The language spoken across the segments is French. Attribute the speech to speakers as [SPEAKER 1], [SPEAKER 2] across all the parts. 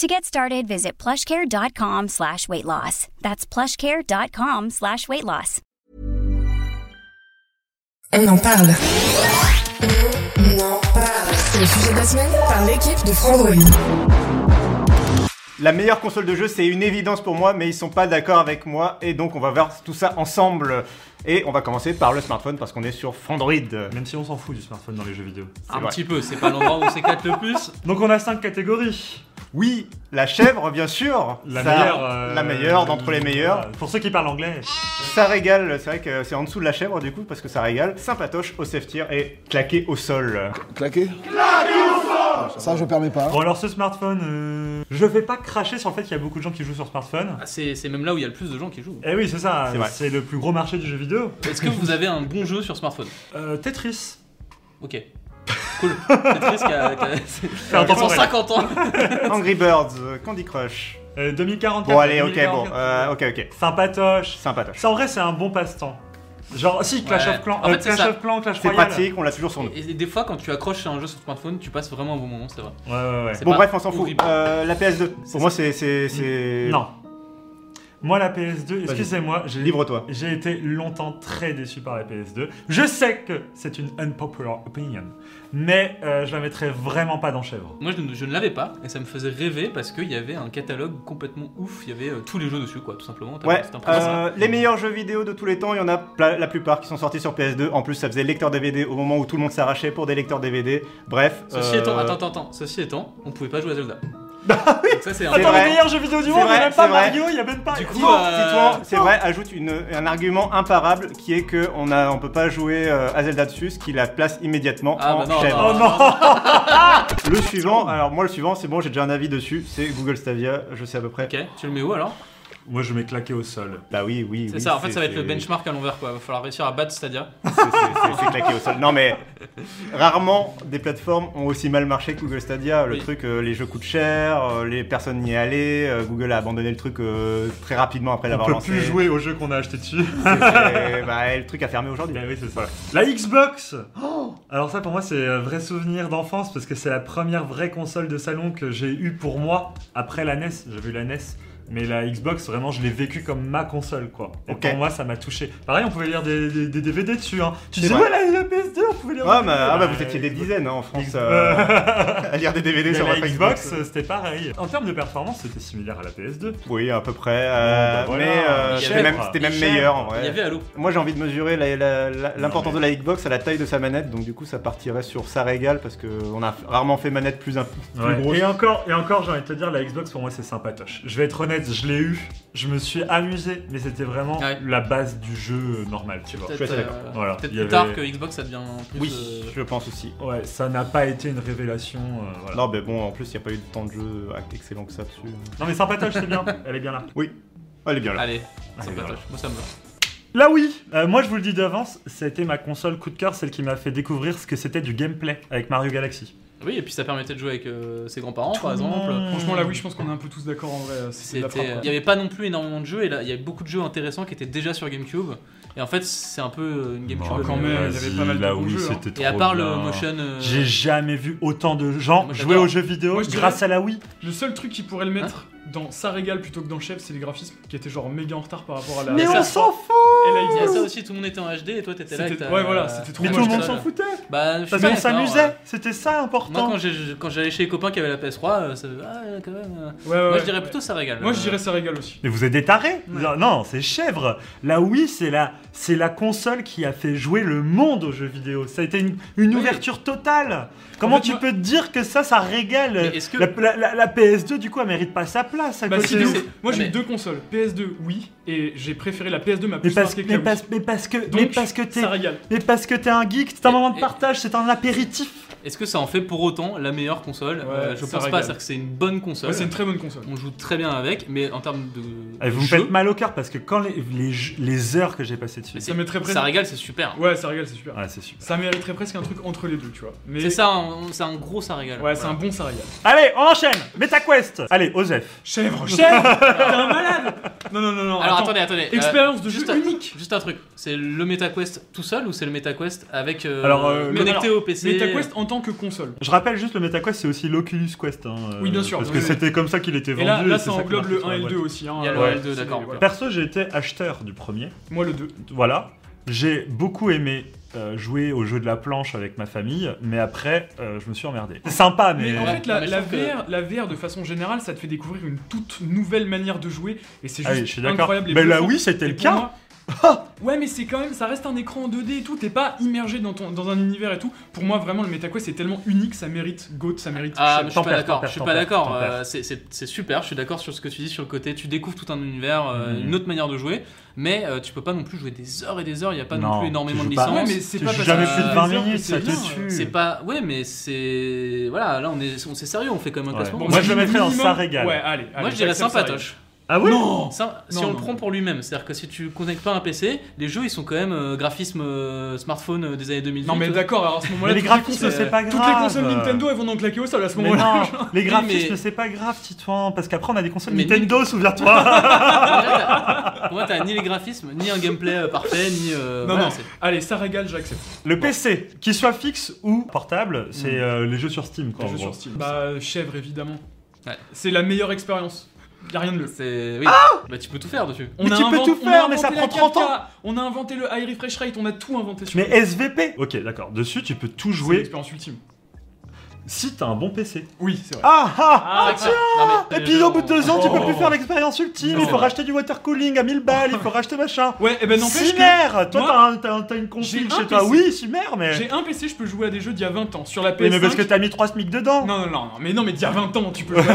[SPEAKER 1] To get started, visit plushcare.com slash weight loss. That's plushcare.com slash weight loss.
[SPEAKER 2] On en parle. On en parle. C'est le sujet de la semaine par l'équipe de Frandroid.
[SPEAKER 3] La meilleure console de jeu, c'est une évidence pour moi, mais ils sont pas d'accord avec moi, et donc on va voir tout ça ensemble. Et on va commencer par le smartphone parce qu'on est sur Fandroid.
[SPEAKER 4] Même si on s'en fout du smartphone dans les jeux vidéo.
[SPEAKER 5] Un vrai. petit peu, c'est pas l'endroit où on s'éclate le plus.
[SPEAKER 4] Donc on a cinq catégories.
[SPEAKER 3] Oui, la chèvre, bien sûr.
[SPEAKER 4] La
[SPEAKER 3] Ça-
[SPEAKER 4] meilleure. euh,
[SPEAKER 3] La meilleure d'entre les meilleurs.
[SPEAKER 4] voilà. Pour ceux qui parlent anglais.
[SPEAKER 3] Ça régale, c'est vrai que c'est en dessous de la chèvre du coup, parce que ça régale. Sympatoche au safety et claqué au sol.
[SPEAKER 6] Claqué Ah, Ça, je permets pas.
[SPEAKER 4] Bon alors ce smartphone, euh, je vais pas cracher sur le fait qu'il y a beaucoup de gens qui jouent sur smartphone.
[SPEAKER 5] Ah, c'est c'est même là où il y a le plus de gens qui jouent.
[SPEAKER 4] Eh oui, c'est ça.
[SPEAKER 3] C'est vrai.
[SPEAKER 4] C'est le plus gros marché du jeu vidéo.
[SPEAKER 5] Est-ce que vous avez un bon jeu sur smartphone
[SPEAKER 4] Euh, Tetris.
[SPEAKER 5] Ok. Cool. C'est triste qu'à qu'à-
[SPEAKER 4] un temps
[SPEAKER 5] 150 ans.
[SPEAKER 3] Angry Birds, euh, Candy Crush.
[SPEAKER 4] Euh, 2044.
[SPEAKER 3] Bon allez, ok,
[SPEAKER 4] 2044.
[SPEAKER 3] bon, euh, ok, ok.
[SPEAKER 4] Sympatoche.
[SPEAKER 3] Sympatoche.
[SPEAKER 4] Ça en vrai c'est un bon passe-temps. Genre si Clash
[SPEAKER 5] Ouais.
[SPEAKER 4] of Clans,
[SPEAKER 5] En
[SPEAKER 4] euh,
[SPEAKER 5] fait, c'est
[SPEAKER 4] Clash
[SPEAKER 5] ça.
[SPEAKER 4] of Clans, Clash
[SPEAKER 3] C'est
[SPEAKER 4] Royale.
[SPEAKER 3] pratique, on l'a toujours sur nous.
[SPEAKER 5] Et des fois, quand tu accroches à un jeu sur smartphone, tu passes vraiment un bon moment, c'est vrai.
[SPEAKER 4] Ouais ouais ouais.
[SPEAKER 5] C'est
[SPEAKER 3] Bon
[SPEAKER 5] pas
[SPEAKER 3] bref, on s'en fout.
[SPEAKER 5] horrible.
[SPEAKER 3] Euh, la PS2,
[SPEAKER 5] C'est
[SPEAKER 3] pour moi c'est... c'est- c'est-
[SPEAKER 4] Non. Moi, la PS2,
[SPEAKER 3] Vas-y.
[SPEAKER 4] excusez-moi, j'ai
[SPEAKER 3] Livre-toi.
[SPEAKER 4] J'ai été longtemps très déçu par la PS2. Je sais que c'est une unpopular opinion, mais euh, je la mettrai vraiment pas dans chèvre.
[SPEAKER 5] Moi, je, ne- je ne l'avais pas, et ça me faisait rêver parce qu'il y avait un catalogue complètement ouf. Il y avait euh, tous les jeux dessus, quoi, tout simplement. T'as-
[SPEAKER 3] Ouais,
[SPEAKER 5] c'est impressionnant.
[SPEAKER 3] euh, les meilleurs jeux vidéo de tous les temps, il y en a pla- la plupart qui sont sortis sur PS2. En plus, ça faisait lecteur DVD au moment où tout le monde s'arrachait pour des lecteurs DVD. Bref.
[SPEAKER 5] Ceci
[SPEAKER 3] euh, Bah
[SPEAKER 5] étant, attends, attends, attends. Ceci étant, on pouvait pas jouer à Zelda. Donc ça, c'est un
[SPEAKER 3] C'est
[SPEAKER 4] Attends,
[SPEAKER 3] vrai.
[SPEAKER 4] le meilleur jeu vidéo du
[SPEAKER 3] C'est
[SPEAKER 4] monde, il y a
[SPEAKER 3] vrai,
[SPEAKER 4] même pas
[SPEAKER 3] c'est vrai.
[SPEAKER 4] Mario, il y a même pas.
[SPEAKER 5] Du coup,
[SPEAKER 4] Dis-moi,
[SPEAKER 5] euh,
[SPEAKER 3] Titouan, c'est
[SPEAKER 4] non.
[SPEAKER 3] vrai, ajoute une- un argument imparable qui est que on a, on peut pas jouer euh, à Zelda dessus, ce qui la place immédiatement
[SPEAKER 5] Ah
[SPEAKER 3] en
[SPEAKER 5] bah non,
[SPEAKER 3] chèvre.
[SPEAKER 5] non, non, non, non.
[SPEAKER 3] Le suivant, alors moi le suivant, c'est bon, j'ai déjà un avis dessus, c'est Google Stadia, je sais à peu près.
[SPEAKER 5] Ok, tu le mets où alors
[SPEAKER 4] Moi, je m'ai claqué au sol.
[SPEAKER 3] Bah oui, oui.
[SPEAKER 5] C'est
[SPEAKER 3] oui,
[SPEAKER 5] ça, en fait, ça va être le
[SPEAKER 3] c'est-
[SPEAKER 5] benchmark à l'envers, quoi. Va falloir réussir à battre Stadia.
[SPEAKER 3] C'est- c'est- C'est claqué au sol. Non mais rarement des plateformes ont aussi mal marché que Google Stadia. Le
[SPEAKER 5] Oui.
[SPEAKER 3] truc, euh, les jeux coûtent cher, euh, les personnes n'y allaient. euh, Google a abandonné le truc euh, très rapidement après
[SPEAKER 4] On
[SPEAKER 3] l'avoir
[SPEAKER 4] peut
[SPEAKER 3] lancé.
[SPEAKER 4] plus jouer au jeu qu'on a acheté dessus.
[SPEAKER 3] C'est- bah, le truc a fermé aujourd'hui.
[SPEAKER 4] Bah oui, c'est ça. La Xbox
[SPEAKER 3] Oh
[SPEAKER 4] Alors ça, pour moi, c'est un vrai souvenir d'enfance parce que c'est la première vraie console de salon que j'ai eue pour moi après la E NES. J'avais eu la NES. Mais la Xbox, vraiment, je l'ai vécue comme ma console, quoi. Et
[SPEAKER 3] Ok.
[SPEAKER 4] pour moi, ça m'a touché. Pareil, on pouvait lire des, des- des DVD dessus, hein. Tu
[SPEAKER 3] C'est
[SPEAKER 4] disais, ouais,
[SPEAKER 3] vrai.
[SPEAKER 4] la, la PS2, on pouvait lire
[SPEAKER 3] Ah,
[SPEAKER 4] des
[SPEAKER 3] bah,
[SPEAKER 4] DVD.
[SPEAKER 3] ah bah,
[SPEAKER 4] Bah,
[SPEAKER 3] vous étiez des
[SPEAKER 4] Xbox.
[SPEAKER 3] dizaines hein, en France
[SPEAKER 4] Euh,
[SPEAKER 3] euh, à lire des DVD
[SPEAKER 4] mais
[SPEAKER 3] sur
[SPEAKER 4] la
[SPEAKER 3] votre
[SPEAKER 4] Xbox, euh, c'était pareil. En termes de performance, c'était similaire à la PS2.
[SPEAKER 3] Oui, à peu près. euh,
[SPEAKER 4] Bon, bah, voilà.
[SPEAKER 3] Mais euh,
[SPEAKER 5] Il y
[SPEAKER 3] c'était
[SPEAKER 5] avait-
[SPEAKER 3] même, c'était même
[SPEAKER 5] Et
[SPEAKER 3] meilleur en
[SPEAKER 5] Il y
[SPEAKER 3] vrai.
[SPEAKER 5] avait Halo.
[SPEAKER 3] Moi j'ai envie de mesurer la- la- la- l'importance
[SPEAKER 4] mais-
[SPEAKER 3] de la Xbox à la taille de sa manette, donc du coup ça partirait sur ça régale parce qu'on a rarement fait manette plus, un- plus
[SPEAKER 4] Ouais.
[SPEAKER 3] grosse.
[SPEAKER 4] Et encore, et encore, j'ai envie de te dire, la Xbox pour moi c'est sympatoche. Je vais être honnête, je l'ai eu, je me suis amusé, mais c'était vraiment
[SPEAKER 5] Ouais.
[SPEAKER 4] la base du jeu euh, normal, tu vois.
[SPEAKER 3] suis
[SPEAKER 5] Peut-être
[SPEAKER 3] assez d'accord.
[SPEAKER 5] euh,
[SPEAKER 4] Voilà,
[SPEAKER 5] peut-être
[SPEAKER 4] il y
[SPEAKER 5] plus tard
[SPEAKER 4] avait-
[SPEAKER 5] que Xbox, ça devient plus.
[SPEAKER 3] Oui,
[SPEAKER 5] euh,
[SPEAKER 3] je pense aussi.
[SPEAKER 4] Ouais, ça n'a pas été une révélation. euh, voilà. non.
[SPEAKER 3] Non, mais bon, en plus, il n'y a pas eu de temps de jeu excellent que ça dessus.
[SPEAKER 4] mais sympatoche c'est bien, elle est bien là.
[SPEAKER 3] Elle est bien là.
[SPEAKER 5] Allez, ça
[SPEAKER 4] Allez,
[SPEAKER 5] me
[SPEAKER 4] voilà.
[SPEAKER 5] patoche. Moi, ça me va.
[SPEAKER 4] Là oui, Euh, moi je vous le dis d'avance, c'était ma console coup de cœur, celle qui m'a fait découvrir ce que c'était du gameplay avec Mario Galaxy.
[SPEAKER 5] Oui, et puis ça permettait de jouer avec euh, ses grands-parents, par
[SPEAKER 4] Tout le
[SPEAKER 5] exemple.
[SPEAKER 4] monde-
[SPEAKER 7] Franchement, là, oui, je pense qu'on est un peu tous d'accord en vrai. euh, C'est de la
[SPEAKER 5] C'était-
[SPEAKER 7] frappe.
[SPEAKER 5] Il n'y avait pas non plus énormément de jeux, et là, il y avait beaucoup de jeux intéressants qui étaient déjà sur GameCube. Et en fait, c'est un peu euh, une GameCube.
[SPEAKER 7] Non, Oh, quand
[SPEAKER 5] mais-
[SPEAKER 7] même. il y avait pas mal de
[SPEAKER 4] là
[SPEAKER 7] bons
[SPEAKER 4] oui,
[SPEAKER 7] jeux, hein.
[SPEAKER 4] c'était
[SPEAKER 5] Et à
[SPEAKER 4] Bah, trop
[SPEAKER 5] part le
[SPEAKER 4] bien.
[SPEAKER 5] motion. euh,
[SPEAKER 4] J'ai jamais vu autant de gens
[SPEAKER 5] Moi, j'adore.
[SPEAKER 4] jouer aux jeux vidéo
[SPEAKER 7] Moi, je dirais-
[SPEAKER 4] grâce à la Wii.
[SPEAKER 7] Le seul truc qui pourrait le
[SPEAKER 5] Hein
[SPEAKER 7] mettre dans ça régale plutôt que dans chef, c'est les graphismes qui étaient genre méga en retard par rapport à
[SPEAKER 5] Ah,
[SPEAKER 7] la.
[SPEAKER 4] Mais
[SPEAKER 7] et
[SPEAKER 4] on
[SPEAKER 7] la
[SPEAKER 4] s'en fout
[SPEAKER 5] Il y a ça
[SPEAKER 7] Xbox.
[SPEAKER 5] aussi, tout le monde était en HD et toi t'étais là. avec
[SPEAKER 7] C'était-
[SPEAKER 5] ta-
[SPEAKER 7] Ouais, voilà, c'était trop
[SPEAKER 4] Mais
[SPEAKER 5] ta
[SPEAKER 4] tout le
[SPEAKER 7] moche,
[SPEAKER 4] monde
[SPEAKER 5] console.
[SPEAKER 4] s'en foutait
[SPEAKER 5] Bah, je suis
[SPEAKER 4] Parce qu'on
[SPEAKER 5] pas d'accord,
[SPEAKER 4] s'amusait,
[SPEAKER 5] ouais.
[SPEAKER 4] c'était ça
[SPEAKER 5] Moi,
[SPEAKER 4] important.
[SPEAKER 5] quand j'ai- quand j'allais chez les copains qui avaient la PS3, euh, ça... ah, quand même. euh.
[SPEAKER 7] Ouais, ouais,
[SPEAKER 5] Moi,
[SPEAKER 7] ouais.
[SPEAKER 5] je dirais plutôt ça régale. euh,
[SPEAKER 7] Moi, je dirais ça régale aussi.
[SPEAKER 4] Mais vous êtes des tarés Non, Non, c'est chèvre La Wii, c'est la, c'est la console qui a fait jouer le monde aux jeux vidéo. Ça a été une, une
[SPEAKER 5] Oui.
[SPEAKER 4] ouverture totale Comment
[SPEAKER 7] En fait,
[SPEAKER 4] tu
[SPEAKER 7] moi-
[SPEAKER 4] peux te dire que ça, ça régale
[SPEAKER 5] Mais est-ce que-
[SPEAKER 4] la, la- la- la PS2 du coup, elle mérite pas sa place à
[SPEAKER 7] Bah,
[SPEAKER 4] côté
[SPEAKER 7] si,
[SPEAKER 4] de-
[SPEAKER 7] de
[SPEAKER 5] c'est-
[SPEAKER 7] ouf. Moi,
[SPEAKER 5] Ah,
[SPEAKER 7] j'ai
[SPEAKER 5] mais-
[SPEAKER 7] eu deux consoles, PS2, oui, et j'ai préféré la PS2 m'a
[SPEAKER 4] Mais
[SPEAKER 7] plus
[SPEAKER 4] parce,
[SPEAKER 7] marqué que la
[SPEAKER 4] mais,
[SPEAKER 7] Wii.
[SPEAKER 4] parce, mais parce que, mais
[SPEAKER 7] Donc,
[SPEAKER 4] parce que t'es,
[SPEAKER 7] ça régale.
[SPEAKER 4] mais parce que t'es un geek, c'est un moment de
[SPEAKER 5] Et-
[SPEAKER 4] partage, c'est un apéritif.
[SPEAKER 5] Est-ce que ça en fait pour autant la meilleure console
[SPEAKER 7] Ouais,
[SPEAKER 5] Euh, Je
[SPEAKER 7] ça
[SPEAKER 5] pense pas,
[SPEAKER 7] régale.
[SPEAKER 5] c'est-à-dire que c'est une bonne console.
[SPEAKER 7] Ouais, c'est une très bonne console.
[SPEAKER 5] On joue très bien avec, mais en termes de.
[SPEAKER 4] Et Eh, vous me
[SPEAKER 5] jeu,
[SPEAKER 4] faites mal au cœur parce que quand les, les, jeux- les heures que j'ai passées dessus,
[SPEAKER 5] mais
[SPEAKER 7] Ça
[SPEAKER 5] c'est-
[SPEAKER 7] met très
[SPEAKER 5] ça
[SPEAKER 7] présent.
[SPEAKER 5] régale, c'est super.
[SPEAKER 7] Ouais, ça régale, c'est super.
[SPEAKER 4] ouais, c'est super.
[SPEAKER 7] Ça mériterait presque un truc entre les deux, tu vois. Mais
[SPEAKER 5] C'est ça, un- c'est un gros ça régale.
[SPEAKER 7] Ouais, c'est un bon ça régale.
[SPEAKER 4] Allez, on enchaîne. MetaQuest. Allez, Osef.
[SPEAKER 7] Chèvre, chèvre T'es un malade Non, non, non, non.
[SPEAKER 5] Alors
[SPEAKER 7] attends.
[SPEAKER 5] attendez, attendez. euh,
[SPEAKER 7] Expérience de
[SPEAKER 5] juste
[SPEAKER 7] jeu
[SPEAKER 5] un-
[SPEAKER 7] unique
[SPEAKER 5] Juste un truc, c'est le MetaQuest tout seul ou c'est le MetaQuest avec euh,
[SPEAKER 4] Alors, euh, le-
[SPEAKER 5] connecté au PC
[SPEAKER 7] MetaQuest en tant que console.
[SPEAKER 4] Je rappelle juste le MetaQuest, c'est aussi l'Oculus Quest. hein, euh,
[SPEAKER 7] Oui, bien sûr,
[SPEAKER 4] Parce
[SPEAKER 7] oui,
[SPEAKER 4] que
[SPEAKER 7] oui.
[SPEAKER 4] c'était comme ça qu'il était vendu.
[SPEAKER 7] Et là, là
[SPEAKER 4] c'est
[SPEAKER 7] ça
[SPEAKER 4] qui
[SPEAKER 7] englobe
[SPEAKER 4] marche
[SPEAKER 7] le
[SPEAKER 4] sur la
[SPEAKER 7] 1 et le
[SPEAKER 4] boîte.
[SPEAKER 7] 2 aussi. Hein,
[SPEAKER 5] Il y a le
[SPEAKER 7] euh,
[SPEAKER 5] 1 et le 2,
[SPEAKER 7] c'est-
[SPEAKER 5] d'accord,
[SPEAKER 7] voilà.
[SPEAKER 4] Perso, j'ai été acheteur du premier.
[SPEAKER 7] Moi, le 2.
[SPEAKER 4] Voilà. J'ai beaucoup aimé euh, jouer au jeu de la planche avec ma famille, mais après, euh, je me suis emmerdé. C'est Sympa, mais.
[SPEAKER 7] Mais en fait, la,
[SPEAKER 5] mais je
[SPEAKER 7] la
[SPEAKER 5] trouve que-
[SPEAKER 7] VR, la VR, de façon générale, ça te fait découvrir une toute nouvelle manière de jouer. Et c'est
[SPEAKER 4] Ah oui, je
[SPEAKER 7] juste
[SPEAKER 4] suis d'accord.
[SPEAKER 7] incroyable. et
[SPEAKER 4] Mais là,
[SPEAKER 7] bluffant.
[SPEAKER 4] oui, c'était
[SPEAKER 7] Et
[SPEAKER 4] le
[SPEAKER 7] pour
[SPEAKER 4] cas. Ah
[SPEAKER 7] moi- ouais, mais c'est quand même, ça reste un écran en 2D et tout. T'es pas immergé dans, ton, dans un univers et tout. Pour moi, vraiment, le MetaQuest c'est tellement unique, ça mérite GOAT, ça mérite.
[SPEAKER 5] Ah,
[SPEAKER 7] chèvre.
[SPEAKER 5] mais je suis pas
[SPEAKER 4] Tempère,
[SPEAKER 5] d'accord,
[SPEAKER 4] tempère,
[SPEAKER 5] je suis pas
[SPEAKER 4] tempère,
[SPEAKER 5] d'accord.
[SPEAKER 4] tempère.
[SPEAKER 5] euh, c'est- C'est c'est super, je suis d'accord sur ce que tu dis sur le côté. Tu découvres tout un univers, euh,
[SPEAKER 4] Mhm.
[SPEAKER 5] une autre manière de jouer, mais euh, tu peux pas non plus jouer des heures et des heures, il n'y a pas
[SPEAKER 4] Non,
[SPEAKER 5] non plus
[SPEAKER 4] tu
[SPEAKER 5] énormément de
[SPEAKER 4] joues pas.
[SPEAKER 5] licences.
[SPEAKER 7] Bah Ouais, mais c'est
[SPEAKER 4] Tu
[SPEAKER 7] pas
[SPEAKER 4] joues
[SPEAKER 7] parce
[SPEAKER 4] jamais
[SPEAKER 7] que
[SPEAKER 5] plus de
[SPEAKER 7] c'est
[SPEAKER 4] 20
[SPEAKER 7] bizarre que
[SPEAKER 4] minutes,
[SPEAKER 7] c'est
[SPEAKER 4] ça
[SPEAKER 7] bien,
[SPEAKER 4] te
[SPEAKER 7] euh,
[SPEAKER 4] tue.
[SPEAKER 5] C'est pas. Ouais, mais c'est. Voilà, là on est, on, c'est sérieux, on fait comme un
[SPEAKER 4] Ouais.
[SPEAKER 5] classement.
[SPEAKER 4] Bon,
[SPEAKER 5] Moi,
[SPEAKER 4] moi,
[SPEAKER 5] je-
[SPEAKER 4] je le mettrais en
[SPEAKER 7] minimum-
[SPEAKER 4] ça régale.
[SPEAKER 7] Ouais, allez.
[SPEAKER 5] moi,
[SPEAKER 7] allez,
[SPEAKER 5] je dirais
[SPEAKER 7] j'accepte ça, régale.
[SPEAKER 5] sympatoche.
[SPEAKER 4] Ah oui
[SPEAKER 7] Non
[SPEAKER 5] Ça, si
[SPEAKER 7] Non,
[SPEAKER 5] on
[SPEAKER 7] non,
[SPEAKER 5] le prend
[SPEAKER 7] non.
[SPEAKER 5] pour lui-même, c'est-à-dire que si tu connectes pas un PC, les jeux ils sont quand même euh, graphisme euh, smartphone euh, des années 2000.
[SPEAKER 7] Non, mais d'accord, alors à ce
[SPEAKER 4] Mais
[SPEAKER 7] moment-là,
[SPEAKER 4] les
[SPEAKER 7] toutes
[SPEAKER 4] graphismes,
[SPEAKER 7] consoles-
[SPEAKER 4] c'est pas grave.
[SPEAKER 7] euh, toutes les consoles Nintendo, elles vont en claquer au sol à ce
[SPEAKER 4] Mais
[SPEAKER 7] moment-là.
[SPEAKER 4] non, les graphismes,
[SPEAKER 5] mais-
[SPEAKER 4] c'est pas grave, Titouan, parce qu'après on a des consoles
[SPEAKER 5] Mais-
[SPEAKER 4] Nintendo, souviens-toi.
[SPEAKER 5] Pour moi, t'as ni les graphismes, ni un gameplay euh, parfait, ni. euh,
[SPEAKER 7] Non,
[SPEAKER 5] voilà,
[SPEAKER 7] non.
[SPEAKER 5] c'est-
[SPEAKER 7] Allez, ça régale, j'accepte.
[SPEAKER 4] Le PC, qu'il soit fixe ou portable, c'est euh, les jeux sur Steam. Quoi,
[SPEAKER 7] Mm. Les
[SPEAKER 4] en
[SPEAKER 7] jeux
[SPEAKER 4] gros.
[SPEAKER 7] sur Steam. Bah, chèvre, évidemment.
[SPEAKER 5] Ouais.
[SPEAKER 7] C'est la meilleure expérience. Y'a rien de mieux.
[SPEAKER 5] C'est. Oui.
[SPEAKER 7] Ah
[SPEAKER 5] bah, tu peux tout faire dessus.
[SPEAKER 4] Mais tu peux
[SPEAKER 7] invent-
[SPEAKER 4] tout
[SPEAKER 7] on a
[SPEAKER 4] faire, mais ça
[SPEAKER 7] inventé la
[SPEAKER 4] prend 30 ans.
[SPEAKER 7] 4K, On a inventé le high refresh rate, on a tout inventé sur
[SPEAKER 4] Mais
[SPEAKER 7] le-
[SPEAKER 4] SVP Ok, d'accord. Dessus, tu peux tout
[SPEAKER 7] C'est
[SPEAKER 4] jouer
[SPEAKER 7] l'expérience ultime.
[SPEAKER 4] si t'as un bon PC.
[SPEAKER 7] Oui, c'est vrai.
[SPEAKER 4] Ah ah
[SPEAKER 5] Ah, d'accord. Non, mais
[SPEAKER 4] Et
[SPEAKER 5] les
[SPEAKER 4] puis
[SPEAKER 5] jeux
[SPEAKER 4] au bout de deux ans, tu peux
[SPEAKER 7] Oh.
[SPEAKER 4] plus faire l'expérience ultime.
[SPEAKER 7] Non.
[SPEAKER 4] Il faut racheter du water cooling à 1000 balles, il faut racheter machin.
[SPEAKER 7] Ouais, et ben n'empêche que
[SPEAKER 4] Cimer Toi,
[SPEAKER 7] moi,
[SPEAKER 4] t'as un- t'as un- t'as une
[SPEAKER 7] j'ai
[SPEAKER 4] console
[SPEAKER 7] un
[SPEAKER 4] chez toi.
[SPEAKER 7] PC.
[SPEAKER 4] Oui, Cimer, mais.
[SPEAKER 7] j'ai un PC, je peux jouer à des jeux d'il y a 20 ans. Sur la PS5,
[SPEAKER 4] Oui, mais parce que t'as mis 3 SMIC dedans.
[SPEAKER 7] Non, non, non, non, mais non, mais d'il y a 20 ans, tu peux jouer.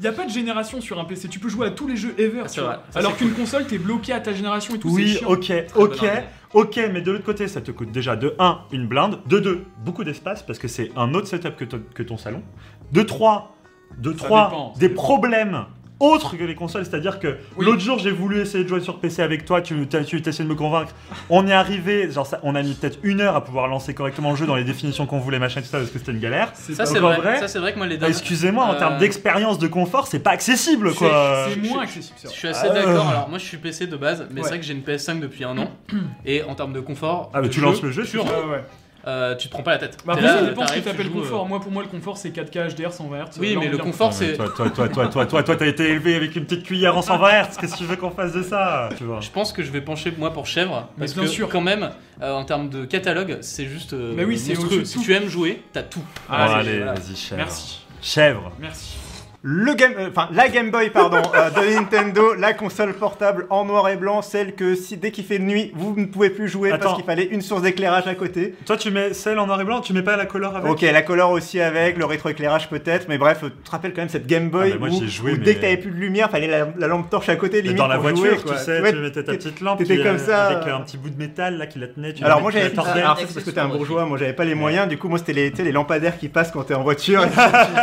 [SPEAKER 7] Il y a pas de génération sur un PC, tu peux jouer à tous les jeux ever.
[SPEAKER 5] Ah, c'est
[SPEAKER 7] tu vois.
[SPEAKER 5] vrai, ça,
[SPEAKER 7] Alors
[SPEAKER 5] c'est
[SPEAKER 7] qu'une console, t'es bloqué à ta génération et tout. c'est
[SPEAKER 4] Oui,
[SPEAKER 7] chiant.
[SPEAKER 4] ok,
[SPEAKER 5] bonne
[SPEAKER 4] ok,
[SPEAKER 5] idée.
[SPEAKER 4] ok, mais de l'autre côté, ça te coûte déjà de 1, une blinde, de 2, beaucoup d'espace, parce que c'est un autre setup que, ton- que ton salon, de 3, de
[SPEAKER 7] Ça
[SPEAKER 4] 3,
[SPEAKER 7] dépend, ça
[SPEAKER 4] des
[SPEAKER 7] dépend.
[SPEAKER 4] problèmes autres que les consoles, c'est-à-dire que
[SPEAKER 7] Oui.
[SPEAKER 4] l'autre jour, j'ai voulu essayer de jouer sur PC avec toi, tu t'as- tu essayé de me convaincre, on est arrivé, genre ça- on a mis peut-être une heure à pouvoir lancer correctement le jeu dans les définitions qu'on voulait, machin, tout ça, parce que c'était une galère.
[SPEAKER 5] Ça, c'est
[SPEAKER 4] Donc, en
[SPEAKER 5] vrai.
[SPEAKER 4] vrai-
[SPEAKER 5] Ça, c'est vrai que moi, les
[SPEAKER 4] Ah,
[SPEAKER 5] dames.
[SPEAKER 4] Excusez-moi, en
[SPEAKER 5] Euh,
[SPEAKER 4] termes d'expérience, de confort, c'est pas accessible,
[SPEAKER 7] Eh ben,
[SPEAKER 3] Bah,
[SPEAKER 7] C'est-
[SPEAKER 4] quoi.
[SPEAKER 7] C'est moins accessible, c'est
[SPEAKER 5] Je
[SPEAKER 7] vrai.
[SPEAKER 5] suis assez
[SPEAKER 4] Ah.
[SPEAKER 5] d'accord. Alors, moi, je suis PC de base, mais
[SPEAKER 7] Ouais.
[SPEAKER 5] c'est vrai que j'ai une PS5 depuis un an. Et en termes de confort.
[SPEAKER 4] Ah, mais
[SPEAKER 5] de
[SPEAKER 4] tu lances le jeu,
[SPEAKER 5] pur,
[SPEAKER 7] Ouais, ouais.
[SPEAKER 5] euh, tu te prends pas la tête.
[SPEAKER 7] Bah,
[SPEAKER 5] T'es
[SPEAKER 7] après,
[SPEAKER 5] là,
[SPEAKER 7] ça dépend ce que
[SPEAKER 5] t'arrives, tu
[SPEAKER 7] t'appelles
[SPEAKER 5] joues, euh,
[SPEAKER 7] confort. Moi, pour moi, le confort, c'est 4K HDR 120 Hz. euh,
[SPEAKER 5] Oui, mais le confort, c'est.
[SPEAKER 4] Toi, toi, toi, toi, toi, toi, toi, t'as été élevé avec une petite cuillère en 120 Hz. Qu'est-ce que tu veux qu'on fasse de ça Tu vois.
[SPEAKER 5] Je pense que je vais pencher moi pour chèvre
[SPEAKER 7] Mais
[SPEAKER 5] parce
[SPEAKER 7] bien
[SPEAKER 5] que
[SPEAKER 7] sûr.
[SPEAKER 5] quand même euh, en termes de catalogue c'est juste euh,
[SPEAKER 7] Mais oui, c'est
[SPEAKER 5] monstrueux.
[SPEAKER 7] au-dessus de
[SPEAKER 5] Si
[SPEAKER 7] tout.
[SPEAKER 5] tu aimes jouer t'as tout.
[SPEAKER 4] Bon,
[SPEAKER 7] Ah, Allez,
[SPEAKER 4] allez,
[SPEAKER 5] voilà.
[SPEAKER 4] vas-y, chèvre.
[SPEAKER 7] Merci.
[SPEAKER 4] Chèvre.
[SPEAKER 7] Merci.
[SPEAKER 3] Le game, euh, enfin la Game Boy pardon euh, de Nintendo, la console portable en noir et blanc, celle que si dès qu'il fait nuit vous ne pouvez plus jouer
[SPEAKER 4] Attends.
[SPEAKER 3] parce qu'il fallait une source d'éclairage à côté.
[SPEAKER 4] Toi, tu mets celle en noir et blanc, tu mets pas la couleur avec
[SPEAKER 3] Ok, la couleur aussi avec, le rétroéclairage peut-être, mais bref, euh, tu te rappelles quand même cette Game Boy
[SPEAKER 4] Ah, mais moi,
[SPEAKER 3] où,
[SPEAKER 4] j'y ai joué,
[SPEAKER 3] où
[SPEAKER 4] mais-
[SPEAKER 3] dès que t'avais plus de lumière, fallait la, la lampe torche à côté
[SPEAKER 4] Mais
[SPEAKER 3] limite
[SPEAKER 4] dans la
[SPEAKER 3] pour
[SPEAKER 4] voiture,
[SPEAKER 3] jouer,
[SPEAKER 4] tu
[SPEAKER 3] quoi.
[SPEAKER 4] sais,
[SPEAKER 3] Ouais,
[SPEAKER 4] tu mettais ta
[SPEAKER 3] t'es-
[SPEAKER 4] petite lampe
[SPEAKER 3] t'étais
[SPEAKER 4] qui,
[SPEAKER 3] comme
[SPEAKER 4] euh,
[SPEAKER 3] ça,
[SPEAKER 4] avec
[SPEAKER 3] euh,
[SPEAKER 4] euh, un petit bout de métal là qui la tenait. tu
[SPEAKER 3] Alors
[SPEAKER 4] la
[SPEAKER 3] moi
[SPEAKER 4] mettais-
[SPEAKER 3] j'avais pas,
[SPEAKER 5] tordais.
[SPEAKER 3] alors ça, c'est parce que t'es un bourgeois, moi j'avais pas les moyens, du coup moi c'était les, tu sais, les lampadaires qui passent quand t'es en voiture. Et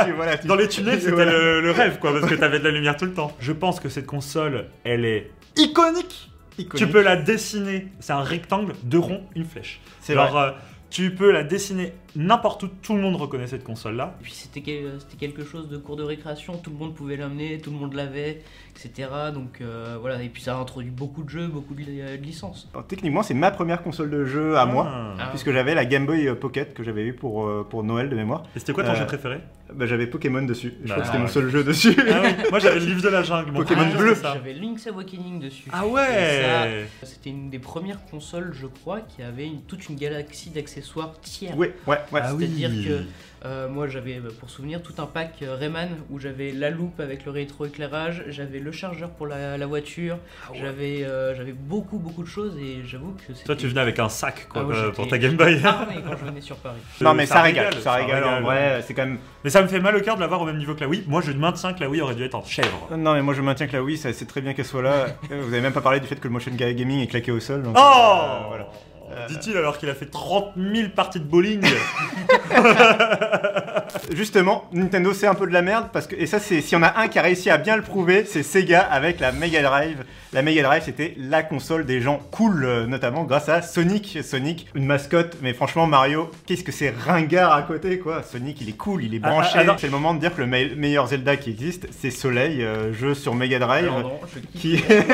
[SPEAKER 3] tu- voilà, tu-
[SPEAKER 4] Dans les tunnels, c'était
[SPEAKER 3] Voilà.
[SPEAKER 4] le, le rêve, quoi, parce que t'avais de la lumière tout le temps. Je pense que cette console, elle est iconique. Tu peux la dessiner. C'est un rectangle, deux ronds, une flèche.
[SPEAKER 3] C'est
[SPEAKER 4] Genre, euh, tu peux la dessiner n'importe où. Tout le monde reconnaît cette console-là.
[SPEAKER 8] Puis c'était quel- c'était quelque chose de cours de récréation, tout le monde pouvait l'amener, tout le monde l'avait, etc. Donc euh, voilà, et puis ça a introduit beaucoup de jeux, beaucoup de, li- euh, de licences.
[SPEAKER 3] Alors, Techniquement, c'est ma première console de jeu à moi.
[SPEAKER 4] Ah.
[SPEAKER 3] Puisque j'avais la Game Boy euh, Pocket que j'avais eu pour, euh, pour Noël de mémoire,
[SPEAKER 4] Et c'était quoi ton
[SPEAKER 3] Euh,
[SPEAKER 4] jeu préféré
[SPEAKER 3] bah, j'avais Pokémon dessus. Je
[SPEAKER 4] Bah,
[SPEAKER 3] crois que c'était
[SPEAKER 4] ouais.
[SPEAKER 3] mon seul jeu dessus.
[SPEAKER 4] Ah oui, Moi j'avais le livre de la jungle, mon
[SPEAKER 3] Pokémon
[SPEAKER 4] premier jeu,
[SPEAKER 3] bleu.
[SPEAKER 4] c'est ça.
[SPEAKER 8] Ah, J'avais Link's Awakening dessus.
[SPEAKER 4] Ah
[SPEAKER 8] Et
[SPEAKER 4] ouais
[SPEAKER 8] ça, C'était une des premières consoles, je crois, qui avait une- toute une galaxie d'accessoires tiers.
[SPEAKER 3] ouais, ouais, ouais.
[SPEAKER 4] Ah
[SPEAKER 8] C'est-à-dire
[SPEAKER 4] oui.
[SPEAKER 8] que euh, moi j'avais, euh, pour souvenir, tout un pack euh, Rayman où j'avais la loupe avec le rétroéclairage, j'avais le le chargeur pour la, la voiture, j'avais euh, j'avais beaucoup beaucoup de choses et j'avoue que c'était...
[SPEAKER 4] Ah Toi, tu venais avec un sac quoi,
[SPEAKER 8] Ah, moi,
[SPEAKER 4] euh,
[SPEAKER 8] j'étais
[SPEAKER 4] pour ta Game Boy.
[SPEAKER 8] armé quand je venais sur Paris.
[SPEAKER 3] Non, mais ça, régale, ça régale, en vrai, c'est quand même.
[SPEAKER 4] Mais ça me fait mal au cœur de l'avoir au même niveau que la Wii. Moi, je maintiens que la Wii aurait dû être en chèvre.
[SPEAKER 3] Non, mais moi je maintiens que la Wii, ça- c'est très bien qu'elle soit là. Euh, Vous avez même pas parlé du fait que le motion ga- gaming est claqué au sol. donc,
[SPEAKER 4] Oh
[SPEAKER 3] euh, voilà.
[SPEAKER 4] Dit-il alors qu'il a fait 30 000 parties de bowling.
[SPEAKER 3] Justement, Nintendo c'est un peu de la merde parce que et ça c'est si on a un qui a réussi à bien le prouver, c'est Sega avec la Mega Drive. La Mega Drive c'était la console des gens cool euh, notamment grâce à Sonic. Sonic une mascotte mais franchement Mario, qu'est-ce que c'est ringard à côté quoi. Sonic il est cool, il est
[SPEAKER 4] Ah,
[SPEAKER 3] branché.
[SPEAKER 4] ah, ah, non.
[SPEAKER 3] c'est le moment de dire que le me- meilleur Zelda qui existe, c'est Soleil, euh, jeu sur Mega Drive.
[SPEAKER 8] Alors non, je kiffe.
[SPEAKER 3] qui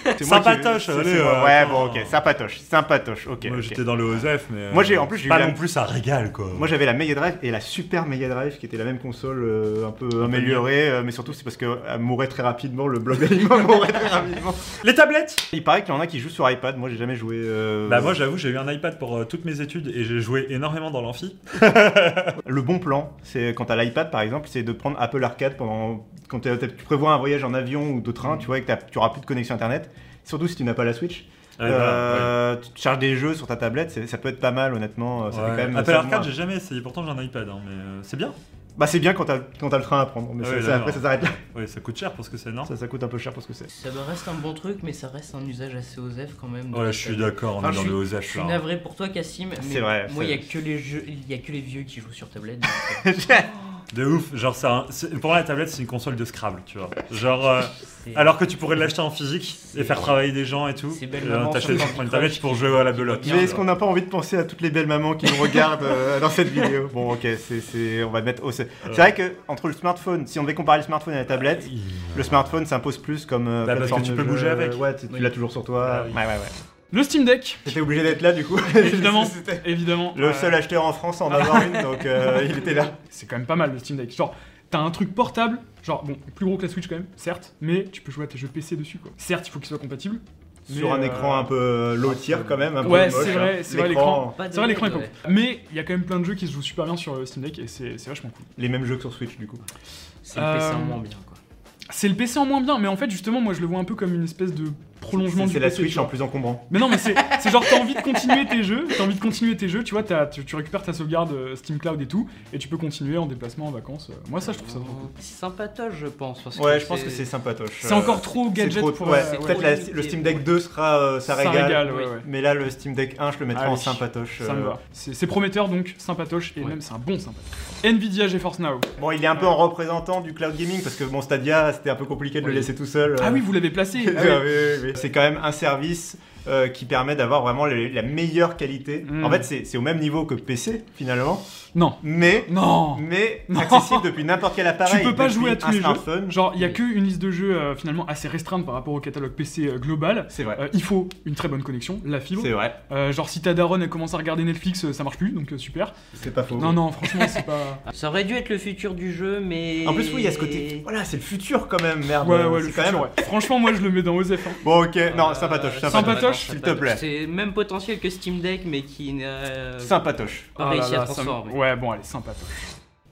[SPEAKER 3] C'est moi qui-
[SPEAKER 4] Sympatoche,
[SPEAKER 3] c'est-
[SPEAKER 4] allez,
[SPEAKER 3] c'est moi.
[SPEAKER 4] euh,
[SPEAKER 3] ouais,
[SPEAKER 4] attends.
[SPEAKER 3] bon, ok, sympatoche, sympatoche, ok.
[SPEAKER 4] Moi,
[SPEAKER 3] ok.
[SPEAKER 4] j'étais dans le OSF, mais. euh,
[SPEAKER 3] Moi, j'ai- en plus, j'ai eu
[SPEAKER 4] Pas
[SPEAKER 3] la-
[SPEAKER 4] non plus, ça régale quoi.
[SPEAKER 3] Moi j'avais la Mega Drive et la Super Mega Drive qui était la même console euh, un peu améliorée, euh, mais surtout c'est parce qu'elle mourait très rapidement, le bloc d'aliment mourait très rapidement.
[SPEAKER 4] Les tablettes
[SPEAKER 3] Il paraît qu'il y en a qui jouent sur iPad, moi j'ai jamais joué. euh,
[SPEAKER 4] Bah, moi, j'avoue, j'ai eu un iPad pour euh, toutes mes études et j'ai joué énormément dans l'amphi.
[SPEAKER 3] Le bon plan, c'est quand t'as l'iPad par exemple, c'est de prendre Apple Arcade pendant. Quand t'as- t'as- tu prévois un voyage en avion ou de train, tu vois, et que t'as- tu auras plus de connexion internet, surtout si tu n'as pas la Switch.
[SPEAKER 4] Ouais, bah,
[SPEAKER 3] Euh, Tu te charges des jeux sur ta tablette, c'est- ça peut être pas mal honnêtement. euh, Ça fait
[SPEAKER 4] ouais.
[SPEAKER 3] quand même,
[SPEAKER 4] Apple
[SPEAKER 3] ça-
[SPEAKER 4] Arcade, j'ai jamais essayé. Pourtant, j'ai un iPad, hein, mais euh, c'est bien.
[SPEAKER 3] Bah c'est bien quand t'as quand t'as le train à prendre, mais
[SPEAKER 4] Ah
[SPEAKER 3] ça-
[SPEAKER 4] oui,
[SPEAKER 3] ça-
[SPEAKER 4] d'accord. Ah.
[SPEAKER 3] après ça s'arrête là.
[SPEAKER 4] Ouais, ça coûte cher parce que c'est énorme.
[SPEAKER 3] Ça, ça coûte un peu cher pour ce que c'est.
[SPEAKER 8] Ça me reste un bon truc, mais ça reste un usage assez osef quand même. de
[SPEAKER 4] Ouais,
[SPEAKER 8] la
[SPEAKER 4] je suis
[SPEAKER 8] table.
[SPEAKER 4] d'accord, hein. on
[SPEAKER 8] Enfin,
[SPEAKER 4] est
[SPEAKER 8] je
[SPEAKER 4] dans
[SPEAKER 8] suis-
[SPEAKER 4] le
[SPEAKER 8] Je
[SPEAKER 4] OSF
[SPEAKER 8] suis
[SPEAKER 4] là.
[SPEAKER 8] navré pour toi, Cassim. mais
[SPEAKER 3] C'est vrai,
[SPEAKER 8] Moi, il
[SPEAKER 3] c'est-
[SPEAKER 8] y a que les jeux, il y a que les vieux qui jouent sur tablette. donc, euh,
[SPEAKER 4] De ouf, genre c'est un- c'est- pour moi la tablette c'est une console de Scrabble, tu vois. Genre euh,
[SPEAKER 8] c'est-
[SPEAKER 4] alors que tu pourrais l'acheter en physique et faire travailler des gens et tout.
[SPEAKER 8] C'est belle
[SPEAKER 4] Euh,
[SPEAKER 8] maman
[SPEAKER 4] T'achètes
[SPEAKER 8] sur
[SPEAKER 4] tu prends une
[SPEAKER 8] Candy
[SPEAKER 4] tablette
[SPEAKER 8] Crush
[SPEAKER 4] pour
[SPEAKER 8] qui-
[SPEAKER 4] jouer à la
[SPEAKER 8] qui
[SPEAKER 4] belote.
[SPEAKER 8] vient
[SPEAKER 3] Mais est-ce qu'on n'a pas envie de penser à toutes les belles mamans qui nous regardent euh, dans cette vidéo Bon, ok, c'est, c'est- on va mettre. au- C'est c'est vrai que entre le smartphone, si on devait comparer le smartphone et la tablette, le smartphone s'impose plus comme.
[SPEAKER 4] Bah,
[SPEAKER 3] euh,
[SPEAKER 4] parce
[SPEAKER 3] plateforme
[SPEAKER 4] que tu
[SPEAKER 3] de
[SPEAKER 4] peux
[SPEAKER 3] jeu.
[SPEAKER 4] bouger avec.
[SPEAKER 3] Ouais, tu, tu
[SPEAKER 8] Oui.
[SPEAKER 3] l'as toujours sur toi.
[SPEAKER 4] Ah oui.
[SPEAKER 3] Ouais, ouais, ouais.
[SPEAKER 7] Le Steam Deck,
[SPEAKER 3] J'étais obligé d'être là du coup.
[SPEAKER 7] évidemment,
[SPEAKER 3] C'était
[SPEAKER 7] évidemment.
[SPEAKER 3] le
[SPEAKER 7] Euh,
[SPEAKER 3] seul acheteur en France à en avoir une, donc euh, il était là.
[SPEAKER 7] C'est quand même pas mal le Steam Deck. Genre, t'as un truc portable, genre, bon, plus gros que la Switch quand même, certes, mais tu peux jouer à tes jeux PC dessus, quoi. Certes, il faut qu'il soit compatible.
[SPEAKER 3] Sur
[SPEAKER 7] mais,
[SPEAKER 3] un
[SPEAKER 7] euh,
[SPEAKER 3] écran un peu low tier quand même, un peu
[SPEAKER 7] Ouais,
[SPEAKER 3] moche,
[SPEAKER 7] c'est
[SPEAKER 3] hein.
[SPEAKER 7] vrai, c'est vrai, l'écran.
[SPEAKER 8] Pas de
[SPEAKER 7] C'est vrai, l'écran est pas
[SPEAKER 8] ouais.
[SPEAKER 7] ouf. Mais il y a quand même plein de jeux qui se jouent super bien sur le Steam Deck et c'est c'est vachement cool.
[SPEAKER 3] Les mêmes jeux que sur Switch du coup.
[SPEAKER 8] C'est le PC en
[SPEAKER 7] Euh,
[SPEAKER 8] moins bien, quoi.
[SPEAKER 7] C'est le PC en moins bien, mais en fait, justement, moi je le vois un peu comme une espèce de prolongement
[SPEAKER 3] C'est-
[SPEAKER 7] du
[SPEAKER 3] C'est la
[SPEAKER 7] PC,
[SPEAKER 3] Switch
[SPEAKER 7] tu vois.
[SPEAKER 3] en plus encombrant.
[SPEAKER 7] Mais non, mais c'est c'est genre t'as envie de continuer tes jeux, t'as envie de continuer tes jeux, tu vois, t'as- tu, tu récupères ta sauvegarde euh, Steam Cloud et tout, et tu peux continuer en déplacement, en vacances. euh. Moi ça, je trouve ça trop cool.
[SPEAKER 8] C'est sympatoche, je pense. parce
[SPEAKER 3] Ouais, je pense que c'est sympatoche.
[SPEAKER 7] C'est encore trop
[SPEAKER 3] Euh, C'est
[SPEAKER 7] gadget
[SPEAKER 3] trop-
[SPEAKER 7] pour.
[SPEAKER 3] ouais,
[SPEAKER 7] euh,
[SPEAKER 8] c'est
[SPEAKER 7] ouais.
[SPEAKER 3] Peut-être
[SPEAKER 8] trop
[SPEAKER 3] la-
[SPEAKER 8] limité,
[SPEAKER 3] le Steam
[SPEAKER 8] ouais.
[SPEAKER 3] Deck 2 sera euh, ça, régale,
[SPEAKER 7] ouais,
[SPEAKER 8] oui.
[SPEAKER 7] ouais.
[SPEAKER 3] mais là le Steam Deck 1 je le mettrai
[SPEAKER 7] Allez,
[SPEAKER 3] en sympatoche.
[SPEAKER 7] Ça me
[SPEAKER 3] euh.
[SPEAKER 7] va. C'est c'est prometteur donc, sympatoche, et
[SPEAKER 8] Ouais.
[SPEAKER 7] même c'est un bon sympatoche. Nvidia GeForce Now.
[SPEAKER 3] Bon il est un peu en représentant du cloud gaming parce que bon Stadia c'était un peu compliqué de le
[SPEAKER 8] Oui.
[SPEAKER 3] laisser tout seul. euh.
[SPEAKER 7] Ah oui, vous l'avez placé
[SPEAKER 3] Ah
[SPEAKER 7] ah
[SPEAKER 3] oui,
[SPEAKER 7] oui.
[SPEAKER 3] oui, oui, oui. C'est quand même un service euh, qui permet d'avoir vraiment le- la meilleure qualité.
[SPEAKER 7] Mm.
[SPEAKER 3] En fait c'est c'est au même niveau que PC finalement,
[SPEAKER 7] Non.
[SPEAKER 3] mais
[SPEAKER 7] Non
[SPEAKER 3] mais
[SPEAKER 7] Non.
[SPEAKER 3] accessible depuis n'importe quel appareil.
[SPEAKER 7] Tu peux pas
[SPEAKER 3] depuis
[SPEAKER 7] jouer à tous
[SPEAKER 3] un
[SPEAKER 7] les jeux.
[SPEAKER 3] smartphone.
[SPEAKER 7] Genre, il y a que une liste de jeux euh, finalement assez restreinte par rapport au catalogue PC euh, global.
[SPEAKER 3] C'est vrai.
[SPEAKER 7] Euh, il faut une très bonne connexion, la fibre.
[SPEAKER 3] C'est vrai.
[SPEAKER 7] Euh, genre, si ta daronne elle commence à regarder Netflix, euh, ça marche plus, donc euh, super.
[SPEAKER 3] C'est pas faux.
[SPEAKER 7] Non, non, franchement, c'est pas.
[SPEAKER 8] Ça aurait dû être le futur du jeu, mais.
[SPEAKER 3] En plus oui il y a ce côté. Voilà c'est le futur quand même merde.
[SPEAKER 7] Ouais, ouais, le
[SPEAKER 3] Ah, bah, C'est
[SPEAKER 7] futur,
[SPEAKER 3] quand même-
[SPEAKER 7] ouais. Franchement, moi, je le mets dans OZF. hein.
[SPEAKER 3] Bon ok non
[SPEAKER 8] Euh,
[SPEAKER 3] sympatoche
[SPEAKER 7] sympatoche,
[SPEAKER 3] s'il te plaît.
[SPEAKER 8] Bah, C'est même potentiel que Steam Deck, mais qui n'a
[SPEAKER 3] Sympatoche.
[SPEAKER 7] Ah
[SPEAKER 8] pas
[SPEAKER 7] là
[SPEAKER 8] réussi
[SPEAKER 7] là,
[SPEAKER 8] à
[SPEAKER 7] ça me-
[SPEAKER 8] transformer.
[SPEAKER 7] Ouais, bon, allez, sympa. toi.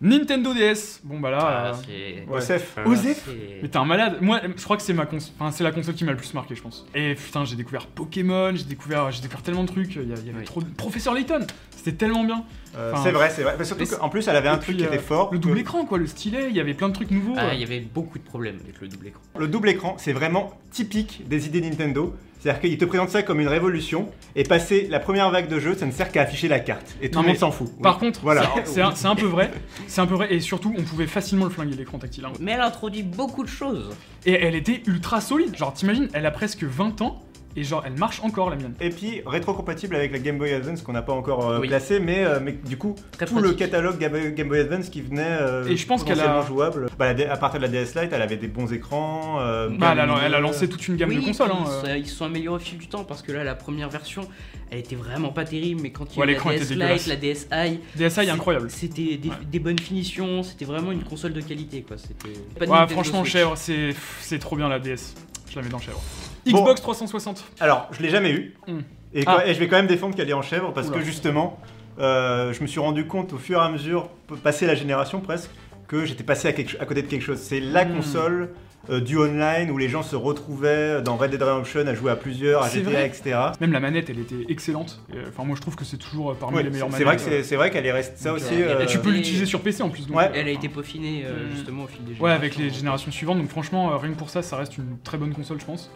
[SPEAKER 7] Nintendo DS. Bon, bah là.
[SPEAKER 8] Ah,
[SPEAKER 7] euh,
[SPEAKER 8] c'est-
[SPEAKER 3] Ouais. Osef.
[SPEAKER 7] Osef
[SPEAKER 8] c'est-
[SPEAKER 7] Mais t'es un malade. Moi, je crois que c'est ma console. Enfin, c'est la console qui m'a le plus marqué, je pense. Et putain, j'ai découvert Pokémon, j'ai découvert, j'ai découvert tellement de trucs. Il y, a- il y avait
[SPEAKER 8] Oui.
[SPEAKER 7] trop. de- Professeur Layton, c'était tellement bien.
[SPEAKER 3] Euh,
[SPEAKER 7] Enfin,
[SPEAKER 3] c'est vrai, c'est vrai. Mais surtout
[SPEAKER 7] mais
[SPEAKER 3] qu'en plus, elle avait un
[SPEAKER 7] Et
[SPEAKER 3] truc
[SPEAKER 7] puis,
[SPEAKER 3] qui était
[SPEAKER 7] euh,
[SPEAKER 3] fort.
[SPEAKER 7] Le double
[SPEAKER 3] que-
[SPEAKER 7] écran, quoi, le stylet. Il y avait plein de trucs nouveaux.
[SPEAKER 8] Ah,
[SPEAKER 7] euh.
[SPEAKER 8] il y avait beaucoup de problèmes avec le double écran.
[SPEAKER 3] Le double écran, c'est vraiment typique des idées Nintendo. C'est-à-dire qu'ils te présentent ça comme une révolution, et passer la première vague de jeu, ça ne sert qu'à afficher la carte. Et tout
[SPEAKER 7] Non,
[SPEAKER 3] le monde
[SPEAKER 7] mais-
[SPEAKER 3] s'en fout.
[SPEAKER 7] Par
[SPEAKER 3] Oui.
[SPEAKER 7] contre,
[SPEAKER 3] Voilà.
[SPEAKER 7] c'est- c'est un, c'est un peu vrai, c'est un peu vrai, et surtout on pouvait facilement le flinguer l'écran tactile. hein.
[SPEAKER 8] Mais elle introduit beaucoup de choses.
[SPEAKER 7] Et elle était ultra solide, genre t'imagines, elle a presque 20 ans, et genre elle marche encore la mienne.
[SPEAKER 3] Et puis, rétrocompatible avec la Game Boy Advance qu'on n'a pas encore euh,
[SPEAKER 8] Oui.
[SPEAKER 3] placé, mais, euh, mais du coup,
[SPEAKER 8] Très
[SPEAKER 3] tout le
[SPEAKER 8] pratique.
[SPEAKER 3] catalogue Game Boy- Game Boy Advance qui venait euh,
[SPEAKER 7] Et je pense qu'elle a-
[SPEAKER 3] potentiellement jouable. Bah, la D- à partir de la DS Lite, elle avait des bons écrans. euh,
[SPEAKER 7] Bah,
[SPEAKER 3] bien
[SPEAKER 7] elle, a,
[SPEAKER 3] lumineux.
[SPEAKER 7] elle a lancé toute une gamme de
[SPEAKER 8] Oui,
[SPEAKER 7] consoles. hein,
[SPEAKER 8] ils,
[SPEAKER 7] euh.
[SPEAKER 8] sont- ils se sont améliorés au fil du temps parce que là, la première version, elle était vraiment pas terrible, mais quand il y
[SPEAKER 7] Ouais,
[SPEAKER 8] a eu
[SPEAKER 7] l'écran
[SPEAKER 8] la
[SPEAKER 7] était
[SPEAKER 8] DS
[SPEAKER 7] dégueulasse.
[SPEAKER 8] Lite, la DSi,
[SPEAKER 7] DSi est incroyable.
[SPEAKER 8] c'était des,
[SPEAKER 7] Ouais.
[SPEAKER 8] des bonnes finitions, c'était vraiment une console de qualité quoi. C'était. pas de
[SPEAKER 7] Ouais,
[SPEAKER 8] Nintendo
[SPEAKER 7] franchement,
[SPEAKER 8] Switch.
[SPEAKER 7] chèvre, c'est pff, c'est trop bien la DS. Je la mets dans chèvre.
[SPEAKER 3] Bon.
[SPEAKER 7] Xbox 360.
[SPEAKER 3] Alors, je l'ai jamais eu.
[SPEAKER 7] Mm.
[SPEAKER 3] Et,
[SPEAKER 7] Ah.
[SPEAKER 3] quand- et je vais quand même défendre qu'elle est en chèvre parce
[SPEAKER 7] Oula.
[SPEAKER 3] que justement, euh, je me suis rendu compte au fur et à mesure, p- passé la génération presque, que j'étais passé à, quelque- à côté de quelque chose. C'est la
[SPEAKER 7] Mm.
[SPEAKER 3] console euh, du online où les gens se retrouvaient dans Red Dead Redemption à jouer à plusieurs, à
[SPEAKER 7] C'est
[SPEAKER 3] GTA,
[SPEAKER 7] vrai.
[SPEAKER 3] etc.
[SPEAKER 7] Même la manette, elle était excellente. Et, euh, Enfin, moi, je trouve que c'est toujours euh, parmi
[SPEAKER 3] Ouais,
[SPEAKER 7] les meilleures
[SPEAKER 3] c'est-
[SPEAKER 7] manettes.
[SPEAKER 3] c'est vrai que c'est- c'est vrai qu'elle est restée ça
[SPEAKER 7] Donc,
[SPEAKER 3] aussi.
[SPEAKER 8] euh,
[SPEAKER 3] euh,
[SPEAKER 7] Et tu peux l'utiliser sur PC en plus. Donc,
[SPEAKER 3] Ouais.
[SPEAKER 7] euh,
[SPEAKER 8] Elle a été peaufinée euh,
[SPEAKER 7] Hmm.
[SPEAKER 8] justement au fil des
[SPEAKER 7] Ouais, avec les
[SPEAKER 8] générations.
[SPEAKER 7] générations suivantes, donc franchement, euh, rien que pour ça, ça reste une très bonne console, je pense.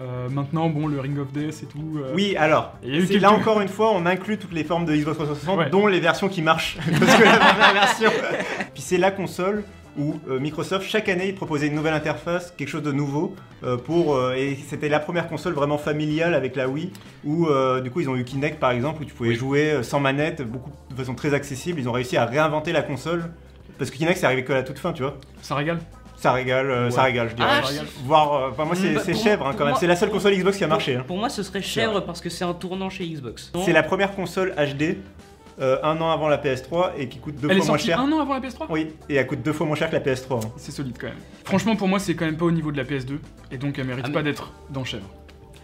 [SPEAKER 7] Euh, maintenant, bon, le Ring of Death et tout. euh,
[SPEAKER 3] Oui, alors,
[SPEAKER 7] Il y a eu
[SPEAKER 3] c'est-
[SPEAKER 7] quelques-
[SPEAKER 3] là encore une fois, on inclut toutes les formes de Xbox 360,
[SPEAKER 7] Ouais.
[SPEAKER 3] dont les versions qui marchent. Parce que la première version. Puis c'est la console où euh, Microsoft, chaque année, il proposait une nouvelle interface, quelque chose de nouveau. euh, pour, euh, et c'était la première console vraiment familiale avec la Wii, où euh, du coup ils ont eu Kinect par exemple, où tu pouvais jouer euh, sans manette, beaucoup, de façon très accessible. Ils ont réussi à réinventer la console. Parce que Kinect, c'est arrivé que à la toute fin, tu vois.
[SPEAKER 7] Ça régale.
[SPEAKER 3] Ça régale, euh, ça régale, je dirais.
[SPEAKER 8] Ah,
[SPEAKER 3] Ça
[SPEAKER 8] je-
[SPEAKER 3] régale. Voire, euh, enfin, moi, c'est
[SPEAKER 8] Bah,
[SPEAKER 3] c'est
[SPEAKER 8] pour-
[SPEAKER 3] chèvre hein, quand
[SPEAKER 8] pour
[SPEAKER 3] même.
[SPEAKER 8] moi-
[SPEAKER 3] C'est la seule console Xbox qui a marché. hein.
[SPEAKER 8] Pour moi, ce serait chèvre parce que c'est un tournant chez Xbox.
[SPEAKER 3] C'est la première console HD euh, un an avant la PS3 et qui coûte deux
[SPEAKER 7] Elle est
[SPEAKER 3] fois moins
[SPEAKER 7] sortie
[SPEAKER 3] cher.
[SPEAKER 7] un an avant la PS3
[SPEAKER 3] Oui, et elle coûte deux fois moins cher que la PS3. hein.
[SPEAKER 7] C'est solide quand même. Franchement, pour moi, c'est quand même pas au niveau de la PS2, et donc elle mérite
[SPEAKER 8] Ah, mais-
[SPEAKER 7] pas d'être dans Chèvre.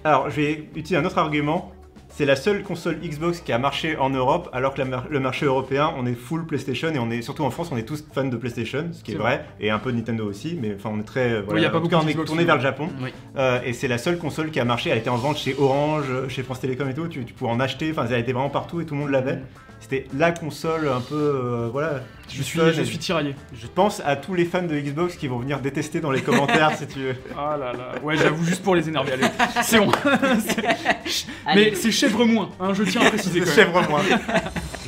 [SPEAKER 3] Alors, je vais utiliser un autre argument. C'est la seule console Xbox qui a marché en Europe, alors que la mar- le marché européen, on est full PlayStation et on est surtout en France, on est tous fans de PlayStation, ce qui est
[SPEAKER 7] C'est
[SPEAKER 3] vrai, et un peu de Nintendo aussi, mais enfin on est très. euh, voilà,
[SPEAKER 7] y a pas
[SPEAKER 3] en tout
[SPEAKER 7] beaucoup
[SPEAKER 3] cas, on
[SPEAKER 7] de
[SPEAKER 3] est
[SPEAKER 7] Xbox,
[SPEAKER 3] tourné
[SPEAKER 7] oui.
[SPEAKER 3] vers le Japon.
[SPEAKER 8] Oui.
[SPEAKER 3] Euh, et c'est la seule console qui a marché. Elle était en vente chez Orange, euh, chez France Télécom et tout. Tu, tu pouvais en acheter. Enfin, elle était vraiment partout et tout le monde l'avait. C'était la console un peu. euh, voilà.
[SPEAKER 7] Mm. Je
[SPEAKER 3] du
[SPEAKER 7] suis,
[SPEAKER 3] fun
[SPEAKER 7] je
[SPEAKER 3] et-
[SPEAKER 7] suis tiraillé.
[SPEAKER 3] Je pense à tous les fans de Xbox qui vont venir détester dans les commentaires si tu veux.
[SPEAKER 7] Ah là là. Ouais, j'avoue, juste pour les énerver, allez. C'est bon. C'est- Mais
[SPEAKER 8] Allez.
[SPEAKER 7] c'est chèvre moins, hein, je tiens à préciser quand même.
[SPEAKER 3] Chèvre moi.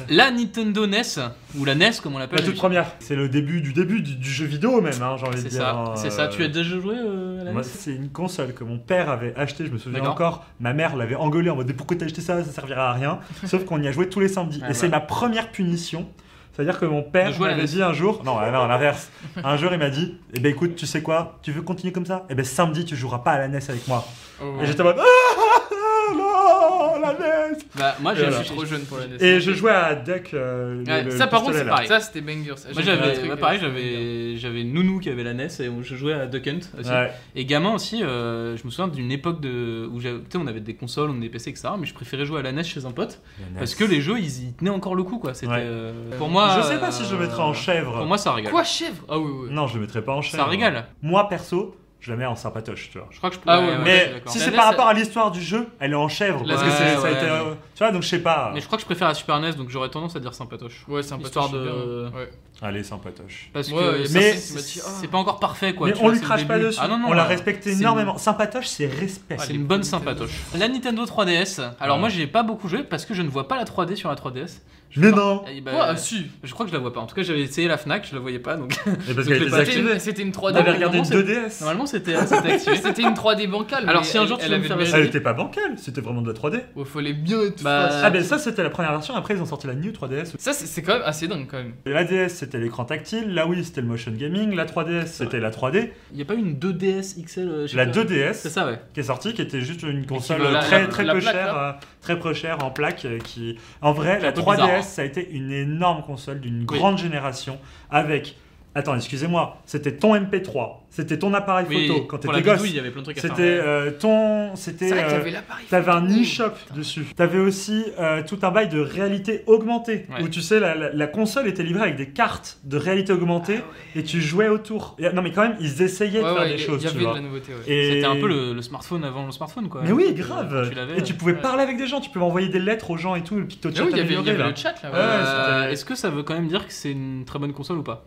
[SPEAKER 5] La Nintendo NES, ou la NES comme on
[SPEAKER 4] La
[SPEAKER 5] l'appelle.
[SPEAKER 4] toute première. C'est le début du début du, du jeu vidéo même, hein, j'ai envie de
[SPEAKER 5] C'est
[SPEAKER 4] dire.
[SPEAKER 5] ça,
[SPEAKER 4] hein,
[SPEAKER 5] c'est ça.
[SPEAKER 4] euh,
[SPEAKER 5] Tu as déjà joué euh, à la
[SPEAKER 4] Moi,
[SPEAKER 5] NES
[SPEAKER 4] c'est une console que mon père avait achetée, je me souviens
[SPEAKER 5] D'accord.
[SPEAKER 4] encore. Ma mère l'avait engueulée en mode Pourquoi t'as acheté ça Ça servira à rien. Sauf qu'on y a joué tous les samedis.
[SPEAKER 5] Ah,
[SPEAKER 4] et c'est ma première punition. C'est-à-dire que mon
[SPEAKER 5] De
[SPEAKER 4] père
[SPEAKER 5] jouer à la
[SPEAKER 4] m'avait
[SPEAKER 5] NES.
[SPEAKER 4] dit un jour, non, ah, non l'inverse. Un jour, il m'a dit Eh ben écoute, tu sais quoi Tu veux continuer comme ça Eh ben samedi, tu joueras pas à la NES avec moi.
[SPEAKER 5] Oh.
[SPEAKER 4] Et j'étais en mode Ah non, la NES
[SPEAKER 5] Bah, moi,
[SPEAKER 9] Je
[SPEAKER 5] j'ai
[SPEAKER 9] suis
[SPEAKER 5] j'ai-
[SPEAKER 9] trop jeune pour la NES.
[SPEAKER 4] Et je jouais à Duck. euh, le-
[SPEAKER 9] Ouais,
[SPEAKER 4] le
[SPEAKER 9] ça, par contre,
[SPEAKER 4] pistolet,
[SPEAKER 9] c'est
[SPEAKER 4] là.
[SPEAKER 9] pareil. Ça, c'était banger. ça.
[SPEAKER 5] Moi
[SPEAKER 9] J'ai fait un
[SPEAKER 5] j'avais,
[SPEAKER 9] truc,
[SPEAKER 5] ouais,
[SPEAKER 9] euh,
[SPEAKER 5] pareil,
[SPEAKER 9] c'était banger.
[SPEAKER 5] j'avais, j'avais Nounou qui avait la NES et on- je jouais à Duck Hunt aussi.
[SPEAKER 4] Ouais.
[SPEAKER 5] Et gamin aussi, euh, je me souviens d'une époque de, où j'avais- tu sais, on avait des consoles, on avait des PC, etc. Mais je préférais jouer à la NES chez un pote parce que les jeux ils y tenaient encore le coup quoi. C'était,
[SPEAKER 4] Ouais.
[SPEAKER 5] euh, pour moi.
[SPEAKER 4] Je sais pas si je le mettrais en
[SPEAKER 5] euh,
[SPEAKER 4] chèvre.
[SPEAKER 5] Pour moi ça régale.
[SPEAKER 9] Quoi, chèvre Ah oui, oui.
[SPEAKER 4] Non, je le mettrais pas en chèvre.
[SPEAKER 5] ça régale.
[SPEAKER 4] Moi, perso, je la mets en sapatoche, tu vois.
[SPEAKER 5] Je crois que je peux.
[SPEAKER 9] Ah ouais, ouais,
[SPEAKER 5] je suis
[SPEAKER 4] Mais
[SPEAKER 5] d'accord.
[SPEAKER 4] si
[SPEAKER 9] La
[SPEAKER 4] c'est
[SPEAKER 9] NES,
[SPEAKER 4] par rapport à l'histoire du jeu, elle est en chèvre.
[SPEAKER 9] La
[SPEAKER 4] parce que
[SPEAKER 9] NES,
[SPEAKER 4] c'est- ça a
[SPEAKER 5] ouais,
[SPEAKER 4] été,
[SPEAKER 5] ouais.
[SPEAKER 4] euh, Tu vois, donc je sais pas.
[SPEAKER 5] Mais je crois que je préfère la Super NES donc j'aurais tendance à dire sympatoche.
[SPEAKER 9] Ouais, c'est un peu
[SPEAKER 5] Histoire
[SPEAKER 9] touché,
[SPEAKER 5] de-
[SPEAKER 9] bien. hein. Ouais.
[SPEAKER 4] Allez, sympatoche.
[SPEAKER 5] Parce
[SPEAKER 9] Ouais,
[SPEAKER 5] que
[SPEAKER 9] y a
[SPEAKER 5] c'est-
[SPEAKER 4] personne
[SPEAKER 9] qui m'a dit,
[SPEAKER 5] c'est
[SPEAKER 9] Ah.
[SPEAKER 5] c'est pas encore parfait quoi.
[SPEAKER 4] mais
[SPEAKER 5] tu
[SPEAKER 4] on
[SPEAKER 5] vois,
[SPEAKER 4] lui
[SPEAKER 5] c'est le
[SPEAKER 4] crache pas
[SPEAKER 5] début.
[SPEAKER 4] dessus.
[SPEAKER 5] Ah non, non,
[SPEAKER 4] on la
[SPEAKER 5] euh,
[SPEAKER 4] respecte
[SPEAKER 5] c'est une-
[SPEAKER 4] énormément. Sympatoche, c'est respect.
[SPEAKER 5] C'est
[SPEAKER 9] Ah, les
[SPEAKER 5] une bonne
[SPEAKER 9] Nintendo.
[SPEAKER 5] sympatoche. La Nintendo 3DS. Alors
[SPEAKER 4] Ouais.
[SPEAKER 5] moi j'ai pas beaucoup joué parce que je ne vois pas la 3D sur la 3DS. Je
[SPEAKER 4] mais
[SPEAKER 5] crois-
[SPEAKER 4] non
[SPEAKER 5] Eh ben,
[SPEAKER 9] Quoi Ah, si.
[SPEAKER 5] Je crois que je la vois pas. En tout cas, j'avais essayé la Fnac, je la voyais pas. Donc
[SPEAKER 4] Mais parce
[SPEAKER 5] je
[SPEAKER 4] qu'elle
[SPEAKER 5] l'ai pas
[SPEAKER 4] était
[SPEAKER 9] C'était
[SPEAKER 5] activé.
[SPEAKER 4] activée.
[SPEAKER 9] une- C'était une 3D.
[SPEAKER 4] T'avais regardé
[SPEAKER 5] normalement,
[SPEAKER 4] une
[SPEAKER 5] c'est-
[SPEAKER 4] 2DS
[SPEAKER 5] normalement, c'était euh, c'était activé.
[SPEAKER 9] C'était une 3D bancale.
[SPEAKER 5] Alors,
[SPEAKER 9] mais
[SPEAKER 5] si un
[SPEAKER 9] elle-
[SPEAKER 5] jour tu
[SPEAKER 9] elle
[SPEAKER 5] veux me
[SPEAKER 9] avait
[SPEAKER 5] faire
[SPEAKER 9] le
[SPEAKER 5] essayer-
[SPEAKER 4] Elle
[SPEAKER 9] mérite.
[SPEAKER 4] était pas bancale, c'était vraiment de la 3D.
[SPEAKER 5] Euh.
[SPEAKER 9] Ouais, fallait bien être
[SPEAKER 5] Bah,
[SPEAKER 9] face.
[SPEAKER 4] Ah, ben ça, c'était la première version. Après, ils ont sorti la New 3DS.
[SPEAKER 9] Ça, c'est c'est quand même assez dingue quand même.
[SPEAKER 4] La DS, c'était l'écran tactile. La Wii, c'était le motion gaming. La 3DS, c'était la 3D.
[SPEAKER 5] Il y a pas eu une 2DS XL euh, je sais
[SPEAKER 4] La
[SPEAKER 5] pas.
[SPEAKER 4] DS,
[SPEAKER 5] C'est ça, ouais.
[SPEAKER 4] qui est sortie, qui était juste une console
[SPEAKER 9] la-
[SPEAKER 4] très,
[SPEAKER 9] la-
[SPEAKER 4] très
[SPEAKER 9] la
[SPEAKER 4] peu
[SPEAKER 9] plaque,
[SPEAKER 4] chère,
[SPEAKER 9] là.
[SPEAKER 4] euh, très peu chère en plaque, euh, qui, en vrai, la
[SPEAKER 5] hein. peu
[SPEAKER 4] 3DS,
[SPEAKER 5] bizarre, hein.
[SPEAKER 4] ça a été une énorme console d'une grande génération avec. Attends, excusez-moi, c'était ton MP3, c'était ton appareil
[SPEAKER 5] Oui,
[SPEAKER 4] photo quand
[SPEAKER 5] pour la
[SPEAKER 4] t'étais
[SPEAKER 5] bidouille,
[SPEAKER 4] gosse,
[SPEAKER 5] il y avait plein de trucs à
[SPEAKER 4] c'était
[SPEAKER 5] faire.
[SPEAKER 4] euh, ton, c'était,
[SPEAKER 9] C'est vrai que
[SPEAKER 4] euh,
[SPEAKER 9] t'avais l'appareil.
[SPEAKER 4] T'avais un
[SPEAKER 9] photo.
[SPEAKER 4] e-shop dessus. T'avais aussi euh, tout un bail de réalité augmentée.
[SPEAKER 5] Ouais.
[SPEAKER 4] Où tu sais, la, la- la console était livrée avec des cartes de réalité augmentée
[SPEAKER 9] Ah
[SPEAKER 4] et tu jouais autour. Et- non, mais quand même, ils essayaient
[SPEAKER 9] Ouais,
[SPEAKER 4] de faire
[SPEAKER 9] ouais,
[SPEAKER 4] des
[SPEAKER 9] il y-
[SPEAKER 4] choses,
[SPEAKER 9] Il y
[SPEAKER 4] tu
[SPEAKER 9] avait de
[SPEAKER 4] vois.
[SPEAKER 9] la nouveauté, ouais.
[SPEAKER 4] Et-
[SPEAKER 5] C'était un peu le, le smartphone avant le smartphone, quoi.
[SPEAKER 4] Mais oui,
[SPEAKER 5] Tu-
[SPEAKER 4] grave.
[SPEAKER 5] Tu l'avais.
[SPEAKER 4] et tu pouvais
[SPEAKER 9] ouais.
[SPEAKER 4] parler avec des gens, tu pouvais envoyer des lettres aux gens et tout, le petit
[SPEAKER 9] Ah
[SPEAKER 4] touch
[SPEAKER 9] oui,
[SPEAKER 4] chat
[SPEAKER 9] il y avait- il y
[SPEAKER 4] amélioré,
[SPEAKER 9] avait
[SPEAKER 4] là.
[SPEAKER 9] le chat là. ouais.
[SPEAKER 4] Ouais.
[SPEAKER 5] Euh,
[SPEAKER 4] c'était-
[SPEAKER 5] Est-ce que ça veut quand même dire que c'est une très bonne console ou pas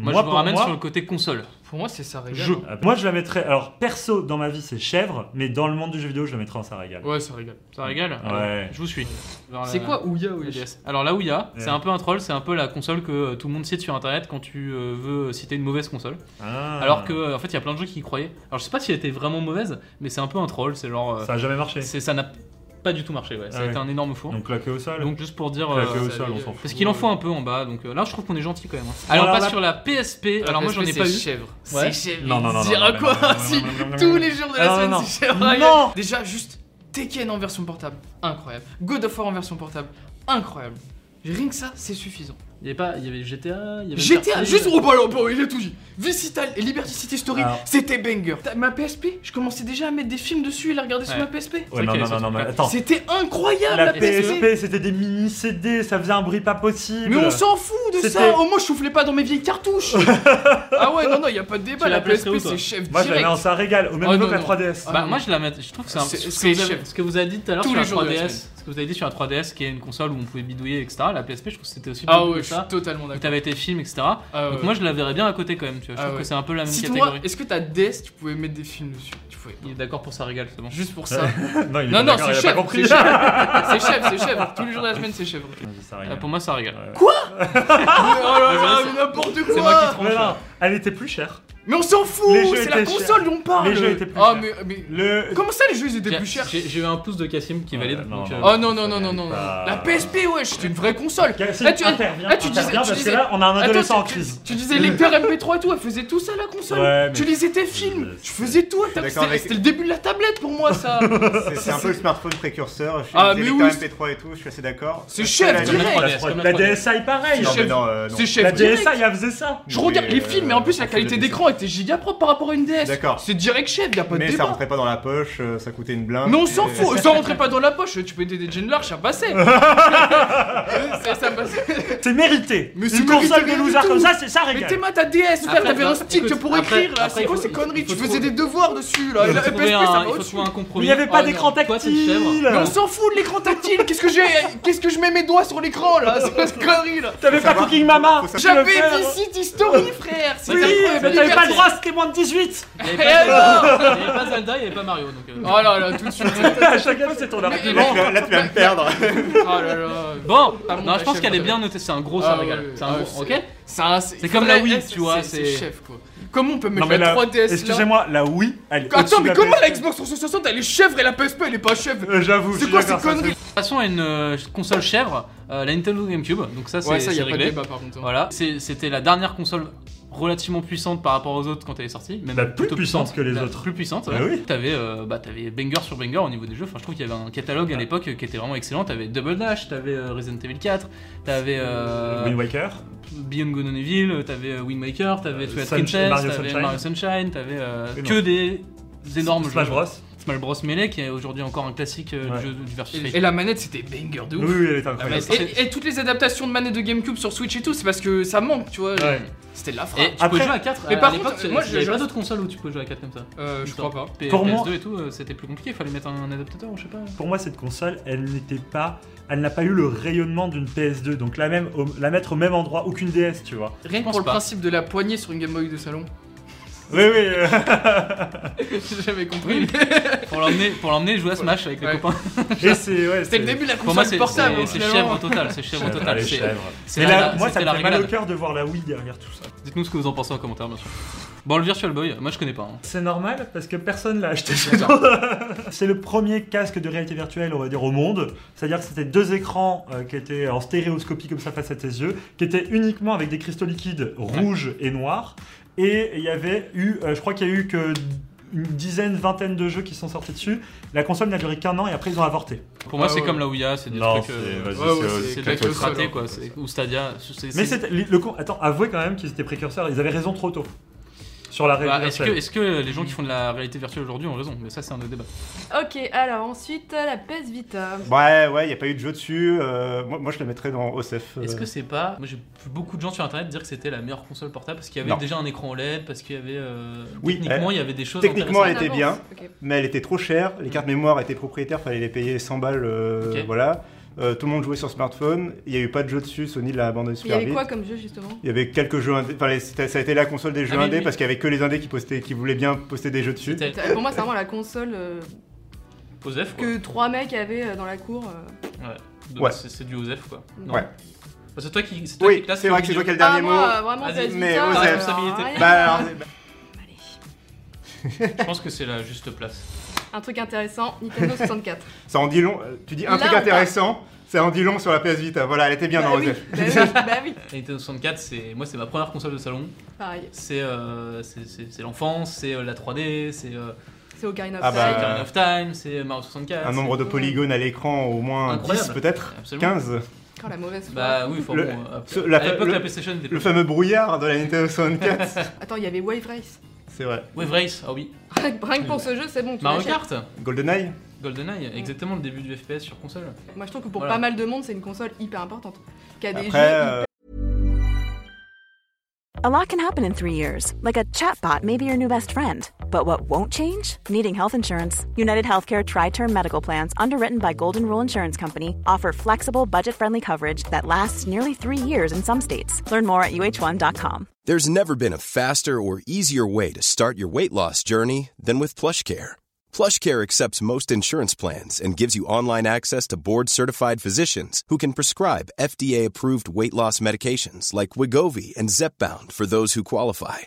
[SPEAKER 5] Moi, je vous
[SPEAKER 4] pour
[SPEAKER 5] ramène
[SPEAKER 4] moi,
[SPEAKER 5] sur le côté console.
[SPEAKER 9] Pour moi, c'est ça régale.
[SPEAKER 4] je, moi, je la mettrais. Alors, perso, dans ma vie, c'est chèvre, mais dans le monde du jeu vidéo, je la mettrais en Saragal.
[SPEAKER 9] Ouais, ça régale.
[SPEAKER 5] Ça régale
[SPEAKER 4] Ah Ouais.
[SPEAKER 5] Je vous suis. Vers la-
[SPEAKER 9] C'est quoi Ouya
[SPEAKER 5] la
[SPEAKER 9] Ouya
[SPEAKER 5] DS. Alors la Ouya,
[SPEAKER 4] Ouais.
[SPEAKER 5] c'est un peu un troll, c'est un peu la console que euh, tout le monde cite sur internet quand tu euh, veux citer une mauvaise console.
[SPEAKER 4] Ah.
[SPEAKER 5] Alors que, euh, en fait, il y a plein de gens qui y croyaient. Alors je sais pas si elle était vraiment mauvaise, mais c'est un peu un troll, c'est genre. euh,
[SPEAKER 4] Ça a jamais marché.
[SPEAKER 5] c'est- ça n'a pas du tout marché, ouais.
[SPEAKER 4] Ah
[SPEAKER 5] Ça a
[SPEAKER 4] ouais.
[SPEAKER 5] été un énorme four.
[SPEAKER 4] Donc, claqué au sol.
[SPEAKER 5] Donc juste pour dire. euh,
[SPEAKER 4] claqué au
[SPEAKER 9] ça
[SPEAKER 4] sol,
[SPEAKER 9] avait-
[SPEAKER 4] on s'en fout.
[SPEAKER 5] parce qu'il en faut un peu en bas, donc euh, là je trouve qu'on est gentil quand même. hein. Allez,
[SPEAKER 4] Alors,
[SPEAKER 5] on passe
[SPEAKER 4] la-
[SPEAKER 5] sur la PSP. Alors moi j'en ai pas
[SPEAKER 9] C'est
[SPEAKER 5] eu.
[SPEAKER 9] chèvre.
[SPEAKER 5] Ouais.
[SPEAKER 9] C'est chèvre.
[SPEAKER 4] Non, non, non, non,
[SPEAKER 9] Il dira
[SPEAKER 4] non,
[SPEAKER 9] quoi
[SPEAKER 4] non, non, non,
[SPEAKER 9] Si
[SPEAKER 4] non, non, non,
[SPEAKER 9] tous
[SPEAKER 4] non.
[SPEAKER 9] les jours de
[SPEAKER 4] Ah,
[SPEAKER 9] la
[SPEAKER 4] non,
[SPEAKER 9] semaine,
[SPEAKER 4] non.
[SPEAKER 9] c'est chèvre. Ah,
[SPEAKER 4] Non.
[SPEAKER 9] Déjà, juste Tekken en version portable. Incroyable. God of War en version portable. Incroyable. Rien que ça, c'est suffisant.
[SPEAKER 5] Il y avait pas, il y avait GTA. Il y avait
[SPEAKER 9] GTA,
[SPEAKER 5] Uncharted.
[SPEAKER 9] juste oh bah, là, bah, il a tout dit. Visital et Liberty City Story,
[SPEAKER 4] Alors.
[SPEAKER 9] c'était banger. T'as- Ma PSP, je commençais déjà à mettre des films dessus et les regarder
[SPEAKER 5] Ouais.
[SPEAKER 9] sur ma PSP.
[SPEAKER 4] Ouais, non,
[SPEAKER 5] C'est vrai
[SPEAKER 4] non,
[SPEAKER 5] qu'il y
[SPEAKER 4] non,
[SPEAKER 5] a
[SPEAKER 4] non,
[SPEAKER 5] ce
[SPEAKER 4] mais
[SPEAKER 5] truc-là.
[SPEAKER 4] attends.
[SPEAKER 9] C'était incroyable la,
[SPEAKER 4] La
[SPEAKER 9] PSP.
[SPEAKER 4] PSP, c'était des mini CD, ça faisait un bruit pas possible.
[SPEAKER 9] Mais on s'en fout de de
[SPEAKER 4] C'était-
[SPEAKER 9] ça Au moins, je soufflais pas dans mes vieilles cartouches Ah ouais, non, non, y a pas de débat,
[SPEAKER 5] Tu
[SPEAKER 9] la
[SPEAKER 5] la placerais où,
[SPEAKER 9] PSP
[SPEAKER 5] toi
[SPEAKER 9] c'est chef
[SPEAKER 4] Moi, je la mets
[SPEAKER 9] direct Ah
[SPEAKER 4] en ça régal, au même
[SPEAKER 5] Oh,
[SPEAKER 4] niveau
[SPEAKER 5] non,
[SPEAKER 4] que la
[SPEAKER 5] non.
[SPEAKER 4] 3DS.
[SPEAKER 5] Bah, moi je la mets, je trouve que c'est un-
[SPEAKER 9] C'est-
[SPEAKER 5] ce,
[SPEAKER 9] c'est
[SPEAKER 5] que vous avez-
[SPEAKER 9] chef.
[SPEAKER 5] ce que vous avez dit tout à l'heure
[SPEAKER 9] Tous
[SPEAKER 5] sur
[SPEAKER 9] les
[SPEAKER 5] la
[SPEAKER 9] jours de la
[SPEAKER 5] 3DS,
[SPEAKER 9] semaine.
[SPEAKER 5] ce que vous avez dit sur la 3DS qui est une console où on pouvait bidouiller etc. La PSP je trouve que c'était aussi
[SPEAKER 9] Ah
[SPEAKER 5] beaucoup
[SPEAKER 9] ouais,
[SPEAKER 5] que
[SPEAKER 9] je suis
[SPEAKER 5] ça.
[SPEAKER 9] totalement
[SPEAKER 5] Où
[SPEAKER 9] d'accord.
[SPEAKER 5] t'avais tes films etc.
[SPEAKER 9] Ah
[SPEAKER 5] Donc
[SPEAKER 9] ouais.
[SPEAKER 5] moi je la verrais bien à côté quand même tu vois. Je
[SPEAKER 9] Ah
[SPEAKER 5] trouve
[SPEAKER 9] ouais.
[SPEAKER 5] que c'est un peu la même
[SPEAKER 9] Si toi,
[SPEAKER 5] catégorie.
[SPEAKER 9] est-ce que ta DS, tu pouvais mettre des films dessus Tu pouvais.
[SPEAKER 5] Il est d'accord pour ça régale c'est bon.
[SPEAKER 9] Juste pour ça.
[SPEAKER 4] non, il est
[SPEAKER 9] Non,
[SPEAKER 4] pas
[SPEAKER 9] non,
[SPEAKER 4] d'accord,
[SPEAKER 9] c'est
[SPEAKER 4] il a pas
[SPEAKER 9] chèvre,
[SPEAKER 4] compris.
[SPEAKER 9] c'est chèvre, c'est chèvre, c'est chèvre. Tous les jours de la semaine, c'est chèvre.
[SPEAKER 4] Non, ça, ça
[SPEAKER 5] Ah,
[SPEAKER 4] régale.
[SPEAKER 5] pour moi ça régale.
[SPEAKER 9] Oh là là,
[SPEAKER 5] Ouais,
[SPEAKER 9] mais n'importe quoi
[SPEAKER 5] C'est moi qui
[SPEAKER 4] Mais non,
[SPEAKER 5] tranche.
[SPEAKER 4] elle était plus chère.
[SPEAKER 9] Mais on s'en fout,
[SPEAKER 4] Les jeux
[SPEAKER 9] c'est la
[SPEAKER 4] étaient
[SPEAKER 9] console dont on parle
[SPEAKER 4] Les jeux étaient plus
[SPEAKER 9] Ah,
[SPEAKER 4] chers.
[SPEAKER 9] mais, mais-
[SPEAKER 4] Le.
[SPEAKER 9] Comment ça, les jeux, ils étaient
[SPEAKER 5] J'ai-
[SPEAKER 9] plus chers
[SPEAKER 5] J'ai j'ai eu un pouce de Cassim qui
[SPEAKER 4] Ouais,
[SPEAKER 5] valide.
[SPEAKER 4] non,
[SPEAKER 5] donc,
[SPEAKER 4] non.
[SPEAKER 5] euh,
[SPEAKER 9] Oh non, non, non, non, non.
[SPEAKER 4] Bah-
[SPEAKER 9] La PSP, wesh, c'était une vraie console
[SPEAKER 4] Cassim,
[SPEAKER 9] Là, Ah, tu-
[SPEAKER 4] interviens,
[SPEAKER 9] là, tu disais-
[SPEAKER 4] interviens,
[SPEAKER 9] tu
[SPEAKER 4] parce que
[SPEAKER 9] disais-
[SPEAKER 4] là, on a un
[SPEAKER 9] Attends,
[SPEAKER 4] adolescent en
[SPEAKER 9] tu-
[SPEAKER 4] crise.
[SPEAKER 9] Tu disais lecteur MP3 et tout, elle faisait tout ça la console.
[SPEAKER 4] Ouais, mais-
[SPEAKER 9] Tu lisais tes films,
[SPEAKER 4] Je-
[SPEAKER 9] tu faisais tout. t'as-
[SPEAKER 3] d'accord
[SPEAKER 9] C'était
[SPEAKER 3] avec-
[SPEAKER 9] c'était le début de la tablette pour moi ça.
[SPEAKER 3] C'est- C'est un peu le smartphone précurseur. Je suis
[SPEAKER 9] Ah,
[SPEAKER 3] ah,
[SPEAKER 9] mais
[SPEAKER 3] mais
[SPEAKER 9] oui,
[SPEAKER 3] MP3 et tout, je suis assez d'accord.
[SPEAKER 9] C'est chef,
[SPEAKER 3] La-
[SPEAKER 5] comme la
[SPEAKER 9] direct.
[SPEAKER 5] 3DS, comme
[SPEAKER 4] La
[SPEAKER 5] 3DS.
[SPEAKER 4] DSI, pareil. hein.
[SPEAKER 3] Non, mais
[SPEAKER 9] chef.
[SPEAKER 3] non, euh, non.
[SPEAKER 9] C'est
[SPEAKER 4] La
[SPEAKER 9] chef. direct.
[SPEAKER 4] DSI, elle faisait ça.
[SPEAKER 9] Je regarde
[SPEAKER 3] Mais,
[SPEAKER 9] les films, mais en plus
[SPEAKER 4] euh,
[SPEAKER 9] la
[SPEAKER 4] on
[SPEAKER 9] qualité
[SPEAKER 4] fait des
[SPEAKER 9] d'écran était giga propre par rapport à une DS.
[SPEAKER 3] D'accord.
[SPEAKER 9] C'est direct chef, y a pas de
[SPEAKER 3] Mais ça
[SPEAKER 9] débat.
[SPEAKER 3] rentrait pas dans la poche, euh, ça coûtait une blinde.
[SPEAKER 9] Mais on s'en
[SPEAKER 3] Et-
[SPEAKER 9] fout, ça rentrait pas dans la poche, tu peux aider des Jane Larch, ça passait. ça, ça passait.
[SPEAKER 4] C'est mérité.
[SPEAKER 9] Mais c'est
[SPEAKER 4] Une
[SPEAKER 9] mérité,
[SPEAKER 4] console de
[SPEAKER 9] rien du
[SPEAKER 4] loser
[SPEAKER 9] tout.
[SPEAKER 4] comme ça, c'est ça
[SPEAKER 9] Mais
[SPEAKER 4] régale.
[SPEAKER 9] t'es mal ta DS, frère,
[SPEAKER 5] Après,
[SPEAKER 9] t'avais un
[SPEAKER 5] bah,
[SPEAKER 9] stick
[SPEAKER 5] écoute,
[SPEAKER 9] pour
[SPEAKER 5] après-
[SPEAKER 9] écrire là,
[SPEAKER 5] après,
[SPEAKER 9] c'est
[SPEAKER 5] il
[SPEAKER 9] quoi
[SPEAKER 5] faut-
[SPEAKER 9] ces
[SPEAKER 5] il
[SPEAKER 9] conneries
[SPEAKER 5] faut
[SPEAKER 9] Tu faisais
[SPEAKER 5] trouver-
[SPEAKER 9] des devoirs dessus là, et la
[SPEAKER 5] faut trouver
[SPEAKER 9] PSP
[SPEAKER 5] un-
[SPEAKER 9] ça
[SPEAKER 5] il
[SPEAKER 9] va
[SPEAKER 5] faut trouver
[SPEAKER 9] au-dessus.
[SPEAKER 5] un compromis.
[SPEAKER 4] Mais il n'y avait
[SPEAKER 5] Oh
[SPEAKER 4] pas
[SPEAKER 5] non,
[SPEAKER 4] d'écran
[SPEAKER 5] toi, t'es une chèvre.
[SPEAKER 4] tactile.
[SPEAKER 9] Mais on s'en fout de l'écran tactile, qu'est-ce que j'ai qu'est-ce que je mets mes doigts sur l'écran là, c'est quoi cette connerie là
[SPEAKER 4] T'avais pas
[SPEAKER 3] savoir-
[SPEAKER 4] Cooking Mama.
[SPEAKER 3] faut
[SPEAKER 4] tu
[SPEAKER 9] J'avais
[SPEAKER 4] le fais,
[SPEAKER 9] Visit History frère, c'est
[SPEAKER 4] Oui,
[SPEAKER 9] incroyable.
[SPEAKER 4] mais t'avais pas le droit, c'était moins de 18.
[SPEAKER 5] Il y avait pas
[SPEAKER 9] Eh
[SPEAKER 5] Zelda- il y avait pas Zelda, il y avait pas Mario donc. euh,
[SPEAKER 9] Oh là là, tout de suite.
[SPEAKER 4] À chaque fois, c'est ton
[SPEAKER 9] Mais-
[SPEAKER 4] argument.
[SPEAKER 3] Là, tu vas- là, tu vas me perdre.
[SPEAKER 9] Oh là là.
[SPEAKER 5] Bon,
[SPEAKER 9] Ah, mon
[SPEAKER 5] non, je pense
[SPEAKER 9] chef,
[SPEAKER 5] qu'elle est
[SPEAKER 9] chef.
[SPEAKER 5] bien notée, c'est un gros
[SPEAKER 9] Ah,
[SPEAKER 5] ça
[SPEAKER 9] ouais,
[SPEAKER 5] régale. C'est
[SPEAKER 9] ah,
[SPEAKER 5] un gros,
[SPEAKER 9] c'est-
[SPEAKER 5] ok
[SPEAKER 9] Ça, C'est
[SPEAKER 5] comme la Wii,
[SPEAKER 9] S,
[SPEAKER 5] tu vois,
[SPEAKER 9] C'est
[SPEAKER 5] c'est-
[SPEAKER 9] chef quoi. Comment on peut
[SPEAKER 4] Non,
[SPEAKER 9] mettre
[SPEAKER 4] mais
[SPEAKER 9] la
[SPEAKER 4] la
[SPEAKER 9] 3DS là
[SPEAKER 4] Excusez-moi, la Wii, elle est au-dessus
[SPEAKER 9] Attends,
[SPEAKER 4] de
[SPEAKER 9] mais
[SPEAKER 4] la
[SPEAKER 9] comment
[SPEAKER 4] PS.
[SPEAKER 9] la Xbox 360 elle est chèvre et la PSP elle est pas chèvre
[SPEAKER 4] Euh, J'avoue, je
[SPEAKER 9] C'est
[SPEAKER 4] suis
[SPEAKER 9] quoi ces
[SPEAKER 4] d'accord, ça,
[SPEAKER 9] conneries
[SPEAKER 5] Passons à une euh, console chèvre, euh, la Nintendo GameCube. Donc ça, c'est
[SPEAKER 9] Ouais, ça y
[SPEAKER 5] c'est
[SPEAKER 9] a pas de
[SPEAKER 5] réglé.
[SPEAKER 9] débat par contre. hein.
[SPEAKER 5] Voilà, C'est- c'était la dernière console relativement puissante par rapport aux autres quand elle est sortie. Même
[SPEAKER 4] La plus
[SPEAKER 5] plutôt
[SPEAKER 4] puissante que les
[SPEAKER 5] La
[SPEAKER 4] autres.
[SPEAKER 5] Plus puissante.
[SPEAKER 4] Bah
[SPEAKER 5] ouais.
[SPEAKER 4] oui.
[SPEAKER 5] T'avais, euh, bah, t'avais banger sur banger au niveau des jeux. Enfin, je trouve qu'il y avait un catalogue à l'époque qui était vraiment excellent. T'avais Double Dash, t'avais euh, Resident Evil 4, t'avais euh,
[SPEAKER 4] Wind Waker.
[SPEAKER 5] Beyond Good and Evil, t'avais euh, Wind Waker, t'avais
[SPEAKER 4] Euh,
[SPEAKER 5] Twilight
[SPEAKER 4] Sunshine-
[SPEAKER 5] Princess,
[SPEAKER 4] Mario
[SPEAKER 5] t'avais
[SPEAKER 4] Sunshine.
[SPEAKER 5] Mario Sunshine, t'avais euh,
[SPEAKER 4] Oui, non.
[SPEAKER 5] que des
[SPEAKER 9] Oh,
[SPEAKER 5] énormes
[SPEAKER 4] Smash
[SPEAKER 5] jeux.
[SPEAKER 4] Bros.
[SPEAKER 5] Smash Bros Melee qui est aujourd'hui encore un classique euh,
[SPEAKER 4] Ouais.
[SPEAKER 5] du jeu du versus
[SPEAKER 9] Et
[SPEAKER 5] fighting.
[SPEAKER 9] et la manette c'était banger de
[SPEAKER 4] Oui,
[SPEAKER 9] ouf.
[SPEAKER 4] oui, elle est incroyable.
[SPEAKER 5] Ah,
[SPEAKER 9] Et, et toutes les adaptations de manettes de GameCube sur Switch et tout, c'est parce que ça manque, tu vois.
[SPEAKER 4] Ouais.
[SPEAKER 9] C'était de la frappe.
[SPEAKER 5] Et tu
[SPEAKER 4] Après-
[SPEAKER 5] peux jouer à 4
[SPEAKER 9] Mais
[SPEAKER 5] à
[SPEAKER 9] par
[SPEAKER 5] l'époque,
[SPEAKER 9] contre,
[SPEAKER 5] c'est-
[SPEAKER 9] moi,
[SPEAKER 5] il
[SPEAKER 9] je-
[SPEAKER 5] y avait
[SPEAKER 9] je-
[SPEAKER 5] pas d'autres consoles où tu peux jouer à 4 comme ça.
[SPEAKER 9] Euh, je crois pas.
[SPEAKER 5] P-
[SPEAKER 4] Pour
[SPEAKER 5] PS2
[SPEAKER 4] moi-
[SPEAKER 5] et tout, euh, c'était plus compliqué, il fallait mettre un adaptateur ou je sais pas.
[SPEAKER 4] Pour moi, cette console, elle n'était pas. Elle n'a pas eu le rayonnement d'une PS2, donc la, même, au- la mettre au même endroit, aucune DS, tu vois.
[SPEAKER 5] Je
[SPEAKER 9] Rien que
[SPEAKER 5] pense
[SPEAKER 9] pour le
[SPEAKER 5] pas.
[SPEAKER 9] principe de la poignée sur une Game Boy de salon.
[SPEAKER 4] Oui, oui. euh,
[SPEAKER 9] J'ai jamais compris.
[SPEAKER 5] Oui, Pour l'emmener, pour l'emmener jouer à Smash avec les
[SPEAKER 9] Ouais.
[SPEAKER 5] copains.
[SPEAKER 4] et c'est. Ouais,
[SPEAKER 9] C'était le début de la
[SPEAKER 5] Pour moi,
[SPEAKER 9] console
[SPEAKER 5] c'est
[SPEAKER 9] portable,
[SPEAKER 5] c'est-
[SPEAKER 9] hein,
[SPEAKER 5] c'est
[SPEAKER 9] finalement.
[SPEAKER 5] chèvre au total, c'est chèvre au
[SPEAKER 4] Chèvre,
[SPEAKER 5] total.
[SPEAKER 4] allez,
[SPEAKER 5] c'est-
[SPEAKER 4] chèvre.
[SPEAKER 5] c'est
[SPEAKER 4] Mais
[SPEAKER 5] la-
[SPEAKER 4] là,
[SPEAKER 5] la-
[SPEAKER 4] moi, ça
[SPEAKER 5] c'était
[SPEAKER 4] me
[SPEAKER 5] la
[SPEAKER 4] fait mal au
[SPEAKER 5] réglade.
[SPEAKER 4] cœur de voir la Wii derrière tout ça.
[SPEAKER 5] Dites-nous ce que vous en pensez en commentaire, bien sûr. Bon, le Virtual Boy, moi je connais pas. hein.
[SPEAKER 4] C'est normal parce que personne l'a acheté. C'est le premier casque de réalité virtuelle, on va dire, au monde. C'est-à-dire que c'était deux écrans euh, qui étaient en stéréoscopie comme ça face à tes yeux, qui étaient uniquement avec des cristaux liquides rouges et noirs. Et il y avait eu, euh, je crois qu'il y a eu que une dizaine, vingtaine de jeux qui sont sortis dessus. La console n'a duré qu'un an et après ils ont avorté.
[SPEAKER 5] Pour moi,
[SPEAKER 9] Ah
[SPEAKER 5] c'est
[SPEAKER 9] ouais.
[SPEAKER 5] comme la Ouya, c'est des trucs. euh,
[SPEAKER 9] c'est- Ouais, ouais, c'est
[SPEAKER 5] C'est
[SPEAKER 9] quelque
[SPEAKER 5] des
[SPEAKER 9] chose,
[SPEAKER 5] trucs ratés
[SPEAKER 9] alors.
[SPEAKER 5] quoi, c'est- ou Stadia. c'est-
[SPEAKER 4] Mais
[SPEAKER 5] c'est-
[SPEAKER 4] c'était- le, con- attends, avouez quand même qu'ils étaient précurseurs. Ils avaient raison trop tôt sur la réalité
[SPEAKER 5] Bah, Est-ce que,
[SPEAKER 4] virtuelle.
[SPEAKER 5] est-ce que les gens qui font de la réalité virtuelle aujourd'hui ont raison Mais ça, c'est un autre débat.
[SPEAKER 10] Ok, alors ensuite la PS Vita.
[SPEAKER 3] Ouais, ouais, il a pas eu de jeu dessus. euh, moi, moi, je le mettrais dans OSEF. euh.
[SPEAKER 5] Est-ce que c'est pas. Moi j'ai vu beaucoup de gens sur internet dire que c'était la meilleure console portable parce qu'il y avait
[SPEAKER 3] Non.
[SPEAKER 5] déjà un écran OLED, parce qu'il y avait. euh,
[SPEAKER 3] Oui,
[SPEAKER 5] techniquement, il y avait des choses.
[SPEAKER 3] techniquement,
[SPEAKER 5] intéressantes.
[SPEAKER 3] elle était bien.
[SPEAKER 10] Ok.
[SPEAKER 3] Mais elle était trop chère. Les
[SPEAKER 10] Mm.
[SPEAKER 3] cartes mémoire étaient propriétaires, fallait les payer 100 balles. euh,
[SPEAKER 5] Ok.
[SPEAKER 3] Voilà. Euh, tout le monde jouait sur smartphone. Il y a eu pas de jeu dessus. Sony l'a abandonné
[SPEAKER 10] Il y
[SPEAKER 3] super
[SPEAKER 10] avait
[SPEAKER 3] vite.
[SPEAKER 10] quoi comme jeu justement
[SPEAKER 3] il y avait quelques jeux indés, enfin les- c'était- ça a été la console des jeux
[SPEAKER 5] Ah, mais
[SPEAKER 3] indés
[SPEAKER 5] oui.
[SPEAKER 3] parce qu'il y avait que les indés qui postaient, qui voulaient bien poster des jeux dessus.
[SPEAKER 5] C'était
[SPEAKER 10] T'as- Pour moi, c'est vraiment la console euh,
[SPEAKER 5] OSEF quoi.
[SPEAKER 10] que trois mecs avaient euh, dans la cour. euh.
[SPEAKER 5] Donc,
[SPEAKER 3] Ouais.
[SPEAKER 5] C'est c'est du OSEF quoi. Non.
[SPEAKER 3] Ouais.
[SPEAKER 5] Bah, C'est toi qui. C'est toi
[SPEAKER 3] Oui,
[SPEAKER 5] qui classe
[SPEAKER 3] c'est
[SPEAKER 5] le
[SPEAKER 3] vrai que c'est
[SPEAKER 5] milieu.
[SPEAKER 3] toi qui as le
[SPEAKER 10] Ah,
[SPEAKER 3] dernier mot.
[SPEAKER 10] moi, euh, vraiment,
[SPEAKER 5] Vas-y,
[SPEAKER 10] PS
[SPEAKER 3] mais
[SPEAKER 10] Vita,
[SPEAKER 3] aux
[SPEAKER 10] euh,
[SPEAKER 5] responsabilités.
[SPEAKER 10] rien.
[SPEAKER 3] Bah, alors, bah,
[SPEAKER 10] Allez.
[SPEAKER 5] Je pense que c'est la juste place.
[SPEAKER 10] Un truc intéressant, Nintendo 64.
[SPEAKER 3] ça en dit long. Euh, Tu dis un
[SPEAKER 10] Là,
[SPEAKER 3] truc
[SPEAKER 10] on parle.
[SPEAKER 3] intéressant, ça en dit long sur la PS Vita. Voilà, elle était bien
[SPEAKER 10] bah,
[SPEAKER 3] dans
[SPEAKER 10] oui,
[SPEAKER 3] OSEF.
[SPEAKER 10] bah oui, bah oui.
[SPEAKER 5] La Nintendo 64, c'est moi, c'est ma première console de salon.
[SPEAKER 10] Pareil,
[SPEAKER 5] C'est euh, c'est- c'est- c'est l'enfance, c'est euh, la 3D, c'est euh,
[SPEAKER 10] c'est Ocarina of
[SPEAKER 3] Ah bah,
[SPEAKER 10] Time.
[SPEAKER 5] Ocarina of Time, c'est Mario 64.
[SPEAKER 3] Un nombre de polygones à l'écran au moins
[SPEAKER 5] Incroyable.
[SPEAKER 3] 10 peut-être,
[SPEAKER 5] Absolument.
[SPEAKER 3] 15.
[SPEAKER 10] Quand la mauvaise foi.
[SPEAKER 5] Bah oui, faut
[SPEAKER 3] Le-
[SPEAKER 5] bon, euh,
[SPEAKER 3] ce-
[SPEAKER 5] à
[SPEAKER 3] la-
[SPEAKER 5] l'époque
[SPEAKER 3] le-
[SPEAKER 5] la PlayStation était
[SPEAKER 3] Le fameux brouillard de la Nintendo 64.
[SPEAKER 10] Attends, il y avait Wave Race.
[SPEAKER 3] c'est vrai.
[SPEAKER 5] Wave Race, ah oui.
[SPEAKER 10] Rien que pour ce jeu, c'est bon. tu
[SPEAKER 5] Mario
[SPEAKER 10] l'achètes.
[SPEAKER 5] Kart
[SPEAKER 3] GoldenEye
[SPEAKER 5] GoldenEye, exactement le début du FPS sur console.
[SPEAKER 10] Moi, je trouve que pour
[SPEAKER 5] Voilà.
[SPEAKER 10] pas mal de monde, c'est une console hyper importante. Qui a des
[SPEAKER 3] Après,
[SPEAKER 10] jeux hyper
[SPEAKER 3] euh,
[SPEAKER 11] A lot can happen in three years, like a chatbot may be your new best friend. But what won't change? Needing health insurance. United Healthcare Tri Term Medical Plans, underwritten by Golden Rule Insurance Company, offer flexible, budget friendly coverage that lasts nearly three years in some states. Learn more at uh1.com.
[SPEAKER 12] There's never been a faster or easier way to start your weight loss journey than with PlushCare. PlushCare accepts most insurance plans and gives you online access to board-certified physicians who can prescribe FDA-approved weight loss medications like Wigovi and Zepbound for those who qualify.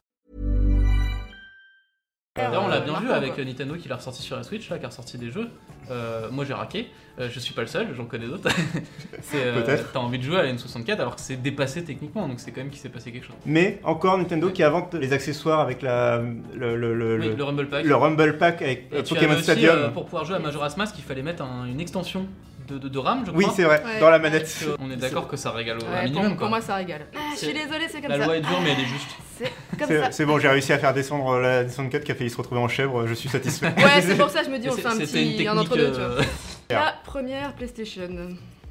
[SPEAKER 5] Là, on l'a bien vu avec euh, Nintendo qui l'a ressorti sur la Switch, là, qui a ressorti des jeux. Euh, moi j'ai raqué, Euh, je suis pas le seul, j'en connais d'autres. C'est, euh,
[SPEAKER 3] Peut-être.
[SPEAKER 5] T'as envie de jouer à la N64 alors que c'est dépassé techniquement, donc c'est quand même qu'il s'est passé quelque chose.
[SPEAKER 3] Mais encore Nintendo qui invente les accessoires avec la, le, le, le,
[SPEAKER 5] Oui, le Rumble Pack.
[SPEAKER 3] le Rumble Pack avec
[SPEAKER 5] Et
[SPEAKER 3] euh,
[SPEAKER 5] tu
[SPEAKER 3] Pokémon
[SPEAKER 5] avais aussi,
[SPEAKER 3] Stadium.
[SPEAKER 5] euh, pour pouvoir jouer à Majora's Mask, il fallait mettre un- une extension de, de, de RAM, je crois.
[SPEAKER 3] Oui, c'est vrai, dans la manette.
[SPEAKER 5] Parce que On est d'accord que ça régale au
[SPEAKER 10] Ouais,
[SPEAKER 5] un
[SPEAKER 10] pour,
[SPEAKER 5] minimum
[SPEAKER 10] pour
[SPEAKER 5] quoi.
[SPEAKER 10] moi, ça régale. Ah, je suis désolée, c'est comme
[SPEAKER 5] La
[SPEAKER 10] ça.
[SPEAKER 5] loi est dure, mais elle est juste.
[SPEAKER 10] C'est comme
[SPEAKER 3] C'est-
[SPEAKER 10] ça.
[SPEAKER 3] C'est bon, j'ai réussi à faire descendre euh, la descente 4 qui a failli se retrouver en chèvre, euh, je suis satisfait.
[SPEAKER 10] Ouais, c'est pour ça que je me dis, on
[SPEAKER 5] C'est-
[SPEAKER 10] fait un
[SPEAKER 5] c'était une
[SPEAKER 10] petit. un entre deux, tu vois.
[SPEAKER 3] technique, euh,
[SPEAKER 10] La première PlayStation.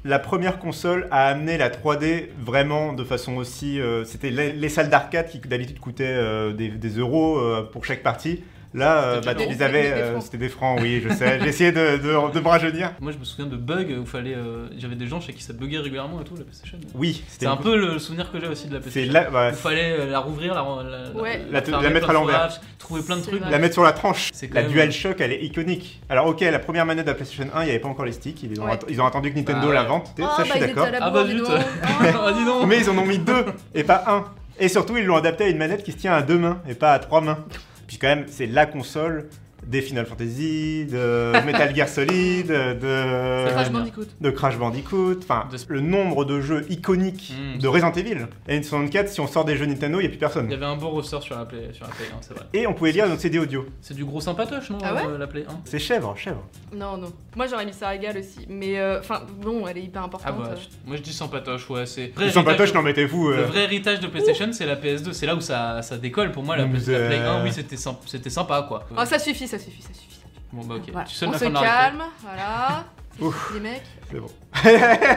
[SPEAKER 3] La première console à amener la 3D vraiment de façon aussi... euh, C'était les, les salles d'arcade qui d'habitude coûtaient euh, des, des euros euh, pour chaque partie. Là, euh, bah,
[SPEAKER 5] des
[SPEAKER 3] tu les
[SPEAKER 5] euros.
[SPEAKER 3] avais,
[SPEAKER 5] Des- des
[SPEAKER 3] euh,
[SPEAKER 5] francs.
[SPEAKER 3] c'était des francs, oui, je sais. J'ai essayé de, de, de me rajeunir.
[SPEAKER 5] Moi je me souviens de bugs où fallait, euh, j'avais des gens chez qui ça buguait régulièrement et tout la PlayStation.
[SPEAKER 3] Oui, c'était
[SPEAKER 5] c'est un
[SPEAKER 3] une-
[SPEAKER 5] peu le souvenir que j'ai aussi de la PlayStation.
[SPEAKER 3] la- bah,
[SPEAKER 5] où fallait euh, la rouvrir, la, la, la-
[SPEAKER 10] Ouais.
[SPEAKER 3] La, te-
[SPEAKER 5] faire
[SPEAKER 3] la
[SPEAKER 5] mettre
[SPEAKER 3] mettre à
[SPEAKER 5] plein de
[SPEAKER 3] l'envers.
[SPEAKER 5] fourrages, trouver plein de trucs.
[SPEAKER 3] La mettre sur la tranche.
[SPEAKER 5] C'est quand
[SPEAKER 3] La
[SPEAKER 5] même-
[SPEAKER 3] DualShock, elle est iconique. Alors, ok, la première manette de la PlayStation 1, il n'y avait pas encore les sticks. Ils ont,
[SPEAKER 5] Ouais.
[SPEAKER 3] att- ils ont attendu que Nintendo
[SPEAKER 5] Bah ouais.
[SPEAKER 3] la vente.
[SPEAKER 5] Oh,
[SPEAKER 3] ça, je
[SPEAKER 5] bah,
[SPEAKER 3] suis
[SPEAKER 5] ils étaient
[SPEAKER 3] d'accord.
[SPEAKER 5] à la Ah bah bourre, dis zut. donc. Ah, dis donc.
[SPEAKER 3] Mais ils en ont mis deux et pas un. Et surtout, ils l'ont adapté à une manette qui se tient à deux mains et pas à trois mains. Puis, quand même, c'est la console des Final Fantasy, de Metal Gear Solid, de
[SPEAKER 9] Crash Bandicoot.
[SPEAKER 3] de Crash Bandicoot. Enfin, le nombre de jeux iconiques
[SPEAKER 5] Mm.
[SPEAKER 3] de Resident Evil. Et N64, si on sort des jeux Nintendo, il n'y a plus personne.
[SPEAKER 5] Il y avait un bon ressort sur la Play, sur la Play 1, c'est vrai.
[SPEAKER 3] Et on pouvait lire nos CD audio.
[SPEAKER 5] C'est du gros sympatoche, non
[SPEAKER 10] Ah ouais
[SPEAKER 5] euh, La Play 1
[SPEAKER 3] C'est chèvre, chèvre.
[SPEAKER 10] Non, non. Moi, j'aurais mis ça régale aussi. Mais euh, enfin, bon, elle est hyper importante.
[SPEAKER 5] Ah bah, je- moi je dis sympatoche, ouais, c'est. Vrai
[SPEAKER 3] Le
[SPEAKER 5] héritage
[SPEAKER 3] sympatoche,
[SPEAKER 5] de-
[SPEAKER 3] non, mettez-vous, euh.
[SPEAKER 5] Le vrai héritage de PlayStation, c'est la PS2, c'est là où ça, ça décolle pour moi. La, Play- la Play 1,
[SPEAKER 3] euh,
[SPEAKER 5] oui, c'était symp- c'était sympa quoi.
[SPEAKER 10] Ah, ça suffit, ça suffit, ça suffit.
[SPEAKER 5] Bon bah ok,
[SPEAKER 10] Voilà.
[SPEAKER 5] tu sonnes
[SPEAKER 10] On
[SPEAKER 5] la
[SPEAKER 10] se
[SPEAKER 5] fin de la récré.
[SPEAKER 10] calme, voilà.
[SPEAKER 3] Ouf.
[SPEAKER 10] Les mecs.
[SPEAKER 3] C'est bon.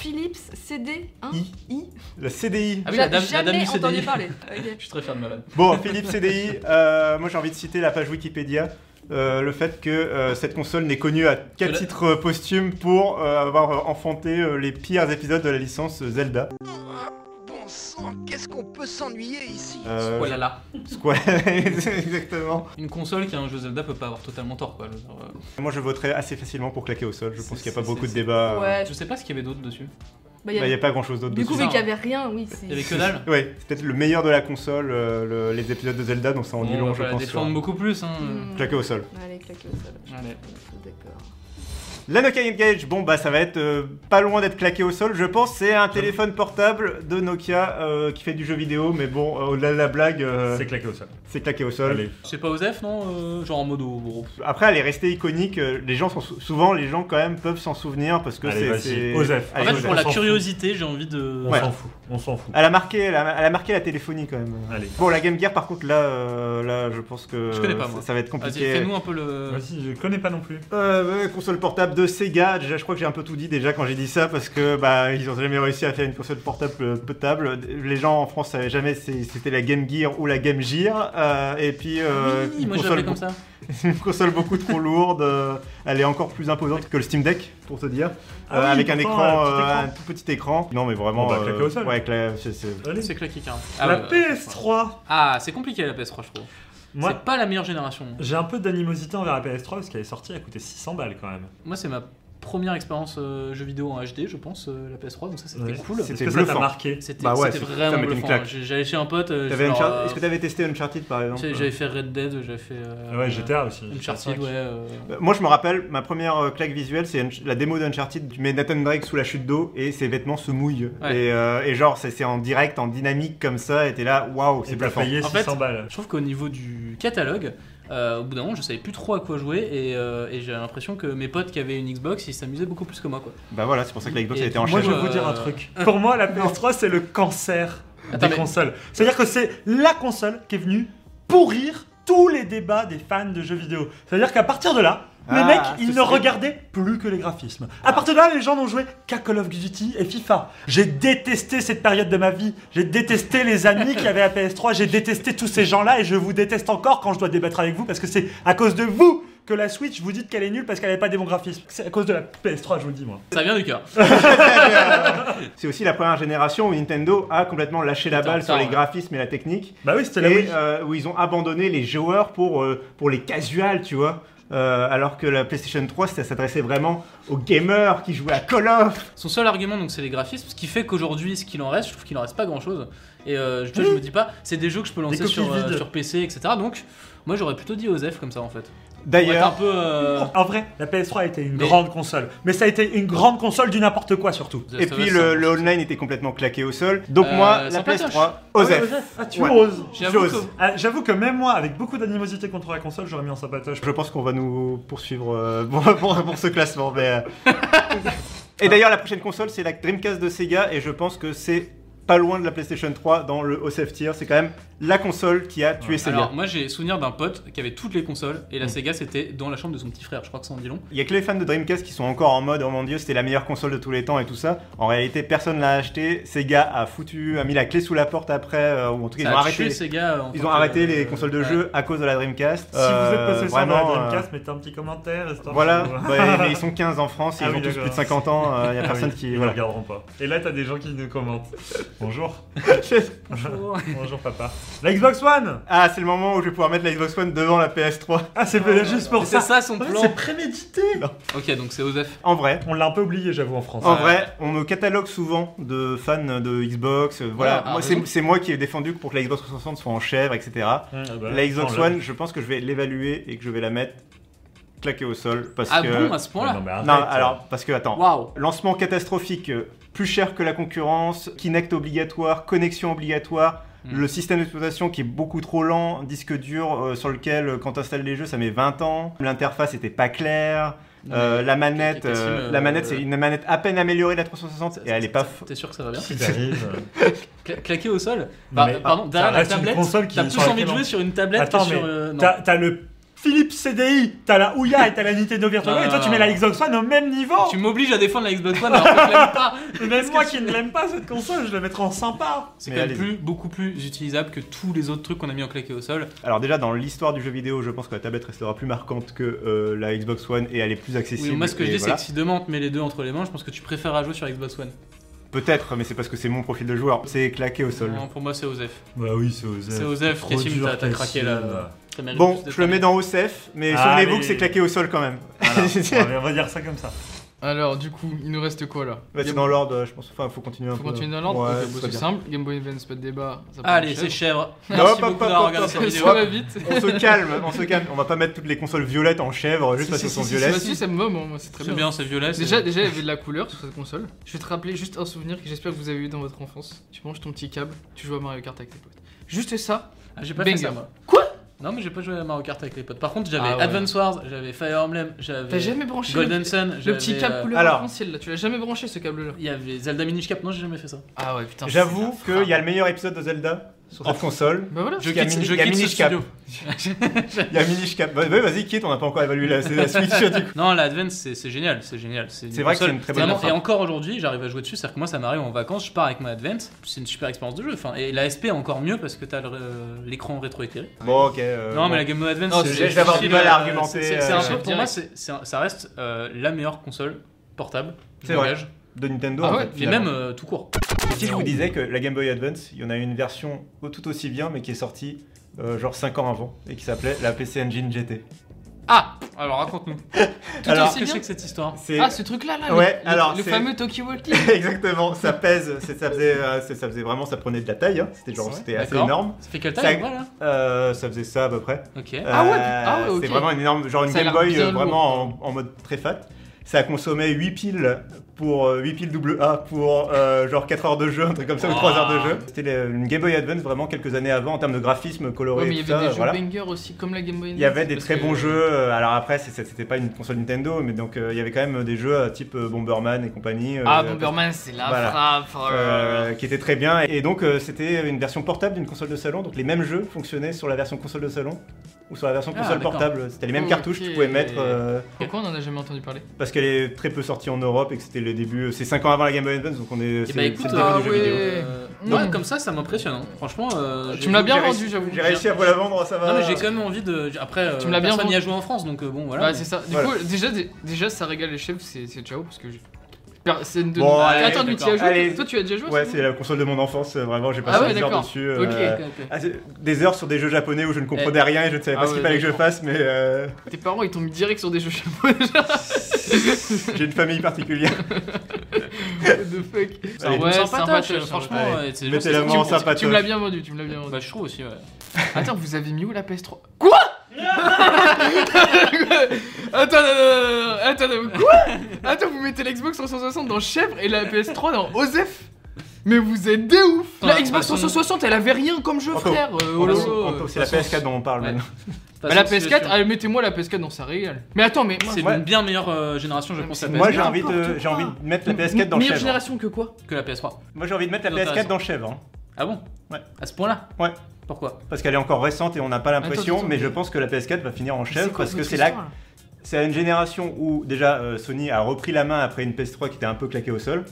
[SPEAKER 10] Philips CD
[SPEAKER 9] Ah
[SPEAKER 10] 1
[SPEAKER 3] I. La CDI.
[SPEAKER 5] Ah oui, la dame, la
[SPEAKER 10] Jamais
[SPEAKER 5] dame du
[SPEAKER 10] entendu
[SPEAKER 5] CDI.
[SPEAKER 10] parler.
[SPEAKER 5] Je suis très fier de ma vanne.
[SPEAKER 3] Bon, Philippe CDI, euh, moi j'ai envie de citer la page Wikipédia. euh, le fait que euh, cette console n'est connue à qu'à
[SPEAKER 5] Que la-
[SPEAKER 3] titre euh, posthume pour euh, avoir euh, enfanté euh, les pires épisodes de la licence euh, Zelda.
[SPEAKER 13] Bon sang, qu'est-ce qu'on peut s'ennuyer ici
[SPEAKER 3] Euh,
[SPEAKER 5] Squalala.
[SPEAKER 3] Squalala, exactement.
[SPEAKER 5] Oh Une console qui a un jeu Zelda peut pas avoir totalement tort quoi. Genre, euh,
[SPEAKER 3] Moi je voterais assez facilement pour claquer au sol, je pense qu'il n'y a pas
[SPEAKER 5] c'est-
[SPEAKER 3] beaucoup de
[SPEAKER 5] c'est-
[SPEAKER 3] débats. euh,
[SPEAKER 5] Je sais pas ce qu'il y avait d'autre dessus.
[SPEAKER 10] Bah,
[SPEAKER 3] Il n'y a pas grand chose d'autre
[SPEAKER 10] Du coup,
[SPEAKER 3] dessus.
[SPEAKER 10] vu qu'il y avait rien, oui. c'est-
[SPEAKER 5] hein. Il y avait que dalle.
[SPEAKER 3] Ouais, c'est peut-être le meilleur de la console, euh, le- les épisodes de Zelda, donc ça en dit
[SPEAKER 5] Bon, on
[SPEAKER 3] long,
[SPEAKER 5] va
[SPEAKER 3] je
[SPEAKER 5] pas la
[SPEAKER 3] pense.
[SPEAKER 5] défendre
[SPEAKER 3] sur-
[SPEAKER 5] beaucoup plus. Hein.
[SPEAKER 10] Mm.
[SPEAKER 3] Claquer au sol.
[SPEAKER 10] Hmm, Allez, claquer au sol.
[SPEAKER 5] Allez.
[SPEAKER 10] D'accord.
[SPEAKER 3] La Nokia Engage, bon bah ça va être euh, pas loin d'être claqué au sol, je pense. C'est un téléphone portable de Nokia euh, qui fait du jeu vidéo, mais bon, euh, au-delà de la blague. euh,
[SPEAKER 4] C'est claqué au sol.
[SPEAKER 3] C'est claqué au sol.
[SPEAKER 5] C'est pas Osef non Euh, Genre en mode au gros.
[SPEAKER 3] Après, elle est restée iconique. euh, Les gens sont sou- souvent, les gens quand même peuvent s'en souvenir parce que
[SPEAKER 4] Allez,
[SPEAKER 3] c'est.
[SPEAKER 4] vas-y.
[SPEAKER 3] c'est-
[SPEAKER 4] Osef.
[SPEAKER 3] Allez,
[SPEAKER 5] En fait,
[SPEAKER 3] Osef.
[SPEAKER 5] pour la curiosité, j'ai envie de.
[SPEAKER 3] Ouais.
[SPEAKER 4] On s'en fout. Euh,
[SPEAKER 3] Elle a marqué, elle a, elle a marqué la téléphonie quand même. Bon, la Game Gear, par contre, là, euh, là, je pense que
[SPEAKER 5] Je connais pas
[SPEAKER 3] ça,
[SPEAKER 5] moi.
[SPEAKER 3] ça va être compliqué.
[SPEAKER 5] Vas-y, fais-nous un peu le.
[SPEAKER 4] Vas-y, je connais pas non plus.
[SPEAKER 3] Euh, ouais, console portable de Sega, déjà je crois que j'ai un peu tout dit déjà quand j'ai dit ça parce que bah ils ont jamais réussi à faire une console portable euh, potable. Les gens en France savaient jamais si c'était la Game Gear ou la Game Gear. Euh, et puis euh,
[SPEAKER 5] Oui, moi, je l'appelais comme ça.
[SPEAKER 3] beau- une console beaucoup trop lourde, euh, elle est encore plus imposante que le Steam Deck pour te dire.
[SPEAKER 5] Ah
[SPEAKER 3] Euh,
[SPEAKER 5] oui,
[SPEAKER 3] avec un
[SPEAKER 5] pourtant,
[SPEAKER 3] écran,
[SPEAKER 5] un petit
[SPEAKER 3] euh,
[SPEAKER 5] écran. Oh,
[SPEAKER 3] un tout petit écran. Non mais vraiment. euh,
[SPEAKER 4] Bon, bah, claquer au sol.
[SPEAKER 3] ouais, cla- c'est- c'est-
[SPEAKER 5] C'est hein. euh, claqué carrément.
[SPEAKER 4] La
[SPEAKER 5] PS3 Ah, c'est compliqué la PS3, je trouve.
[SPEAKER 4] Moi-
[SPEAKER 5] C'est pas la meilleure génération.
[SPEAKER 4] J'ai un peu d'animosité envers la PS3 parce qu'elle est sortie, elle coûtait 600 balles quand même.
[SPEAKER 5] Moi, c'est ma première expérience euh, jeu vidéo en HD, je pense, euh, la PS3, donc ça c'était
[SPEAKER 4] Ouais.
[SPEAKER 5] cool.
[SPEAKER 4] C'était Est-ce que ça t'a bluffant. marqué
[SPEAKER 5] C'était
[SPEAKER 3] Bah ouais,
[SPEAKER 5] c'était
[SPEAKER 3] c'est- ça
[SPEAKER 5] vraiment
[SPEAKER 3] mettait une
[SPEAKER 5] bluffant.
[SPEAKER 3] claque.
[SPEAKER 5] J'ai- J'allais chez un pote. euh,
[SPEAKER 3] T'avais
[SPEAKER 5] genre,
[SPEAKER 3] Uncharted-
[SPEAKER 5] euh,
[SPEAKER 3] Est-ce que t'avais testé Uncharted par exemple
[SPEAKER 5] j'avais fait Red Dead, j'avais fait. euh,
[SPEAKER 4] Ouais, GTA aussi.
[SPEAKER 5] Uncharted, ouais. euh,
[SPEAKER 3] Euh, Moi, je me rappelle, ma première euh, claque visuelle, c'est Unch- la démo d'Uncharted. Tu mets Nathan Drake sous la chute d'eau et ses vêtements se mouillent.
[SPEAKER 5] Ouais.
[SPEAKER 3] Et, euh, et genre, c'est c'est en direct, en dynamique comme ça, et t'es là, waouh, c'est bluffant.
[SPEAKER 5] En fait, Euh, Je trouve qu'au niveau du catalogue, euh, au bout d'un moment, je savais plus trop à quoi jouer et, euh, et j'ai l'impression que mes potes qui avaient une Xbox, ils s'amusaient beaucoup plus que moi, quoi.
[SPEAKER 3] Bah voilà, c'est pour ça que la Xbox
[SPEAKER 5] Et
[SPEAKER 3] a été en
[SPEAKER 4] Moi,
[SPEAKER 3] chaîne.
[SPEAKER 4] je vais vous dire un truc. Pour moi, la PS3, c'est le cancer.
[SPEAKER 5] Attends,
[SPEAKER 4] des
[SPEAKER 5] mais-
[SPEAKER 4] consoles. C'est-à-dire que c'est la console qui est venue pourrir tous les débats des fans de jeux vidéo. C'est-à-dire qu'à partir de là, les
[SPEAKER 3] Ah,
[SPEAKER 4] mecs, ils
[SPEAKER 3] ce
[SPEAKER 4] ne
[SPEAKER 3] serait-
[SPEAKER 4] regardaient plus que les graphismes. À partir de là, les gens n'ont joué qu'à Call of Duty et FIFA. J'ai détesté cette période de ma vie. J'ai détesté les amis qui avaient la PS3. J'ai détesté tous ces gens-là et je vous déteste encore quand je dois débattre avec vous parce que c'est à cause de vous que la Switch, vous dites qu'elle est nulle parce qu'elle n'avait pas des bons graphismes. C'est à cause de la PS3, je vous le dis, moi.
[SPEAKER 5] Ça vient du cœur.
[SPEAKER 3] C'est aussi la première génération où Nintendo a complètement lâché la
[SPEAKER 4] C'était en
[SPEAKER 3] balle sur
[SPEAKER 4] retard,
[SPEAKER 3] les
[SPEAKER 4] ouais.
[SPEAKER 3] graphismes et la technique.
[SPEAKER 4] Bah oui, c'était la
[SPEAKER 3] Et,
[SPEAKER 4] Wii.
[SPEAKER 3] euh, où ils ont abandonné les joueurs pour, euh, pour les casuals, tu vois. Euh, alors que la PlayStation 3, ça s'adressait vraiment aux gamers qui jouaient à Call of.
[SPEAKER 5] Son seul argument, donc, c'est les graphismes, ce qui fait qu'aujourd'hui, ce qu'il en reste, je trouve qu'il en reste pas grand-chose. Et euh, je, je me dis pas, c'est des jeux que je peux lancer
[SPEAKER 4] coquilles
[SPEAKER 5] sur, euh,
[SPEAKER 4] vides.
[SPEAKER 5] sur PC, etc. Donc, moi, j'aurais plutôt dit Osef comme ça, en fait.
[SPEAKER 4] D'ailleurs-
[SPEAKER 5] Pour être un peu, euh,
[SPEAKER 4] En vrai, la PS3 a été une grande console. Mais ça a été une grande console du n'importe quoi, surtout.
[SPEAKER 3] Et puis le, le online était complètement claqué au sol. Donc
[SPEAKER 4] Euh,
[SPEAKER 3] moi, la
[SPEAKER 4] sans
[SPEAKER 3] PS3,
[SPEAKER 4] patoche. Ah ouais,
[SPEAKER 3] Osef.
[SPEAKER 4] Osef. Ah, tu
[SPEAKER 3] Ouais.
[SPEAKER 4] oses.
[SPEAKER 3] J'ose.
[SPEAKER 4] Ah, J'avoue que même moi, avec beaucoup d'animosité contre la console, j'aurais mis en sapatoche.
[SPEAKER 3] Je pense qu'on va nous poursuivre euh, pour, pour- pour ce classement. Mais, euh. Et d'ailleurs, la prochaine console, c'est la Dreamcast de Sega, et je pense que c'est pas loin de la PlayStation 3 dans le OSF tier. C'est quand même la console qui a tué Sega.
[SPEAKER 5] Alors, moi, j'ai souvenir d'un pote qui avait toutes les consoles,
[SPEAKER 3] Mm.
[SPEAKER 5] et la Sega, c'était dans la chambre de son petit frère, je crois que ça en dit long.
[SPEAKER 3] Il y a que les fans de Dreamcast qui sont encore en mode oh mon dieu c'était la meilleure console de tous les temps et tout ça. En réalité personne l'a acheté. Sega a foutu, a mis la clé sous la porte après euh, ou en tout cas
[SPEAKER 5] Ça
[SPEAKER 3] ils ont
[SPEAKER 5] a
[SPEAKER 3] arrêté.
[SPEAKER 5] tué Sega, euh, en
[SPEAKER 3] ils
[SPEAKER 5] tant
[SPEAKER 3] ont
[SPEAKER 5] que- euh,
[SPEAKER 3] arrêté les consoles de
[SPEAKER 5] ouais.
[SPEAKER 3] jeu à cause de la Dreamcast.
[SPEAKER 4] Si vous êtes
[SPEAKER 3] Euh,
[SPEAKER 4] passé sur la
[SPEAKER 3] vraiment,
[SPEAKER 4] Dreamcast,
[SPEAKER 3] euh,
[SPEAKER 4] mettez un petit commentaire. histoire
[SPEAKER 3] Voilà,
[SPEAKER 4] que-
[SPEAKER 3] bah, mais ils sont 15 en France, ils
[SPEAKER 4] Ah
[SPEAKER 3] ont
[SPEAKER 4] oui,
[SPEAKER 3] tous plus de
[SPEAKER 4] d'accord.
[SPEAKER 3] 50 ans, il n'y a
[SPEAKER 4] Ah
[SPEAKER 3] personne
[SPEAKER 4] oui,
[SPEAKER 3] qui...
[SPEAKER 4] Ils ne
[SPEAKER 3] voilà.
[SPEAKER 4] regarderont pas. Et là, t'as des gens qui nous commentent. Bonjour.
[SPEAKER 5] Bonjour.
[SPEAKER 4] Bonjour, papa. La Xbox One
[SPEAKER 3] Ah, c'est le moment où je vais pouvoir mettre la Xbox One devant la PS3.
[SPEAKER 4] Ah, c'est juste pour
[SPEAKER 5] C'est
[SPEAKER 4] ça.
[SPEAKER 5] ça son
[SPEAKER 4] Ouais,
[SPEAKER 5] plan.
[SPEAKER 4] C'est prémédité.
[SPEAKER 5] Ok, donc c'est Osef.
[SPEAKER 3] En vrai.
[SPEAKER 4] On l'a un peu oublié, j'avoue, en France.
[SPEAKER 3] En vrai, on me catalogue souvent de fans de Xbox. euh, Voilà,
[SPEAKER 4] Ah, ah,
[SPEAKER 3] moi, c'est-
[SPEAKER 4] raison.
[SPEAKER 3] c'est moi qui ai défendu pour que la Xbox 360 soit en chèvre, etc.
[SPEAKER 4] Ah, bah,
[SPEAKER 3] la Xbox
[SPEAKER 4] on l'a.
[SPEAKER 3] One, je pense que je vais l'évaluer et que je vais la mettre claquée au sol parce
[SPEAKER 5] Ah
[SPEAKER 3] que.
[SPEAKER 5] bon, à ce point-là Ouais, non, mais
[SPEAKER 3] Non,
[SPEAKER 5] arrête.
[SPEAKER 3] alors parce que attends. Lancement catastrophique, euh, plus cher que la concurrence, Kinect obligatoire, connexion obligatoire.
[SPEAKER 5] Hmm.
[SPEAKER 3] Le système d'exploitation qui est beaucoup trop lent, disque dur euh, sur lequel euh, quand t'installes les jeux ça met 20 ans, l'interface était pas claire,
[SPEAKER 5] Non,
[SPEAKER 3] euh,
[SPEAKER 5] mais
[SPEAKER 3] la manette, euh,
[SPEAKER 5] Cassim, Hmm. euh,
[SPEAKER 3] la manette c'est une manette à peine améliorée de la 360 et elle est pas.
[SPEAKER 5] T'es sûr que ça va bien
[SPEAKER 3] Qu'est-ce qui t'arrive
[SPEAKER 5] Cla- Claqué au sol
[SPEAKER 3] Non,
[SPEAKER 5] Par-
[SPEAKER 3] mais-
[SPEAKER 5] Pardon,
[SPEAKER 3] ça
[SPEAKER 5] derrière la
[SPEAKER 4] reste une
[SPEAKER 5] tablette.
[SPEAKER 4] console qui-
[SPEAKER 5] T'as
[SPEAKER 4] sur
[SPEAKER 5] plus envie
[SPEAKER 4] laquelle
[SPEAKER 5] de
[SPEAKER 4] on-
[SPEAKER 5] jouer sur une tablette
[SPEAKER 4] Attends,
[SPEAKER 5] que sur.
[SPEAKER 4] mais
[SPEAKER 5] euh, non.
[SPEAKER 4] t'as- t'as le Philips CDI, t'as la Ouya et t'as la Nintendo Virtual
[SPEAKER 5] Non,
[SPEAKER 4] Boy, et toi
[SPEAKER 5] non,
[SPEAKER 4] tu mets
[SPEAKER 5] non.
[SPEAKER 4] la Xbox One au même niveau.
[SPEAKER 5] Tu m'obliges à défendre la Xbox One alors que je l'aime pas
[SPEAKER 4] Et même moi qui ne l'aime pas cette console, je la mettrai en sympa.
[SPEAKER 5] C'est quand même plus- beaucoup plus utilisable que tous les autres trucs qu'on a mis en claqué au sol.
[SPEAKER 3] Alors déjà dans l'histoire du jeu vidéo, je pense que la tablette restera plus marquante que euh, la Xbox One et elle est plus accessible.
[SPEAKER 5] Oui, moi ce que je
[SPEAKER 3] et
[SPEAKER 5] dis,
[SPEAKER 3] voilà.
[SPEAKER 5] c'est que si demain on te met les deux entre les mains, je pense que tu préfères à jouer sur Xbox One.
[SPEAKER 3] Peut-être, mais c'est parce que c'est mon profil de joueur. C'est claqué au sol.
[SPEAKER 5] Non, pour moi, c'est Osef.
[SPEAKER 4] Bah oui, c'est Osef.
[SPEAKER 5] C'est Osef,
[SPEAKER 4] Trop
[SPEAKER 5] Kessim,
[SPEAKER 4] dur,
[SPEAKER 5] t'as t'as craqué
[SPEAKER 4] Kessim.
[SPEAKER 5] là. Ça mérite
[SPEAKER 3] Bon,
[SPEAKER 5] plus d'être
[SPEAKER 3] je le mets dans OCF, mais
[SPEAKER 5] Ah,
[SPEAKER 3] souvenez-vous que c'est claqué au sol quand même.
[SPEAKER 4] Voilà, on va dire ça comme ça.
[SPEAKER 9] Alors, du coup, il nous reste quoi là
[SPEAKER 3] Bah, c'est dans l'ordre, je pense. Enfin, faut continuer un
[SPEAKER 9] Faut
[SPEAKER 3] peu.
[SPEAKER 9] continuer dans l'ordre
[SPEAKER 3] Euh, Ouais,
[SPEAKER 9] Ok,
[SPEAKER 3] ce
[SPEAKER 9] bon,
[SPEAKER 3] serait
[SPEAKER 9] C'est
[SPEAKER 3] bien.
[SPEAKER 9] simple, Game Boy Advance, pas de débat. ça prend
[SPEAKER 5] Allez,
[SPEAKER 9] une
[SPEAKER 5] c'est chèvre.
[SPEAKER 3] Non,
[SPEAKER 9] Merci
[SPEAKER 3] hop, hop,
[SPEAKER 9] beaucoup
[SPEAKER 3] hop,
[SPEAKER 9] d'avoir
[SPEAKER 3] hop,
[SPEAKER 9] regardé
[SPEAKER 3] hop,
[SPEAKER 9] cette
[SPEAKER 3] hop.
[SPEAKER 9] vidéo. Ça va vite.
[SPEAKER 3] On se calme, on se calme. On va pas mettre toutes les consoles violettes en chèvre juste
[SPEAKER 9] Si,
[SPEAKER 3] parce
[SPEAKER 9] si,
[SPEAKER 3] qu'elles sont
[SPEAKER 9] si, si,
[SPEAKER 3] violettes.
[SPEAKER 9] si, ça me va, moi, moi, c'est très
[SPEAKER 5] C'est
[SPEAKER 9] bien.
[SPEAKER 5] bien, c'est violet, c'est-
[SPEAKER 9] Déjà, déjà, il y avait de la couleur sur cette console. Je vais te rappeler juste un souvenir que j'espère que vous avez eu dans votre enfance. Tu manges ton petit câble, tu joues à Mario Kart avec tes potes. Juste ça.
[SPEAKER 5] Ah, j'ai pas
[SPEAKER 9] banger.
[SPEAKER 5] fait ça moi. Quoi Non, mais j'ai pas joué à Mario Kart avec les potes. Par contre, j'avais
[SPEAKER 9] Ah ouais.
[SPEAKER 5] Advance Wars, j'avais Fire Emblem, j'avais.
[SPEAKER 9] T'as jamais branché
[SPEAKER 5] Euh, Golden
[SPEAKER 9] le,
[SPEAKER 5] Sun,
[SPEAKER 9] le petit
[SPEAKER 5] j'avais,
[SPEAKER 9] câble
[SPEAKER 5] euh,
[SPEAKER 9] couleur arc-en-ciel là, tu l'as jamais branché ce câble là.
[SPEAKER 5] Il y avait Zelda Minish Cap, non, j'ai jamais fait ça.
[SPEAKER 9] Ah ouais, putain.
[SPEAKER 3] J'avoue qu'il y a le meilleur épisode de Zelda sur cette
[SPEAKER 5] Enfin.
[SPEAKER 3] console.
[SPEAKER 5] Bah voilà. Je
[SPEAKER 3] Il y a
[SPEAKER 5] quitte-
[SPEAKER 3] Mini-
[SPEAKER 5] je
[SPEAKER 3] il y a
[SPEAKER 5] quitte ce
[SPEAKER 3] Minish Cap.
[SPEAKER 5] studio.
[SPEAKER 3] Il y a Minish Cap. Bah, bah, Vas-y, quitte, on n'a pas encore évalué la la Switch du coup.
[SPEAKER 5] Non, la Advance, c'est c'est génial, c'est génial.
[SPEAKER 3] C'est vrai que
[SPEAKER 5] console
[SPEAKER 3] c'est une très bonne
[SPEAKER 5] vraiment-
[SPEAKER 3] console.
[SPEAKER 5] Et encore aujourd'hui, j'arrive à jouer dessus, c'est-à-dire que moi, ça m'arrive en vacances, je pars avec ma Advance, c'est une super expérience de jeu. Enfin, et la SP encore mieux parce que t'as le- euh, l'écran rétroéclairé.
[SPEAKER 3] Bon, ok, euh,
[SPEAKER 5] non, mais
[SPEAKER 3] bon.
[SPEAKER 5] la Game Boy Advance,
[SPEAKER 3] Non, c'est- je vais avoir du
[SPEAKER 5] c'est-
[SPEAKER 3] mal à
[SPEAKER 5] euh,
[SPEAKER 3] argumenter,
[SPEAKER 5] c'est- c'est un
[SPEAKER 3] euh,
[SPEAKER 5] peu- pour moi,
[SPEAKER 9] direct.
[SPEAKER 5] c'est- c'est un- ça reste euh, la meilleure console portable. je
[SPEAKER 3] C'est vrai.
[SPEAKER 5] m'engage.
[SPEAKER 3] De Nintendo,
[SPEAKER 5] Ah
[SPEAKER 3] en
[SPEAKER 5] ouais,
[SPEAKER 3] fait,
[SPEAKER 5] et
[SPEAKER 3] finalement.
[SPEAKER 5] même euh, tout court.
[SPEAKER 3] Et si je vous disais que la Game Boy Advance, il y en a une version tout aussi bien, mais qui est sortie euh, genre 5 ans avant, et qui s'appelait la PC Engine GT.
[SPEAKER 9] Ah
[SPEAKER 5] Alors raconte-nous.
[SPEAKER 9] Tout
[SPEAKER 3] Alors,
[SPEAKER 9] aussi
[SPEAKER 5] Qu'est-ce que
[SPEAKER 9] bien
[SPEAKER 5] c'est que cette histoire
[SPEAKER 9] Ah, ce truc là là le-
[SPEAKER 3] Ouais,
[SPEAKER 9] le,
[SPEAKER 3] alors,
[SPEAKER 9] le
[SPEAKER 3] c'est-
[SPEAKER 9] fameux Tokiwoki
[SPEAKER 3] Exactement, ça pèse, c'est- ça faisait, euh, c'est- ça faisait vraiment, ça prenait de la taille, hein, c'était genre,
[SPEAKER 9] C'est vrai
[SPEAKER 3] c'était assez
[SPEAKER 5] D'accord.
[SPEAKER 3] énorme.
[SPEAKER 5] Ça fait quelle taille,
[SPEAKER 3] ça,
[SPEAKER 5] en vrai, là
[SPEAKER 3] euh, Ça faisait ça à peu près.
[SPEAKER 5] Ok.
[SPEAKER 3] Euh,
[SPEAKER 5] Ah ouais, ah ouais, ok.
[SPEAKER 3] C'était vraiment une énorme, genre une
[SPEAKER 5] Ça a
[SPEAKER 3] Game
[SPEAKER 5] l'air
[SPEAKER 3] Boy
[SPEAKER 5] bien
[SPEAKER 3] euh,
[SPEAKER 5] lourd,
[SPEAKER 3] vraiment en, en mode très fat. Ça consommait 8 piles pour euh, 8 piles double A pour euh, genre 4 heures de jeu, un truc comme ça, ou 3
[SPEAKER 9] Waouh.
[SPEAKER 3] heures de jeu. C'était le- une Game Boy Advance vraiment quelques années avant en termes de graphisme coloré
[SPEAKER 9] Ouais, mais
[SPEAKER 3] et
[SPEAKER 9] il
[SPEAKER 3] tout
[SPEAKER 9] y avait
[SPEAKER 3] ça,
[SPEAKER 9] des jeux
[SPEAKER 3] voilà.
[SPEAKER 9] banger aussi, comme la Game Boy
[SPEAKER 3] Il y avait
[SPEAKER 9] Advance,
[SPEAKER 3] des
[SPEAKER 9] parce
[SPEAKER 3] très
[SPEAKER 9] que-
[SPEAKER 3] bons jeux, euh, alors après c'est- c'est- c'était pas une console Nintendo, mais donc euh, il y avait quand même des jeux euh, type euh, Bomberman et compagnie. euh,
[SPEAKER 9] Ah,
[SPEAKER 3] parce-
[SPEAKER 9] Bomberman, c'est la frappe, oh là
[SPEAKER 3] Euh,
[SPEAKER 9] là.
[SPEAKER 3] Qui était très bien, et donc euh, c'était une version portable d'une console de salon, donc les mêmes jeux fonctionnaient sur la version console de salon ou sur la version
[SPEAKER 9] Ah,
[SPEAKER 3] console
[SPEAKER 9] d'accord.
[SPEAKER 3] portable. C'était les mêmes
[SPEAKER 9] Ok.
[SPEAKER 3] cartouches que tu pouvais mettre. euh,
[SPEAKER 9] Pourquoi on en a jamais entendu parler
[SPEAKER 3] parce qu'elle est très peu sortie en Europe et que c'était le début. euh, C'est 5 ans avant la Game Boy Advance, donc on est.
[SPEAKER 5] Et
[SPEAKER 3] c'est
[SPEAKER 5] bah écoute,
[SPEAKER 3] c'est le début
[SPEAKER 5] euh,
[SPEAKER 3] du jeu
[SPEAKER 5] ouais,
[SPEAKER 3] vidéo.
[SPEAKER 5] euh,
[SPEAKER 3] Donc,
[SPEAKER 5] ouais, comme ça, ça m'impressionne. hein. Franchement, euh,
[SPEAKER 9] Tu
[SPEAKER 5] j'ai-
[SPEAKER 9] me l'as bien
[SPEAKER 5] j'ai
[SPEAKER 9] rendu,
[SPEAKER 5] réussi-
[SPEAKER 9] j'avoue.
[SPEAKER 3] J'ai réussi à vous la vendre, ça va.
[SPEAKER 5] Non, mais j'ai quand même envie de. Après, euh,
[SPEAKER 9] Tu me l'as bien
[SPEAKER 5] personne n'y a
[SPEAKER 9] vendu.
[SPEAKER 5] joué en France, donc euh, bon, voilà. mais-
[SPEAKER 9] Ouais, Bah, c'est ça. Du coup, déjà, dé- déjà, ça régale les chefs, c'est c'est ciao parce que j'ai. Personne de.
[SPEAKER 3] Bon, allez,
[SPEAKER 9] Attends, tu y as joué
[SPEAKER 3] allez.
[SPEAKER 9] Toi, tu as déjà joué
[SPEAKER 3] Ouais,
[SPEAKER 9] ça,
[SPEAKER 3] c'est la console de mon enfance, euh, vraiment, j'ai
[SPEAKER 9] Ah
[SPEAKER 3] passé
[SPEAKER 9] ouais,
[SPEAKER 3] des heures
[SPEAKER 9] d'accord.
[SPEAKER 3] dessus.
[SPEAKER 9] Ok, ok, ok.
[SPEAKER 3] ah, c'est- des heures sur des jeux japonais où je ne comprenais
[SPEAKER 9] Eh.
[SPEAKER 3] rien et je ne savais pas
[SPEAKER 9] Ah
[SPEAKER 3] ce qu'il
[SPEAKER 9] ouais,
[SPEAKER 3] fallait que je
[SPEAKER 9] d'accord.
[SPEAKER 3] fasse, mais euh,
[SPEAKER 9] Tes parents, ils tombent direct sur des jeux japonais.
[SPEAKER 3] j'ai une famille particulière.
[SPEAKER 9] de fuck.
[SPEAKER 5] C'est un bon
[SPEAKER 9] Ouais,
[SPEAKER 5] sympatoche,
[SPEAKER 9] sympatoche,
[SPEAKER 5] franchement.
[SPEAKER 9] sympatoche.
[SPEAKER 5] ouais, c'est-
[SPEAKER 3] Mettez
[SPEAKER 5] c'est-
[SPEAKER 3] la main en
[SPEAKER 5] tu-
[SPEAKER 3] sympatoche.
[SPEAKER 9] Tu me l'as bien vendu, tu me l'as bien vendu.
[SPEAKER 5] Bah, je trouve aussi, ouais.
[SPEAKER 9] Attends, vous avez mis où la PS3 Quoi Attends, non, non, non, non, attends, non, quoi Attends, vous mettez l'Xbox 360 dans Chèvre et la PS3 dans Osef Mais vous êtes des ouf La
[SPEAKER 5] Ouais, Bah,
[SPEAKER 9] Xbox
[SPEAKER 5] façon-
[SPEAKER 9] 360, elle avait rien comme jeu,
[SPEAKER 3] Anto,
[SPEAKER 9] frère euh, oh là
[SPEAKER 3] Anto,
[SPEAKER 9] là,
[SPEAKER 3] Anto,
[SPEAKER 9] euh,
[SPEAKER 3] c'est la
[SPEAKER 9] façon-
[SPEAKER 3] PS4 dont on parle
[SPEAKER 9] Ouais.
[SPEAKER 3] maintenant.
[SPEAKER 9] Bah,
[SPEAKER 5] Façon
[SPEAKER 9] la
[SPEAKER 5] de
[SPEAKER 9] PS4,
[SPEAKER 5] situation.
[SPEAKER 9] ah, mettez-moi la PS4 dans sa régale. Mais attends, mais.
[SPEAKER 5] C'est
[SPEAKER 9] Moi-
[SPEAKER 5] une bien meilleure euh, génération, je
[SPEAKER 9] Bah,
[SPEAKER 5] pense, la PS4.
[SPEAKER 3] Moi, j'ai envie, de, j'ai envie de mettre la PS4 dans le
[SPEAKER 9] Meilleure
[SPEAKER 3] chèvre.
[SPEAKER 9] génération que quoi
[SPEAKER 5] Que la PS3.
[SPEAKER 3] Moi, j'ai envie de mettre
[SPEAKER 5] Non,
[SPEAKER 3] la
[SPEAKER 5] t'as
[SPEAKER 3] PS4
[SPEAKER 5] raison.
[SPEAKER 3] dans le chèvre. hein.
[SPEAKER 5] Ah bon
[SPEAKER 3] Ouais.
[SPEAKER 5] À ce point-là
[SPEAKER 3] Ouais.
[SPEAKER 5] Pourquoi
[SPEAKER 3] Parce qu'elle est encore récente et on n'a pas l'impression,
[SPEAKER 5] Attends, attends,
[SPEAKER 3] mais je pense que la PS4 va finir en
[SPEAKER 9] c'est
[SPEAKER 3] chèvre
[SPEAKER 9] quoi
[SPEAKER 3] parce
[SPEAKER 9] cette
[SPEAKER 3] que c'est là.
[SPEAKER 9] histoire, là
[SPEAKER 3] C'est une génération où déjà euh, Sony a repris la main après une PS3 qui était un peu claquée au sol. Euh,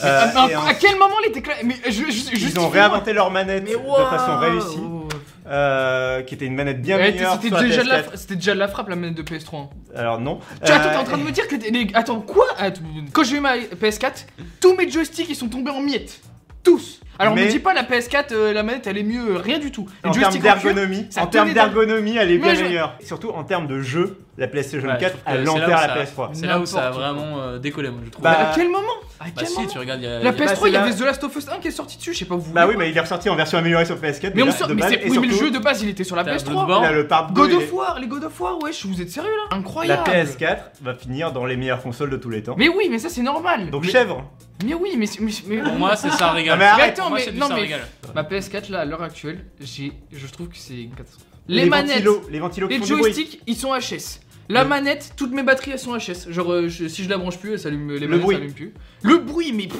[SPEAKER 9] Ah,
[SPEAKER 3] et
[SPEAKER 9] mais
[SPEAKER 3] en-
[SPEAKER 9] À quel moment les déclare Mais je, je,
[SPEAKER 3] ils ont
[SPEAKER 9] justifie-moi.
[SPEAKER 3] réinventé leur manette
[SPEAKER 9] Mais
[SPEAKER 3] de façon
[SPEAKER 9] waouh.
[SPEAKER 3] réussie, euh, qui était une manette bien
[SPEAKER 9] Ouais,
[SPEAKER 3] meilleure.
[SPEAKER 9] c'était
[SPEAKER 3] sur la
[SPEAKER 9] déjà, de la
[SPEAKER 3] PS4.
[SPEAKER 9] fra- c'était déjà de la frappe la manette de PS3. hein.
[SPEAKER 3] Alors non.
[SPEAKER 9] Tu, attends, t'es
[SPEAKER 3] Euh,
[SPEAKER 9] en train de me dire que t'es- les- Attends, quoi Attends, Quand j'ai eu ma PS4, tous mes joysticks ils sont tombés en miettes. Tous. Alors
[SPEAKER 3] Mais-
[SPEAKER 9] me dis pas la PS4, euh, la manette elle est mieux, euh, rien du tout. Les
[SPEAKER 3] En termes
[SPEAKER 9] joysticks cuir,
[SPEAKER 3] d'ergonomie,
[SPEAKER 9] ça
[SPEAKER 3] en
[SPEAKER 9] tenait
[SPEAKER 3] termes
[SPEAKER 9] dans-
[SPEAKER 3] d'ergonomie, elle est bien
[SPEAKER 9] Mais je-
[SPEAKER 3] meilleure. Surtout en termes de jeu, la PlayStation
[SPEAKER 5] Ouais, je
[SPEAKER 3] 4
[SPEAKER 5] trouve que
[SPEAKER 3] a
[SPEAKER 5] c'est là où
[SPEAKER 3] l'enfer
[SPEAKER 5] ça-
[SPEAKER 3] la PS3.
[SPEAKER 5] C'est là où ça a
[SPEAKER 9] N'importe
[SPEAKER 5] vraiment euh, décollé, moi, je trouve.
[SPEAKER 9] Mais
[SPEAKER 3] Bah,
[SPEAKER 9] à quel moment À
[SPEAKER 5] Bah
[SPEAKER 9] quel
[SPEAKER 5] si,
[SPEAKER 9] moment
[SPEAKER 5] tu regardes, il y a.
[SPEAKER 9] La
[SPEAKER 5] il y a-
[SPEAKER 9] PS3, il y
[SPEAKER 3] là-
[SPEAKER 9] avait The Last of Us 1 qui est sorti dessus, je sais pas vous.
[SPEAKER 3] Bah oui,
[SPEAKER 9] voulez
[SPEAKER 3] mais il est ressorti en version améliorée sur PS4.
[SPEAKER 9] Mais, on
[SPEAKER 3] déjà,
[SPEAKER 9] sort-
[SPEAKER 3] de
[SPEAKER 9] mais
[SPEAKER 3] base,
[SPEAKER 9] c'est-
[SPEAKER 3] et
[SPEAKER 9] oui, mais le
[SPEAKER 3] surtout,
[SPEAKER 9] jeu de base il était sur la
[SPEAKER 5] T'as
[SPEAKER 9] PS3.
[SPEAKER 5] Bloodborne.
[SPEAKER 3] là, le Part 2,
[SPEAKER 9] God
[SPEAKER 3] il est-
[SPEAKER 9] of War, les God of War, wesh, vous êtes sérieux là
[SPEAKER 3] la
[SPEAKER 9] Incroyable
[SPEAKER 3] PS4 va finir dans les meilleures consoles de tous les temps.
[SPEAKER 9] Mais oui, mais ça c'est normal
[SPEAKER 3] Donc
[SPEAKER 9] mais,
[SPEAKER 3] chèvre.
[SPEAKER 9] mais oui, mais. c'est- mais, mais-
[SPEAKER 5] Pour moi, c'est ça,
[SPEAKER 3] Ah,
[SPEAKER 5] régale.
[SPEAKER 3] mais
[SPEAKER 9] Mais
[SPEAKER 3] arrête.
[SPEAKER 9] attends,
[SPEAKER 5] Moi,
[SPEAKER 9] mais
[SPEAKER 5] c'est du
[SPEAKER 9] non,
[SPEAKER 5] ça
[SPEAKER 9] mais
[SPEAKER 5] régale.
[SPEAKER 9] ma PS4 là à l'heure actuelle, j'ai, je trouve que c'est une catastrophe.
[SPEAKER 3] Les,
[SPEAKER 9] Les, manettes,
[SPEAKER 3] ventilos, les ventilos qui
[SPEAKER 9] les
[SPEAKER 3] font du bruit.
[SPEAKER 9] joysticks, ils sont HS. La manette, toutes mes batteries elles sont HS. Genre euh, je- si je la branche plus, elle s'allume, les manettes
[SPEAKER 3] bruit.
[SPEAKER 9] s'allument plus. Le bruit, mais pff,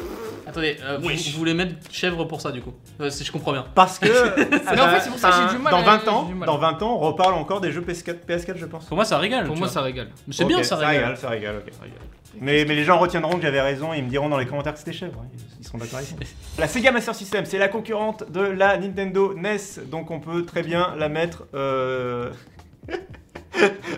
[SPEAKER 5] Attendez, euh, vous,
[SPEAKER 9] Wesh.
[SPEAKER 5] vous voulez mettre chèvre pour ça, du coup Euh, si Je comprends bien.
[SPEAKER 3] Parce que Ah
[SPEAKER 9] Mais en fait,
[SPEAKER 3] bah,
[SPEAKER 9] c'est pour ça que j'ai
[SPEAKER 3] un-
[SPEAKER 9] du mal
[SPEAKER 3] dans
[SPEAKER 9] à-
[SPEAKER 3] 20
[SPEAKER 9] j'ai
[SPEAKER 3] ans,
[SPEAKER 9] du mal.
[SPEAKER 3] dans 20 ans, on reparle encore des jeux PS4, PS4 je pense.
[SPEAKER 5] Pour moi, ça régale.
[SPEAKER 9] pour
[SPEAKER 5] tu
[SPEAKER 9] moi
[SPEAKER 5] vois.
[SPEAKER 9] ça régale.
[SPEAKER 5] Mais C'est
[SPEAKER 3] Ok,
[SPEAKER 5] bien, ça régale.
[SPEAKER 3] Ça régale, ok. ça régale. Mais, mais les gens retiendront que j'avais raison et ils me diront dans les commentaires que c'était chèvre. hein. Ils- Ils seront d'accord avec moi. La Sega Master System, c'est la concurrente de la Nintendo NES, donc on peut très bien la mettre. Euh...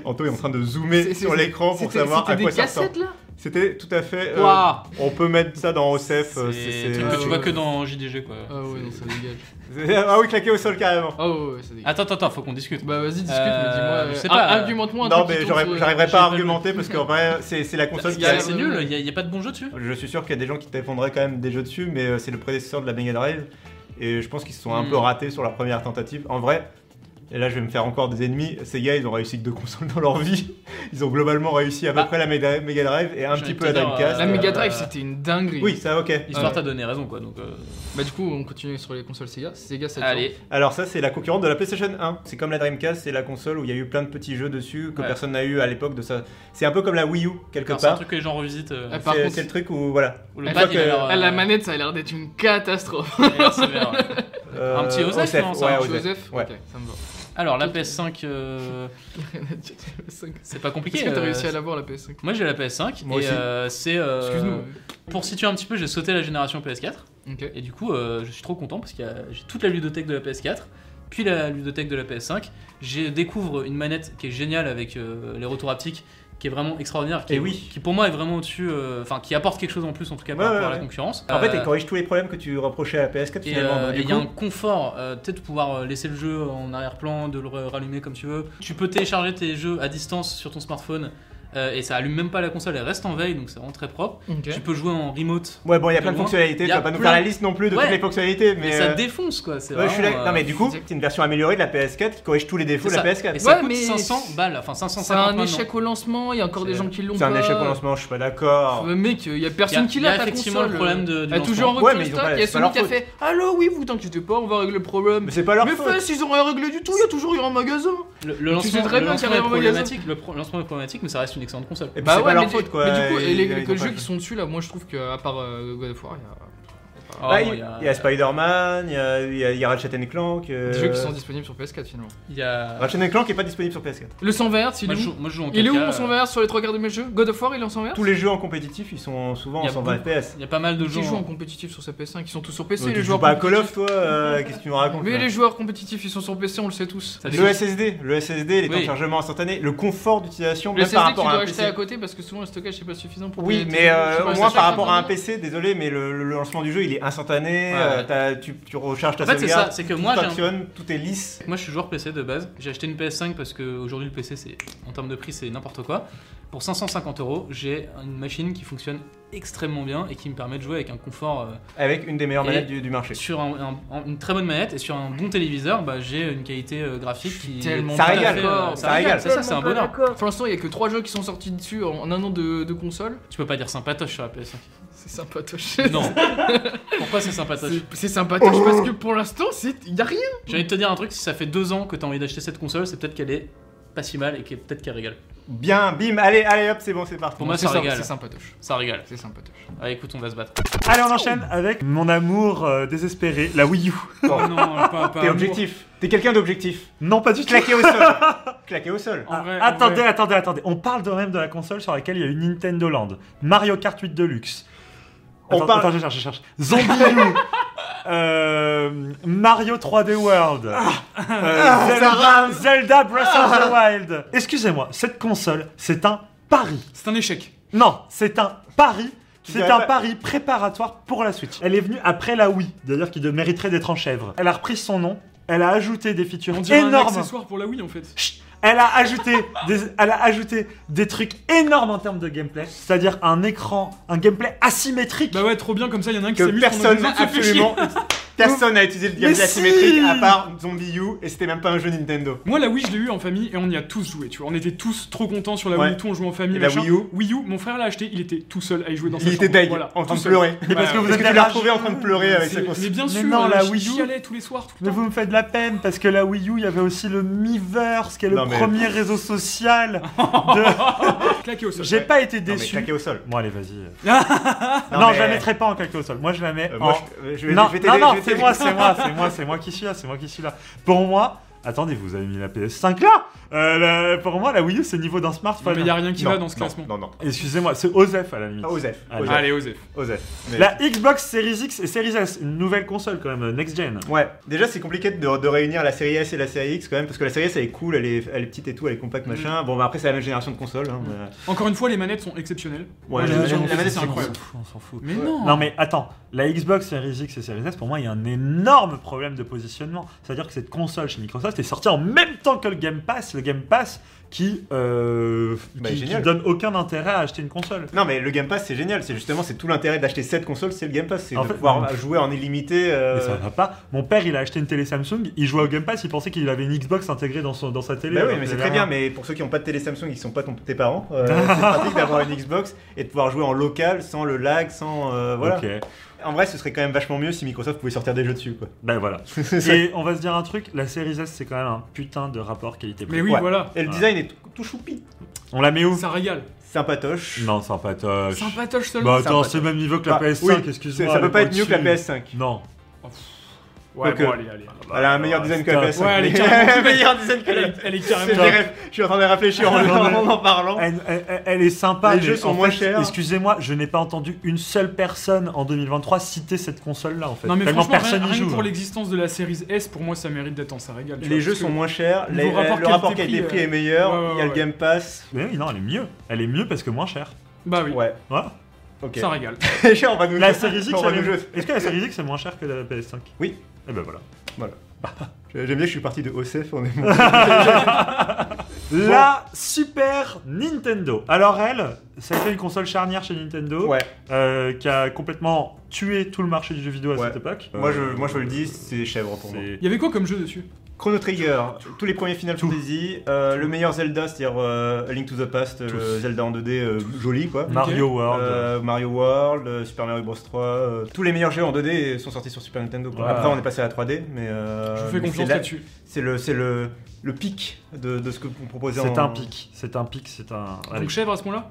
[SPEAKER 3] Anto est en train de zoomer
[SPEAKER 9] C'est- c'est-
[SPEAKER 3] sur l'écran pour
[SPEAKER 9] c'était-
[SPEAKER 3] savoir
[SPEAKER 9] c'était
[SPEAKER 3] à quoi
[SPEAKER 9] des
[SPEAKER 3] ça ressemble.
[SPEAKER 9] cassettes là
[SPEAKER 3] C'était tout à fait. euh,
[SPEAKER 5] Waouh.
[SPEAKER 3] On peut mettre ça dans OCF. euh, c'est-
[SPEAKER 5] C'est
[SPEAKER 3] c'est-
[SPEAKER 5] un truc que tu
[SPEAKER 9] ouais,
[SPEAKER 5] vois
[SPEAKER 9] ouais.
[SPEAKER 5] que dans JDG, quoi.
[SPEAKER 9] Ah ouais, non, ça dégage.
[SPEAKER 3] Ah oui, claqué au sol carrément.
[SPEAKER 9] Ah ouais, ouais, ça dégage.
[SPEAKER 5] Attends, attends, attends, faut qu'on discute.
[SPEAKER 9] Bah vas-y, discute,
[SPEAKER 5] Euh,
[SPEAKER 9] mais dis-moi.
[SPEAKER 5] je
[SPEAKER 9] euh,
[SPEAKER 5] sais
[SPEAKER 9] ar-
[SPEAKER 5] pas, euh,
[SPEAKER 9] Argumente-moi un
[SPEAKER 3] Non,
[SPEAKER 9] truc
[SPEAKER 3] mais
[SPEAKER 9] qui
[SPEAKER 3] j'aurais-
[SPEAKER 9] tourne euh, sur-
[SPEAKER 3] j'arriverai
[SPEAKER 9] j'ai
[SPEAKER 3] pas à
[SPEAKER 9] vu.
[SPEAKER 3] argumenter parce qu'en vrai, c'est c'est la console qui
[SPEAKER 9] y
[SPEAKER 3] a
[SPEAKER 9] a-
[SPEAKER 5] C'est nul, Bah, il y a- il y a pas de bon jeu dessus
[SPEAKER 3] Je suis sûr qu'il y a des gens qui défendraient quand même des jeux dessus, mais euh, c'est le prédécesseur de la Mega Drive. Et je pense qu'ils se sont un
[SPEAKER 5] Hmm.
[SPEAKER 3] peu ratés sur leur première tentative. En vrai, et là je vais me faire encore des ennemis, ces gars ils ont réussi que deux consoles dans leur vie. Ils ont globalement réussi à peu
[SPEAKER 5] Bah.
[SPEAKER 3] près la Mega Mega Drive et un
[SPEAKER 5] J'ai
[SPEAKER 3] petit
[SPEAKER 5] envie
[SPEAKER 3] peu
[SPEAKER 5] de
[SPEAKER 3] la
[SPEAKER 5] te dire,
[SPEAKER 3] Dreamcast.
[SPEAKER 9] La
[SPEAKER 5] Euh,
[SPEAKER 9] Mega
[SPEAKER 3] Megadrive
[SPEAKER 9] Drive, c'était une dinguerie.
[SPEAKER 3] Oui, ça ok.
[SPEAKER 5] Histoire
[SPEAKER 9] Ouais.
[SPEAKER 5] t'a donné raison, quoi. Donc, euh,
[SPEAKER 9] Bah du coup, on continue sur les consoles Sega. Sega, ça
[SPEAKER 5] Allez.
[SPEAKER 3] Alors ça c'est la concurrente de la PlayStation 1. C'est comme la Dreamcast, c'est la console où il y a eu plein de petits jeux dessus que
[SPEAKER 5] Ouais.
[SPEAKER 3] personne n'a eu à l'époque de ça. C'est un peu comme la Wii U quelque
[SPEAKER 5] alors, C'est un
[SPEAKER 3] part.
[SPEAKER 5] truc que les gens revisitent. euh,
[SPEAKER 9] Ah, par
[SPEAKER 3] C'est
[SPEAKER 9] contre-
[SPEAKER 3] c'est le truc où voilà.
[SPEAKER 5] où le
[SPEAKER 9] Elle
[SPEAKER 5] pad,
[SPEAKER 3] a-
[SPEAKER 5] il a l'air,
[SPEAKER 9] Ah, la
[SPEAKER 5] euh,
[SPEAKER 9] manette, ça a l'air d'être une catastrophe.
[SPEAKER 5] il a l'air sévère, ouais. Un petit Osef,
[SPEAKER 3] Osef,
[SPEAKER 5] non, ça,
[SPEAKER 3] ouais,
[SPEAKER 5] un
[SPEAKER 3] Osef,
[SPEAKER 9] Joseph
[SPEAKER 3] Ah, ouais.
[SPEAKER 9] Ok, ça me va.
[SPEAKER 5] Alors, la PS5, euh,
[SPEAKER 9] Est-ce
[SPEAKER 5] c'est pas compliqué.
[SPEAKER 9] que t'as
[SPEAKER 5] euh,
[SPEAKER 9] réussi à l'avoir la PS5
[SPEAKER 5] Moi j'ai la PS5
[SPEAKER 3] Moi
[SPEAKER 5] et
[SPEAKER 3] aussi.
[SPEAKER 5] euh, c'est. euh,
[SPEAKER 9] Excuse-nous.
[SPEAKER 5] Pour situer un petit peu, j'ai sauté la génération PS4
[SPEAKER 9] Ok.
[SPEAKER 5] et du coup euh, je suis trop content parce que j'ai toute la ludothèque de la PS4, puis la ludothèque de la PS5. Je découvre une manette qui est géniale avec euh, les retours haptiques qui est vraiment extraordinaire, qui,
[SPEAKER 3] Eh oui.
[SPEAKER 5] qui pour moi est vraiment au-dessus, euh, enfin qui apporte quelque chose en plus en tout cas par
[SPEAKER 3] Ouais,
[SPEAKER 5] rapport
[SPEAKER 3] ouais,
[SPEAKER 5] à la
[SPEAKER 3] ouais.
[SPEAKER 5] concurrence.
[SPEAKER 3] En fait,
[SPEAKER 5] Euh,
[SPEAKER 3] elle corrige tous les problèmes que tu reprochais à la PS4
[SPEAKER 5] et
[SPEAKER 3] finalement.
[SPEAKER 5] euh,
[SPEAKER 3] donc,
[SPEAKER 5] et
[SPEAKER 3] du
[SPEAKER 5] il y a
[SPEAKER 3] coup-
[SPEAKER 5] un confort, euh, peut-être pouvoir euh, laisser le jeu en arrière-plan, de le rallumer comme tu veux. Tu peux télécharger tes jeux à distance sur ton smartphone euh, et ça allume même pas la console, elle reste en veille, donc c'est vraiment très propre.
[SPEAKER 3] Ok.
[SPEAKER 5] Tu peux jouer en remote.
[SPEAKER 3] Ouais, bon, il y a
[SPEAKER 5] de
[SPEAKER 3] plein de
[SPEAKER 5] loin.
[SPEAKER 3] fonctionnalités,
[SPEAKER 5] Il y
[SPEAKER 3] tu
[SPEAKER 5] a
[SPEAKER 3] vas pas nous
[SPEAKER 5] plein-
[SPEAKER 3] faire la liste non plus de
[SPEAKER 5] Ouais.
[SPEAKER 3] toutes les fonctionnalités, mais.
[SPEAKER 5] Mais ça
[SPEAKER 3] euh,
[SPEAKER 5] défonce quoi, c'est
[SPEAKER 3] ouais, je suis
[SPEAKER 5] vraiment,
[SPEAKER 3] là- Non, mais
[SPEAKER 5] euh,
[SPEAKER 3] du coup, c'est une version améliorée de la PS4 qui corrige tous les défauts de la
[SPEAKER 5] C'est ça.
[SPEAKER 3] PS4.
[SPEAKER 5] Et ça coûte
[SPEAKER 9] mais-
[SPEAKER 5] 500 balles, enfin
[SPEAKER 9] C'est
[SPEAKER 5] 550
[SPEAKER 9] un
[SPEAKER 5] maintenant.
[SPEAKER 9] échec au lancement, il y a encore des gens qui l'ont
[SPEAKER 3] C'est un
[SPEAKER 9] pas.
[SPEAKER 3] échec au lancement, je suis pas d'accord.
[SPEAKER 9] Euh, Mec, il y a personne
[SPEAKER 5] Y a-
[SPEAKER 9] qui
[SPEAKER 5] y a
[SPEAKER 9] l'a ta
[SPEAKER 5] effectivement
[SPEAKER 9] console.
[SPEAKER 5] le problème de- du
[SPEAKER 9] Elle est toujours en
[SPEAKER 3] lancement.
[SPEAKER 9] retour
[SPEAKER 3] Ouais, mais ils ont
[SPEAKER 9] stock,
[SPEAKER 3] pas-
[SPEAKER 9] il y a
[SPEAKER 3] c'est pas leur
[SPEAKER 9] Sonic qui a
[SPEAKER 3] faute.
[SPEAKER 9] fait Allô, oui, vous t'inquiétez pas, on va régler le problème.
[SPEAKER 3] Mais c'est pas leur
[SPEAKER 9] Mais
[SPEAKER 3] faute.
[SPEAKER 9] fesse, ils ont rien réglé du tout, il y a toujours eu un magasin.
[SPEAKER 5] Le, le
[SPEAKER 9] tu
[SPEAKER 5] lancement,
[SPEAKER 9] sais très
[SPEAKER 5] le
[SPEAKER 9] bien qu'il y
[SPEAKER 5] lancement
[SPEAKER 9] a
[SPEAKER 5] est
[SPEAKER 9] un magasin.
[SPEAKER 5] problématique, le pro- lancement est problématique, mais ça reste une excellente console.
[SPEAKER 3] Et puis, Bah c'est pas ouais, leur
[SPEAKER 9] mais-
[SPEAKER 3] faute, quoi.
[SPEAKER 9] Mais du coup,
[SPEAKER 3] Ils-
[SPEAKER 9] et les,
[SPEAKER 3] ils
[SPEAKER 9] les
[SPEAKER 3] ont pas
[SPEAKER 9] jeux
[SPEAKER 3] fait.
[SPEAKER 9] qui sont dessus là, moi je trouve que à part euh, God of War, il y a.
[SPEAKER 3] Bah, il il y a, Spider-Man, il y a, il y a- il y a Ratchet and Clank. euh,
[SPEAKER 9] Des jeux qui sont disponibles sur PS4 finalement.
[SPEAKER 5] Il y a.
[SPEAKER 3] Ratchet and Clank est pas disponible sur PS4.
[SPEAKER 9] Le 100 vert, il est
[SPEAKER 5] Moi, je
[SPEAKER 9] où
[SPEAKER 5] joue- moi, je joue en euh,
[SPEAKER 9] Il est où
[SPEAKER 5] 4K,
[SPEAKER 9] mon 100 vert sur les trois quarts de mes jeux God of War, il est en 100 vert
[SPEAKER 3] Tous les jeux en compétitif, ils sont souvent
[SPEAKER 5] Il y
[SPEAKER 3] en
[SPEAKER 5] a
[SPEAKER 3] 120
[SPEAKER 5] beaucoup-
[SPEAKER 3] FPS.
[SPEAKER 5] Il y a pas mal de gens.
[SPEAKER 9] Qui jouent en compétitif sur sa PS5 Ils sont tous sur PC
[SPEAKER 3] Donc,
[SPEAKER 9] les
[SPEAKER 3] tu
[SPEAKER 9] joueurs.
[SPEAKER 3] joues pas à Call
[SPEAKER 9] compétitifs.
[SPEAKER 3] of, toi euh, Qu'est-ce que tu nous racontes
[SPEAKER 9] Mais
[SPEAKER 3] là
[SPEAKER 9] les joueurs compétitifs, ils sont sur PC, on le sait tous.
[SPEAKER 3] Le SSD, le SSD, les temps
[SPEAKER 9] Oui.
[SPEAKER 3] de chargement instantanés, le confort d'utilisation,
[SPEAKER 9] Le
[SPEAKER 3] même
[SPEAKER 9] SSD
[SPEAKER 3] par rapport
[SPEAKER 9] tu
[SPEAKER 3] à
[SPEAKER 9] dois
[SPEAKER 3] un
[SPEAKER 9] acheter
[SPEAKER 3] PC.
[SPEAKER 9] à côté parce que souvent le stockage c'est pas suffisant pour.
[SPEAKER 3] Oui,
[SPEAKER 9] tes- tes-
[SPEAKER 3] mais euh,
[SPEAKER 9] je sais pas,
[SPEAKER 3] au moins
[SPEAKER 9] ça
[SPEAKER 3] par
[SPEAKER 9] charge
[SPEAKER 3] rapport à un
[SPEAKER 9] peu.
[SPEAKER 3] PC, désolé, mais le, le lancement du jeu il est instantané,
[SPEAKER 5] Ouais,
[SPEAKER 3] euh,
[SPEAKER 5] ouais.
[SPEAKER 3] t'as- tu, tu recharges ta
[SPEAKER 5] En fait, c'est
[SPEAKER 3] sauvegarde,
[SPEAKER 5] ça, c'est que
[SPEAKER 3] tout
[SPEAKER 5] moi, j'ai un-
[SPEAKER 3] fonctionne, tout est lisse.
[SPEAKER 5] Moi, je suis joueur PC de base. J'ai acheté une PS5 parce que aujourd'hui le PC, c'est en termes de prix, c'est n'importe quoi. Pour 550 euros, j'ai une machine qui fonctionne extrêmement bien et qui me permet de jouer avec un confort. euh,
[SPEAKER 3] Avec une des meilleures
[SPEAKER 5] et
[SPEAKER 3] manettes du, du marché.
[SPEAKER 5] Sur un- un- une très bonne manette et sur un bon téléviseur, bah, j'ai une qualité euh, graphique qui.
[SPEAKER 9] Tellement
[SPEAKER 5] tout à
[SPEAKER 9] pas
[SPEAKER 5] fait,
[SPEAKER 9] d'accord.
[SPEAKER 5] euh, Ça régale, c'est ça, c'est un bonheur.
[SPEAKER 9] Pour l'instant, il y a que 3 jeux qui sont sortis dessus en en un an de, de console.
[SPEAKER 5] Tu peux pas dire sympatoche sur la PS5.
[SPEAKER 9] C'est sympatoche.
[SPEAKER 5] Non. Pourquoi c'est sympatoche
[SPEAKER 9] C'est- C'est sympatoche parce que pour l'instant, c'est- y a rien.
[SPEAKER 5] J'ai envie de te dire un truc, si ça fait deux ans que t'as envie d'acheter cette console, c'est peut-être qu'elle est pas si mal et que peut-être qu'elle régale.
[SPEAKER 3] Bien, bim, allez, allez hop, c'est bon, c'est parti.
[SPEAKER 7] Ah,
[SPEAKER 5] Pour moi,
[SPEAKER 9] c'est
[SPEAKER 5] ça
[SPEAKER 9] symp-
[SPEAKER 5] régale.
[SPEAKER 9] c'est sympatoche.
[SPEAKER 5] Ça régale.
[SPEAKER 9] C'est sympatoche.
[SPEAKER 5] Allez, écoute, on va se battre.
[SPEAKER 4] Allez, on enchaîne avec mon amour euh, désespéré, la Wii U.
[SPEAKER 5] Oh non, pas- pas
[SPEAKER 4] T'es
[SPEAKER 5] un
[SPEAKER 4] objectif.
[SPEAKER 3] T'es quelqu'un d'objectif.
[SPEAKER 4] Non, pas du tout.
[SPEAKER 3] Claqué au sol. Claqué au sol.
[SPEAKER 4] Ah, attendez, attendez, attendez. On parle de même de la console sur laquelle il y a eu Nintendo Land, Mario Kart 8 Deluxe.
[SPEAKER 3] On
[SPEAKER 4] Attends,
[SPEAKER 3] parle-
[SPEAKER 4] attends, je cherche, je cherche. Zombie U. Euh, Mario 3D World, Euh,
[SPEAKER 3] Ah, ça
[SPEAKER 4] Zelda,
[SPEAKER 3] rame.
[SPEAKER 4] Zelda Breath of the
[SPEAKER 3] Ah.
[SPEAKER 4] Wild. Excusez-moi, cette console, c'est un pari. C'est un échec. Non, c'est un pari. C'est
[SPEAKER 3] dirais
[SPEAKER 4] un
[SPEAKER 3] pas-
[SPEAKER 4] pari préparatoire pour la Switch. Elle est venue après la Wii, d'ailleurs qui de- mériterait d'être en chèvre. Elle a repris son nom, elle a ajouté des features
[SPEAKER 7] On dirait un
[SPEAKER 4] énormes.
[SPEAKER 7] accessoire pour la Wii en fait.
[SPEAKER 4] Elle a ajouté des, elle a ajouté des trucs énormes en termes de gameplay, c'est-à-dire un écran, un gameplay asymétrique. Bah
[SPEAKER 7] ouais, trop bien comme ça, il y en a un
[SPEAKER 4] qui s'amuse.
[SPEAKER 3] Personne n'a absolument. Personne n'a utilisé le
[SPEAKER 4] Mais
[SPEAKER 3] gameplay
[SPEAKER 4] si.
[SPEAKER 3] asymétrique à part Zombie U et c'était même pas un jeu Nintendo.
[SPEAKER 7] Moi, la Wii, je l'ai eu en famille et on y a tous joué, tu vois. On était tous trop contents sur la
[SPEAKER 3] Ouais.
[SPEAKER 7] Wii, tout on jouait en famille.
[SPEAKER 3] Et la
[SPEAKER 7] machin.
[SPEAKER 3] Wii U
[SPEAKER 7] mon frère l'a acheté, il était tout seul à y jouer dans
[SPEAKER 3] Il
[SPEAKER 7] sa chambre.
[SPEAKER 3] était deg,
[SPEAKER 7] voilà,
[SPEAKER 3] en train
[SPEAKER 7] tout
[SPEAKER 3] de
[SPEAKER 7] seul.
[SPEAKER 3] pleurer. Mais parce que vous êtes
[SPEAKER 4] la
[SPEAKER 3] tu l'as
[SPEAKER 4] rage.
[SPEAKER 3] retrouvé en train de pleurer avec sa
[SPEAKER 7] Mais-
[SPEAKER 3] console.
[SPEAKER 7] Mais bien sûr,
[SPEAKER 4] non,
[SPEAKER 7] euh,
[SPEAKER 4] la
[SPEAKER 7] je
[SPEAKER 4] Wii U.
[SPEAKER 7] chialais tous les soirs. tout-
[SPEAKER 4] Mais vous me faites de la peine parce que la Wii U, il y avait aussi le Miiverse, qui est le
[SPEAKER 3] Non, mais-
[SPEAKER 4] premier réseau social. de-
[SPEAKER 7] Claqué au sol.
[SPEAKER 4] J'ai
[SPEAKER 3] Ouais.
[SPEAKER 4] pas été
[SPEAKER 3] Non, mais
[SPEAKER 4] déçu.
[SPEAKER 3] claqué au sol.
[SPEAKER 4] Bon, allez, vas-y.
[SPEAKER 3] Non,
[SPEAKER 4] non,
[SPEAKER 3] mais-
[SPEAKER 4] je la mettrai pas en claqué au sol. Moi, je la mets
[SPEAKER 3] Euh,
[SPEAKER 4] en.
[SPEAKER 3] moi, je- euh, je vais-
[SPEAKER 4] Oh. non,
[SPEAKER 3] je vais
[SPEAKER 4] non,
[SPEAKER 3] t'aider,
[SPEAKER 4] non,
[SPEAKER 3] je vais
[SPEAKER 4] c'est
[SPEAKER 3] t'aider.
[SPEAKER 4] moi, c'est moi, c'est moi, c'est moi qui suis là, c'est moi qui suis là. Pour moi. Attendez, vous avez mis la PS5 là Euh, la- Pour moi, la Wii U, c'est le niveau d'un smartphone.
[SPEAKER 7] Non, mais y a rien qui
[SPEAKER 4] Non,
[SPEAKER 7] va dans ce
[SPEAKER 4] non,
[SPEAKER 7] classement.
[SPEAKER 3] Non, non.
[SPEAKER 4] Excusez-moi, c'est Osef à la limite.
[SPEAKER 3] Ah, Osef.
[SPEAKER 4] Allez.
[SPEAKER 7] Allez, Osef.
[SPEAKER 3] Osef. Mais-
[SPEAKER 4] La Xbox Series X et Series S, une nouvelle console quand même, euh, next-gen.
[SPEAKER 3] Ouais, déjà c'est compliqué de, de réunir la série S et la série X quand même, parce que la série S elle est cool, elle est, elle est petite et tout, elle est compacte machin. Bon, bah après c'est la même génération de consoles. Hein, mais-
[SPEAKER 7] Encore une fois, les manettes sont exceptionnelles.
[SPEAKER 3] Ouais,
[SPEAKER 7] Moi,
[SPEAKER 3] les
[SPEAKER 7] j'ai-
[SPEAKER 3] manettes-
[SPEAKER 7] j'ai-
[SPEAKER 3] les
[SPEAKER 7] j'ai-
[SPEAKER 3] manettes,
[SPEAKER 7] c'est
[SPEAKER 3] c'est
[SPEAKER 7] incroyable.
[SPEAKER 3] incroyable.
[SPEAKER 4] On s'en fout.
[SPEAKER 7] Mais non.
[SPEAKER 4] Non mais attends, la Xbox Series X et Series S, pour moi, il y a un énorme problème de positionnement. C'est-à-dire que cette console chez Microsoft est sortie en même temps que le Game Pass, le Game Pass qui, euh,
[SPEAKER 3] Bah,
[SPEAKER 4] qui- qui
[SPEAKER 3] génial.
[SPEAKER 4] donne aucun intérêt à acheter une console.
[SPEAKER 3] Non mais le Game Pass c'est génial, c'est justement c'est tout l'intérêt d'acheter cette console, c'est le Game Pass, c'est
[SPEAKER 4] En
[SPEAKER 3] de
[SPEAKER 4] fait,
[SPEAKER 3] pouvoir
[SPEAKER 4] non.
[SPEAKER 3] jouer en illimité. euh,
[SPEAKER 4] Mais ça va pas. Mon père, il a acheté une télé Samsung, il jouait au Game Pass, il pensait qu'il avait une Xbox intégrée dans, son, dans sa télé.
[SPEAKER 3] Bah oui,
[SPEAKER 4] alors
[SPEAKER 3] mais
[SPEAKER 4] qu'il
[SPEAKER 3] c'est
[SPEAKER 4] avait
[SPEAKER 3] très
[SPEAKER 4] rien.
[SPEAKER 3] bien, mais pour ceux qui n'ont pas de télé Samsung, ils sont pas ton- tes parents, euh, c'est pratique d'avoir une Xbox et de pouvoir jouer en local sans le lag, sans. euh, voilà.
[SPEAKER 4] Ok.
[SPEAKER 3] En vrai, ce serait quand même vachement mieux si Microsoft pouvait sortir des jeux dessus, quoi.
[SPEAKER 4] Ben voilà. Et on va se dire un truc, la Series S c'est quand même un putain de rapport qualité-prix.
[SPEAKER 7] Mais oui,
[SPEAKER 4] Ouais.
[SPEAKER 7] voilà.
[SPEAKER 3] Et le design est tout, tout choupi.
[SPEAKER 4] On la met où
[SPEAKER 7] Ça régale.
[SPEAKER 3] Sympatoche.
[SPEAKER 4] Non,
[SPEAKER 3] Ah,
[SPEAKER 4] sympatoche.
[SPEAKER 7] Sympatoche seulement.
[SPEAKER 4] Bah attends,
[SPEAKER 7] Sympatoche.
[SPEAKER 4] c'est le même niveau que la
[SPEAKER 3] Bah,
[SPEAKER 4] PS5,
[SPEAKER 3] oui,
[SPEAKER 4] excuse-moi.
[SPEAKER 3] c'est- ça peut
[SPEAKER 4] elle est
[SPEAKER 3] pas être mieux que la
[SPEAKER 4] au-dessus.
[SPEAKER 3] PS5.
[SPEAKER 4] Non.
[SPEAKER 7] Oh, Ouais,
[SPEAKER 3] Donc,
[SPEAKER 7] bon,
[SPEAKER 3] euh,
[SPEAKER 7] allez, allez.
[SPEAKER 3] Elle a un meilleur design que la PS5.
[SPEAKER 7] Ah bah Ouais, elle est
[SPEAKER 3] Un
[SPEAKER 7] carrément-
[SPEAKER 3] meilleur design que
[SPEAKER 7] Elle
[SPEAKER 3] la
[SPEAKER 7] est- elle est
[SPEAKER 3] C'est
[SPEAKER 7] carrément.
[SPEAKER 3] vrai, Je suis en train de réfléchir en, en, en parlant.
[SPEAKER 7] Eh,
[SPEAKER 4] Elle, elle- elle- elle est sympa.
[SPEAKER 3] Les
[SPEAKER 4] mais
[SPEAKER 3] jeux sont
[SPEAKER 4] en
[SPEAKER 3] moins
[SPEAKER 4] fait,
[SPEAKER 3] chers.
[SPEAKER 4] Excusez-moi, je n'ai pas entendu une seule personne en 2023 citer cette console-là en fait.
[SPEAKER 7] Non mais
[SPEAKER 4] Tellement
[SPEAKER 7] franchement,
[SPEAKER 4] personne
[SPEAKER 7] rien,
[SPEAKER 4] n'y
[SPEAKER 7] rien que
[SPEAKER 4] joue. hein.
[SPEAKER 7] pour l'existence de la série S, pour moi, ça mérite d'être en ça régale. tu
[SPEAKER 3] Les
[SPEAKER 7] vois,
[SPEAKER 3] jeux
[SPEAKER 7] parce
[SPEAKER 3] sont
[SPEAKER 7] que
[SPEAKER 3] moins chers,
[SPEAKER 7] niveau
[SPEAKER 3] les- le rapport
[SPEAKER 7] qualité-prix,
[SPEAKER 3] qualité-prix
[SPEAKER 7] euh,
[SPEAKER 3] est meilleur,
[SPEAKER 7] ouais, ouais,
[SPEAKER 3] il y a le
[SPEAKER 7] ouais.
[SPEAKER 3] Game Pass.
[SPEAKER 4] Mais oui, non, elle est mieux. Elle est mieux parce que moins chère.
[SPEAKER 7] Bah oui,
[SPEAKER 3] Ouais,
[SPEAKER 4] Ouais.
[SPEAKER 3] ok.
[SPEAKER 7] ça régale.
[SPEAKER 3] on va nous
[SPEAKER 4] La Series X,
[SPEAKER 3] on va
[SPEAKER 4] elle est-
[SPEAKER 3] nous jouer.
[SPEAKER 4] est-ce que la Series X est moins chère que la PS5
[SPEAKER 3] Oui.
[SPEAKER 4] Et ben voilà.
[SPEAKER 3] Voilà. J'aime bien, je suis parti de OCF, on est
[SPEAKER 4] La Super Nintendo. Alors elle, ça a été une console charnière chez Nintendo, euh, qui a complètement tué tout le marché du jeu vidéo à cette époque.
[SPEAKER 3] Moi, je- moi, je le dis, c'est des chèvres pour moi.
[SPEAKER 7] Il y avait quoi comme jeu dessus
[SPEAKER 3] Chrono Trigger, tous les premiers Final Fantasy, euh, le meilleur Zelda, c'est-à-dire euh, A Link to the Past, le Zelda en 2D euh, joli quoi.
[SPEAKER 4] Mario
[SPEAKER 3] Ok.
[SPEAKER 4] Mm. World.
[SPEAKER 3] Euh, Mario World, euh, Super Mario Bros 3, euh, tous les meilleurs jeux en 2D sont sortis sur Super Nintendo. quoi.
[SPEAKER 4] Ouais.
[SPEAKER 3] Après on est passé à la 3D, mais. euh,
[SPEAKER 4] Je vous fais
[SPEAKER 3] mais
[SPEAKER 4] confiance
[SPEAKER 3] c'est la-
[SPEAKER 4] là-dessus.
[SPEAKER 3] C'est le, c'est le, le pic de, de ce que vous proposez.
[SPEAKER 4] C'est
[SPEAKER 3] en-
[SPEAKER 4] un pic, c'est un pic, c'est un. Allez.
[SPEAKER 7] Donc chèvre à ce point-là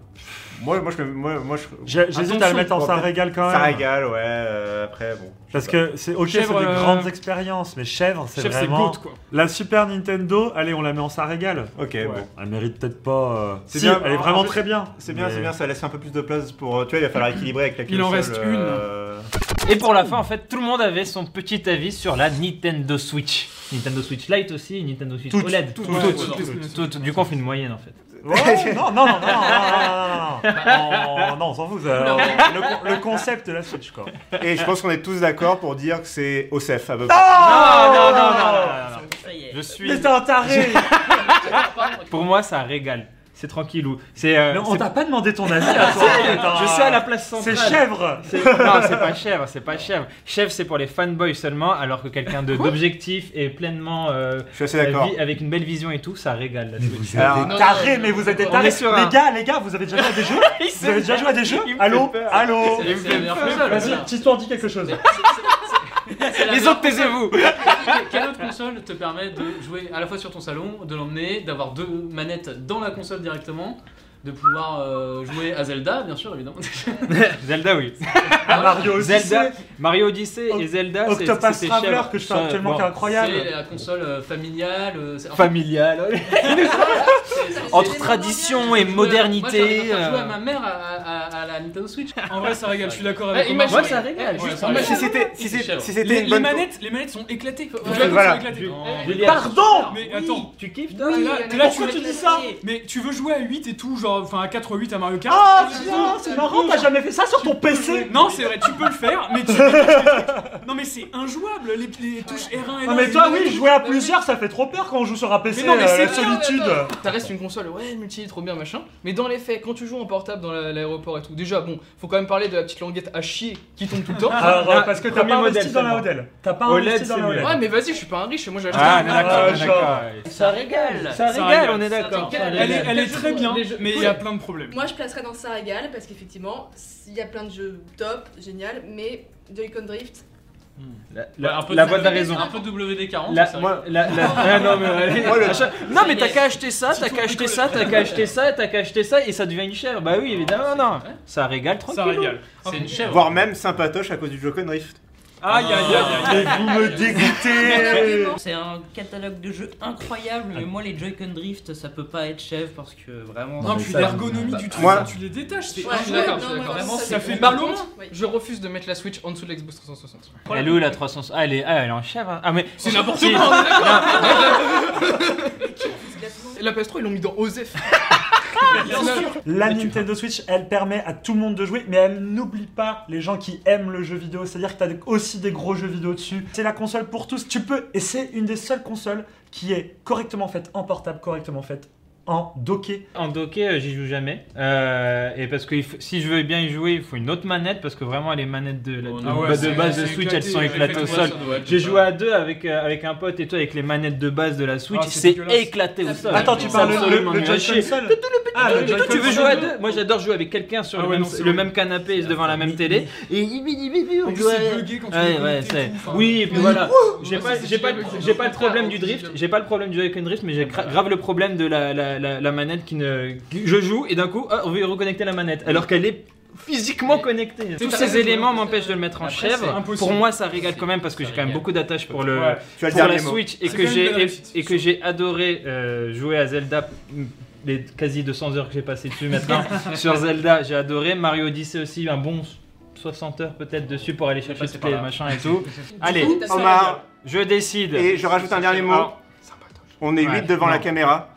[SPEAKER 3] Moi, moi, je, me- moi, moi, je-
[SPEAKER 4] J'ai- J'hésite à le mettre en
[SPEAKER 3] Bon,
[SPEAKER 4] ça
[SPEAKER 3] peut-être
[SPEAKER 4] régale quand même.
[SPEAKER 3] Ça régale, ouais. euh, après, bon. je sais
[SPEAKER 4] Parce
[SPEAKER 3] pas.
[SPEAKER 4] que c'est ok, c'est des
[SPEAKER 3] Chèvre, euh,
[SPEAKER 4] grandes expériences, mais chèvre, c'est
[SPEAKER 3] Chèvre, c'est
[SPEAKER 4] vraiment.
[SPEAKER 3] goat, quoi.
[SPEAKER 4] La Super Nintendo, allez, on la met en ça régale.
[SPEAKER 3] Ok, bon.
[SPEAKER 4] Elle mérite peut-être pas. euh,
[SPEAKER 3] C'est
[SPEAKER 4] si,
[SPEAKER 3] bien,
[SPEAKER 4] elle est
[SPEAKER 3] en- en
[SPEAKER 4] vraiment
[SPEAKER 3] plus,
[SPEAKER 4] très bien.
[SPEAKER 3] C'est bien,
[SPEAKER 4] mais-
[SPEAKER 3] c'est bien, ça laisse un peu plus de place pour. euh, Tu vois, il va falloir équilibrer avec la euh,
[SPEAKER 7] Il en reste une.
[SPEAKER 14] Et pour la fin, en fait, tout le monde avait son petit avis sur la Nintendo Switch. Nintendo Switch Lite aussi, et Nintendo Switch
[SPEAKER 4] Toutes,
[SPEAKER 14] OLED.
[SPEAKER 4] toutes,
[SPEAKER 14] Toutes,
[SPEAKER 4] toutes,
[SPEAKER 14] toutes,
[SPEAKER 4] toutes,
[SPEAKER 14] toutes,
[SPEAKER 4] toutes.
[SPEAKER 14] toutes. Du coup, on fait une moyenne en fait.
[SPEAKER 4] Ouais, non, non, non, non, non, non, non, non, non, non, on s'en fout. ça. Le, con- le concept de la Switch, quoi.
[SPEAKER 3] Et je pense qu'on est tous d'accord pour dire que c'est OCF à peu près.
[SPEAKER 4] Ah,
[SPEAKER 14] Non, non, non, non, non, non, non. Je suis.
[SPEAKER 4] Mais t'es un taré
[SPEAKER 14] Pour moi, ça régale. C'est tranquillou. C'est. euh,
[SPEAKER 4] Non, on
[SPEAKER 14] c'est-
[SPEAKER 4] t'a pas demandé ton avis à toi. Attends.
[SPEAKER 14] Je suis à la place centrale.
[SPEAKER 4] C'est chèvre.
[SPEAKER 14] C'est- Non, c'est pas chèvre, c'est pas chèvre. Chèvre, c'est pour les fanboys seulement, alors que quelqu'un de- d'objectif et pleinement. euh,
[SPEAKER 3] suis assez d'accord.
[SPEAKER 14] euh, vi- Avec une belle vision et tout, ça régale. la Switch.
[SPEAKER 4] Alors, taré, mais vous êtes des
[SPEAKER 14] On
[SPEAKER 4] tarés.
[SPEAKER 14] est sur
[SPEAKER 4] les
[SPEAKER 14] un-
[SPEAKER 4] gars, les gars, vous avez déjà joué à des jeux
[SPEAKER 14] Il
[SPEAKER 4] Vous
[SPEAKER 14] s'est
[SPEAKER 4] avez déjà
[SPEAKER 14] fait-
[SPEAKER 4] joué à des jeux
[SPEAKER 14] il me fait
[SPEAKER 4] Allô
[SPEAKER 14] peur.
[SPEAKER 4] Allô
[SPEAKER 14] C'est- c'est la meilleure console, ça.
[SPEAKER 4] Vas-y, Tito, dis quelque chose.
[SPEAKER 14] Les autres, taisez-vous
[SPEAKER 5] Quelle autre console te permet de jouer à la fois sur ton salon, de l'emmener, d'avoir deux manettes dans la console directement, de pouvoir euh, jouer à Zelda, bien sûr, évidemment.
[SPEAKER 14] Zelda, oui.
[SPEAKER 5] Mario Odyssey.
[SPEAKER 14] Zelda, Mario Odyssey et Zelda, c'est
[SPEAKER 4] Octopass
[SPEAKER 14] c'était
[SPEAKER 4] Traveler
[SPEAKER 14] chèvre.
[SPEAKER 4] que je fais actuellement,
[SPEAKER 14] Bon.
[SPEAKER 4] qui est incroyable.
[SPEAKER 5] C'est la console euh, familiale. euh, c'est-
[SPEAKER 14] Familiale, ouais.
[SPEAKER 5] C'est- c'est-
[SPEAKER 14] Entre
[SPEAKER 5] c'est-
[SPEAKER 14] tradition et
[SPEAKER 5] Jouer- Moi,
[SPEAKER 14] modernité.
[SPEAKER 5] j'aurais préféré jouer à
[SPEAKER 14] euh,
[SPEAKER 5] ma mère à, à- à la Nintendo Switch.
[SPEAKER 7] En vrai, ça régale, je suis d'accord avec
[SPEAKER 5] Eh,
[SPEAKER 7] toi.
[SPEAKER 5] imagine-
[SPEAKER 7] Moi, ça
[SPEAKER 5] eh,
[SPEAKER 7] régale,
[SPEAKER 5] eh,
[SPEAKER 7] juste
[SPEAKER 5] ça
[SPEAKER 7] en
[SPEAKER 5] régale.
[SPEAKER 7] machine. Si c'était-
[SPEAKER 3] si c'est-
[SPEAKER 5] chèvre.
[SPEAKER 3] si c'était
[SPEAKER 7] les,
[SPEAKER 3] une
[SPEAKER 7] les
[SPEAKER 3] bonne-
[SPEAKER 7] manettes, les manettes sont éclatées. Faut-
[SPEAKER 3] Voilà.
[SPEAKER 7] les manettes sont éclatées.
[SPEAKER 14] Julia,
[SPEAKER 7] Pardon
[SPEAKER 14] super.
[SPEAKER 7] Mais
[SPEAKER 14] Oui.
[SPEAKER 7] attends,
[SPEAKER 14] tu kiffes
[SPEAKER 7] Là,
[SPEAKER 14] Oui,
[SPEAKER 7] là,
[SPEAKER 14] alors
[SPEAKER 7] là,
[SPEAKER 14] pourquoi
[SPEAKER 7] tu
[SPEAKER 14] tu
[SPEAKER 7] me
[SPEAKER 14] dis
[SPEAKER 7] dis
[SPEAKER 14] ça
[SPEAKER 7] ça Mais tu veux jouer à 8 et tout, genre, enfin à 4 8 à Mario Kart
[SPEAKER 4] Ah,
[SPEAKER 7] tu
[SPEAKER 4] tiens,
[SPEAKER 7] veux-
[SPEAKER 4] c'est
[SPEAKER 7] tu
[SPEAKER 4] marrant,
[SPEAKER 7] veux,
[SPEAKER 4] t'as
[SPEAKER 7] genre-
[SPEAKER 4] jamais fait ça sur ton PC
[SPEAKER 7] Non, c'est vrai, tu peux le faire, mais tu. non, mais c'est injouable, les, les touches R1 et
[SPEAKER 4] Non, mais toi, oui, jouer à plusieurs, ça fait trop peur quand on joue sur un PC.
[SPEAKER 7] Mais non, mais
[SPEAKER 4] euh,
[SPEAKER 7] c'est
[SPEAKER 4] la
[SPEAKER 7] bien, mais
[SPEAKER 4] solitude.
[SPEAKER 9] Ça reste une console, ouais, multi, trop bien, machin. Mais dans les faits, Eh, quand tu joues en portable dans la- l'aéroport et tout, déjà, bon, faut quand même parler de la petite languette à chier qui tombe tout le temps.
[SPEAKER 4] Alors, euh, parce que t'as
[SPEAKER 9] Premier
[SPEAKER 4] pas investi
[SPEAKER 9] modèle
[SPEAKER 4] dans la
[SPEAKER 9] seulement.
[SPEAKER 4] ODEL. T'as pas
[SPEAKER 9] OLED,
[SPEAKER 4] investi dans
[SPEAKER 9] c'est
[SPEAKER 4] la
[SPEAKER 9] mieux.
[SPEAKER 4] ODEL.
[SPEAKER 9] Ouais, mais vas-y, je suis pas un riche, moi j'ai acheté
[SPEAKER 4] Ah,
[SPEAKER 9] un-
[SPEAKER 4] mais d'accord, mais d'accord.
[SPEAKER 9] Ça régale.
[SPEAKER 14] Ça régale, on est d'accord.
[SPEAKER 7] Elle est, elle est très bien, mais il y a plein de problèmes.
[SPEAKER 10] Moi, je placerais dans ça régale parce qu'effectivement, il y a plein de jeux top, génial, mais Joy-Con Drift.
[SPEAKER 14] La,
[SPEAKER 5] Ouais,
[SPEAKER 14] la,
[SPEAKER 5] un peu
[SPEAKER 14] la
[SPEAKER 5] de-
[SPEAKER 14] voix de la raison.
[SPEAKER 5] Un peu WD-40.
[SPEAKER 14] La-
[SPEAKER 5] ça, ça
[SPEAKER 14] moi-
[SPEAKER 5] régale.
[SPEAKER 14] la- la- ah, non, mais, allez,
[SPEAKER 5] Moi, le-
[SPEAKER 14] achat- non, mais t'as qu'à acheter ça, t'as qu'à acheter ça, t'as qu'à acheter ça, t'as qu'à acheter ça, et ça devient une chèvre. Bah oui, évidemment, non. Ça régale tranquille.
[SPEAKER 5] C'est une chèvre.
[SPEAKER 3] Voire même sympatoche à cause du Joker Rift.
[SPEAKER 14] Aïe, aïe, aïe, aïe.
[SPEAKER 3] Mais vous me dégoûtez
[SPEAKER 14] C'est un catalogue de jeux incroyable, mais moi les Joy-Con Drift ça peut pas être chèvre parce que vraiment.
[SPEAKER 7] Non, puis
[SPEAKER 5] bah,
[SPEAKER 7] l'ergonomie du truc,
[SPEAKER 14] Moi-
[SPEAKER 7] quand tu les détaches, c'est
[SPEAKER 9] Ouais, je suis d'accord, je suis d'accord.
[SPEAKER 7] Vraiment,
[SPEAKER 9] Vraiment,
[SPEAKER 7] ça fait
[SPEAKER 9] Par
[SPEAKER 7] mal au
[SPEAKER 9] contre,
[SPEAKER 7] ventre.
[SPEAKER 9] je refuse de mettre la Switch en dessous de l'Xbox 360.
[SPEAKER 14] Elle est où la 300 Ah, elle est, ah, elle est en chèvre. hein. Ah, mais.
[SPEAKER 9] C'est n'importe
[SPEAKER 14] Si.
[SPEAKER 9] quoi, on est
[SPEAKER 10] d'accord.
[SPEAKER 9] La PS3, ils l'ont mis dans OSEF.
[SPEAKER 4] La Nintendo Switch, elle permet à tout le monde de jouer, mais elle n'oublie pas les gens qui aiment le jeu vidéo. C'est-à-dire que t'as aussi des gros jeux vidéo dessus. C'est la console pour tous. Tu peux, et c'est une des seules consoles qui est correctement faite, en portable, correctement faite, en docké.
[SPEAKER 14] En docké, euh, j'y joue jamais. Euh, et parce que il faut- si je veux bien y jouer, il faut une autre manette parce que vraiment les manettes de,
[SPEAKER 4] Oh,
[SPEAKER 14] la- de-
[SPEAKER 5] Ah ouais,
[SPEAKER 14] bah, de
[SPEAKER 5] c'est-
[SPEAKER 14] base
[SPEAKER 5] c'est
[SPEAKER 14] de Switch,
[SPEAKER 5] éclaté,
[SPEAKER 14] elles sont
[SPEAKER 5] ouais,
[SPEAKER 14] éclatées au
[SPEAKER 5] effectivement,
[SPEAKER 14] sol.
[SPEAKER 5] ça doit être
[SPEAKER 14] J'ai
[SPEAKER 5] ça.
[SPEAKER 14] joué à deux avec, euh, avec un pote et toi avec les manettes de base de la Switch,
[SPEAKER 4] Ah, c'est
[SPEAKER 14] c'est
[SPEAKER 4] dégueulasse. Ah,
[SPEAKER 14] éclaté au sol.
[SPEAKER 4] Attends, tu
[SPEAKER 14] Ça
[SPEAKER 4] parles
[SPEAKER 14] me
[SPEAKER 4] le-
[SPEAKER 14] saoule,
[SPEAKER 4] le-
[SPEAKER 14] m'en
[SPEAKER 4] le
[SPEAKER 14] ai
[SPEAKER 4] Joy-Con
[SPEAKER 14] lâché.
[SPEAKER 4] seul
[SPEAKER 14] Tout le petit-
[SPEAKER 4] Ah, le
[SPEAKER 14] tout le petit-
[SPEAKER 4] Joy-Con
[SPEAKER 14] Tu veux
[SPEAKER 4] seul.
[SPEAKER 14] jouer à deux Moi j'adore jouer avec quelqu'un sur
[SPEAKER 4] Ah
[SPEAKER 14] le,
[SPEAKER 4] ouais,
[SPEAKER 14] même,
[SPEAKER 4] non, c'est
[SPEAKER 14] le
[SPEAKER 4] horrible.
[SPEAKER 14] même canapé et se devant la même télé. Et il
[SPEAKER 4] En plus, c'est bugué quand tu veux
[SPEAKER 14] Ouais, ouais,
[SPEAKER 4] connecter et
[SPEAKER 14] c'est.
[SPEAKER 4] tout, enfin.
[SPEAKER 14] Oui, et puis
[SPEAKER 4] Oui.
[SPEAKER 14] voilà.
[SPEAKER 4] Ouh
[SPEAKER 14] J'ai
[SPEAKER 4] Ouais,
[SPEAKER 14] pas,
[SPEAKER 4] ça, c'est
[SPEAKER 14] j'ai pas,
[SPEAKER 4] chiant, oui,
[SPEAKER 14] j'ai pas le problème du drift. J'ai pas le problème du Joy-Con drift, mais j'ai gra- grave le problème de la, la, la, la manette qui ne. qui- Je joue et d'un coup, ah, on veut reconnecter la manette, alors qu'elle est physiquement connectée. Tous ces éléments m'empêchent de le mettre en
[SPEAKER 5] Après, c'est
[SPEAKER 14] chèvre.
[SPEAKER 5] impossible.
[SPEAKER 14] Pour moi, ça régale quand même parce que j'ai quand même beaucoup d'attache pour le
[SPEAKER 5] Ouais. Tu as le
[SPEAKER 14] pour la
[SPEAKER 5] dernier mot.
[SPEAKER 14] Switch et
[SPEAKER 5] C'est
[SPEAKER 14] que
[SPEAKER 5] quand même une belle
[SPEAKER 14] j'ai et,
[SPEAKER 5] réussite,
[SPEAKER 14] et que j'ai adoré euh, jouer à Zelda. mm, Les quasi 200 heures que j'ai passé dessus maintenant sur Zelda, j'ai adoré. Mario Odyssey aussi, un bon 60 heures peut-être dessus pour aller chercher toutes
[SPEAKER 3] par
[SPEAKER 14] les
[SPEAKER 3] là.
[SPEAKER 14] machins et tout.
[SPEAKER 3] Du
[SPEAKER 14] Allez,
[SPEAKER 3] coup, ça Omar, régale.
[SPEAKER 14] je décide.
[SPEAKER 3] Et je rajoute un dernier mot.
[SPEAKER 14] Alors,
[SPEAKER 3] On est 8
[SPEAKER 14] Ah. Ouais,
[SPEAKER 3] devant la
[SPEAKER 14] non.
[SPEAKER 3] caméra.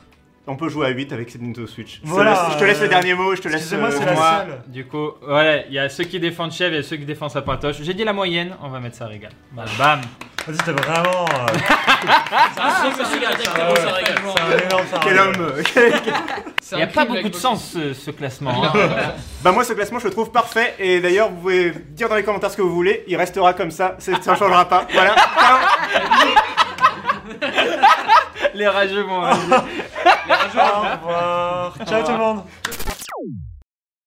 [SPEAKER 3] On peut jouer à 8 avec cette Nintendo Switch. Je te
[SPEAKER 14] Voilà,
[SPEAKER 3] laisse- je te laisse
[SPEAKER 14] euh,
[SPEAKER 3] le dernier mot, je te laisse.
[SPEAKER 14] excusez-moi,
[SPEAKER 3] euh,
[SPEAKER 14] c'est la
[SPEAKER 3] moi.
[SPEAKER 14] seule. Du coup, voilà, il y a ceux qui défendent Chèvre et ceux qui défendent sa pointoche. J'ai dit la moyenne, on va mettre ça régal. Bam,
[SPEAKER 5] Ah,
[SPEAKER 14] bam.
[SPEAKER 4] Vas-y, t'es vraiment. euh,
[SPEAKER 14] Ah,
[SPEAKER 8] c'est
[SPEAKER 14] c'est
[SPEAKER 8] un
[SPEAKER 14] régal,
[SPEAKER 8] régal,
[SPEAKER 14] ça,
[SPEAKER 8] c'est un
[SPEAKER 14] ouais.
[SPEAKER 8] régal.
[SPEAKER 14] C'est un énorme, ça,
[SPEAKER 3] Quel
[SPEAKER 14] ouais.
[SPEAKER 3] homme
[SPEAKER 14] Il n'y a pas beaucoup de sens ce, ce classement. hein.
[SPEAKER 3] Bah moi ce classement je le trouve parfait et d'ailleurs vous pouvez dire dans les commentaires ce que vous voulez, il restera comme ça, c'est- ça ne changera pas. Voilà.
[SPEAKER 14] Les rageux vont.
[SPEAKER 4] Au revoir. Ciao tout le monde.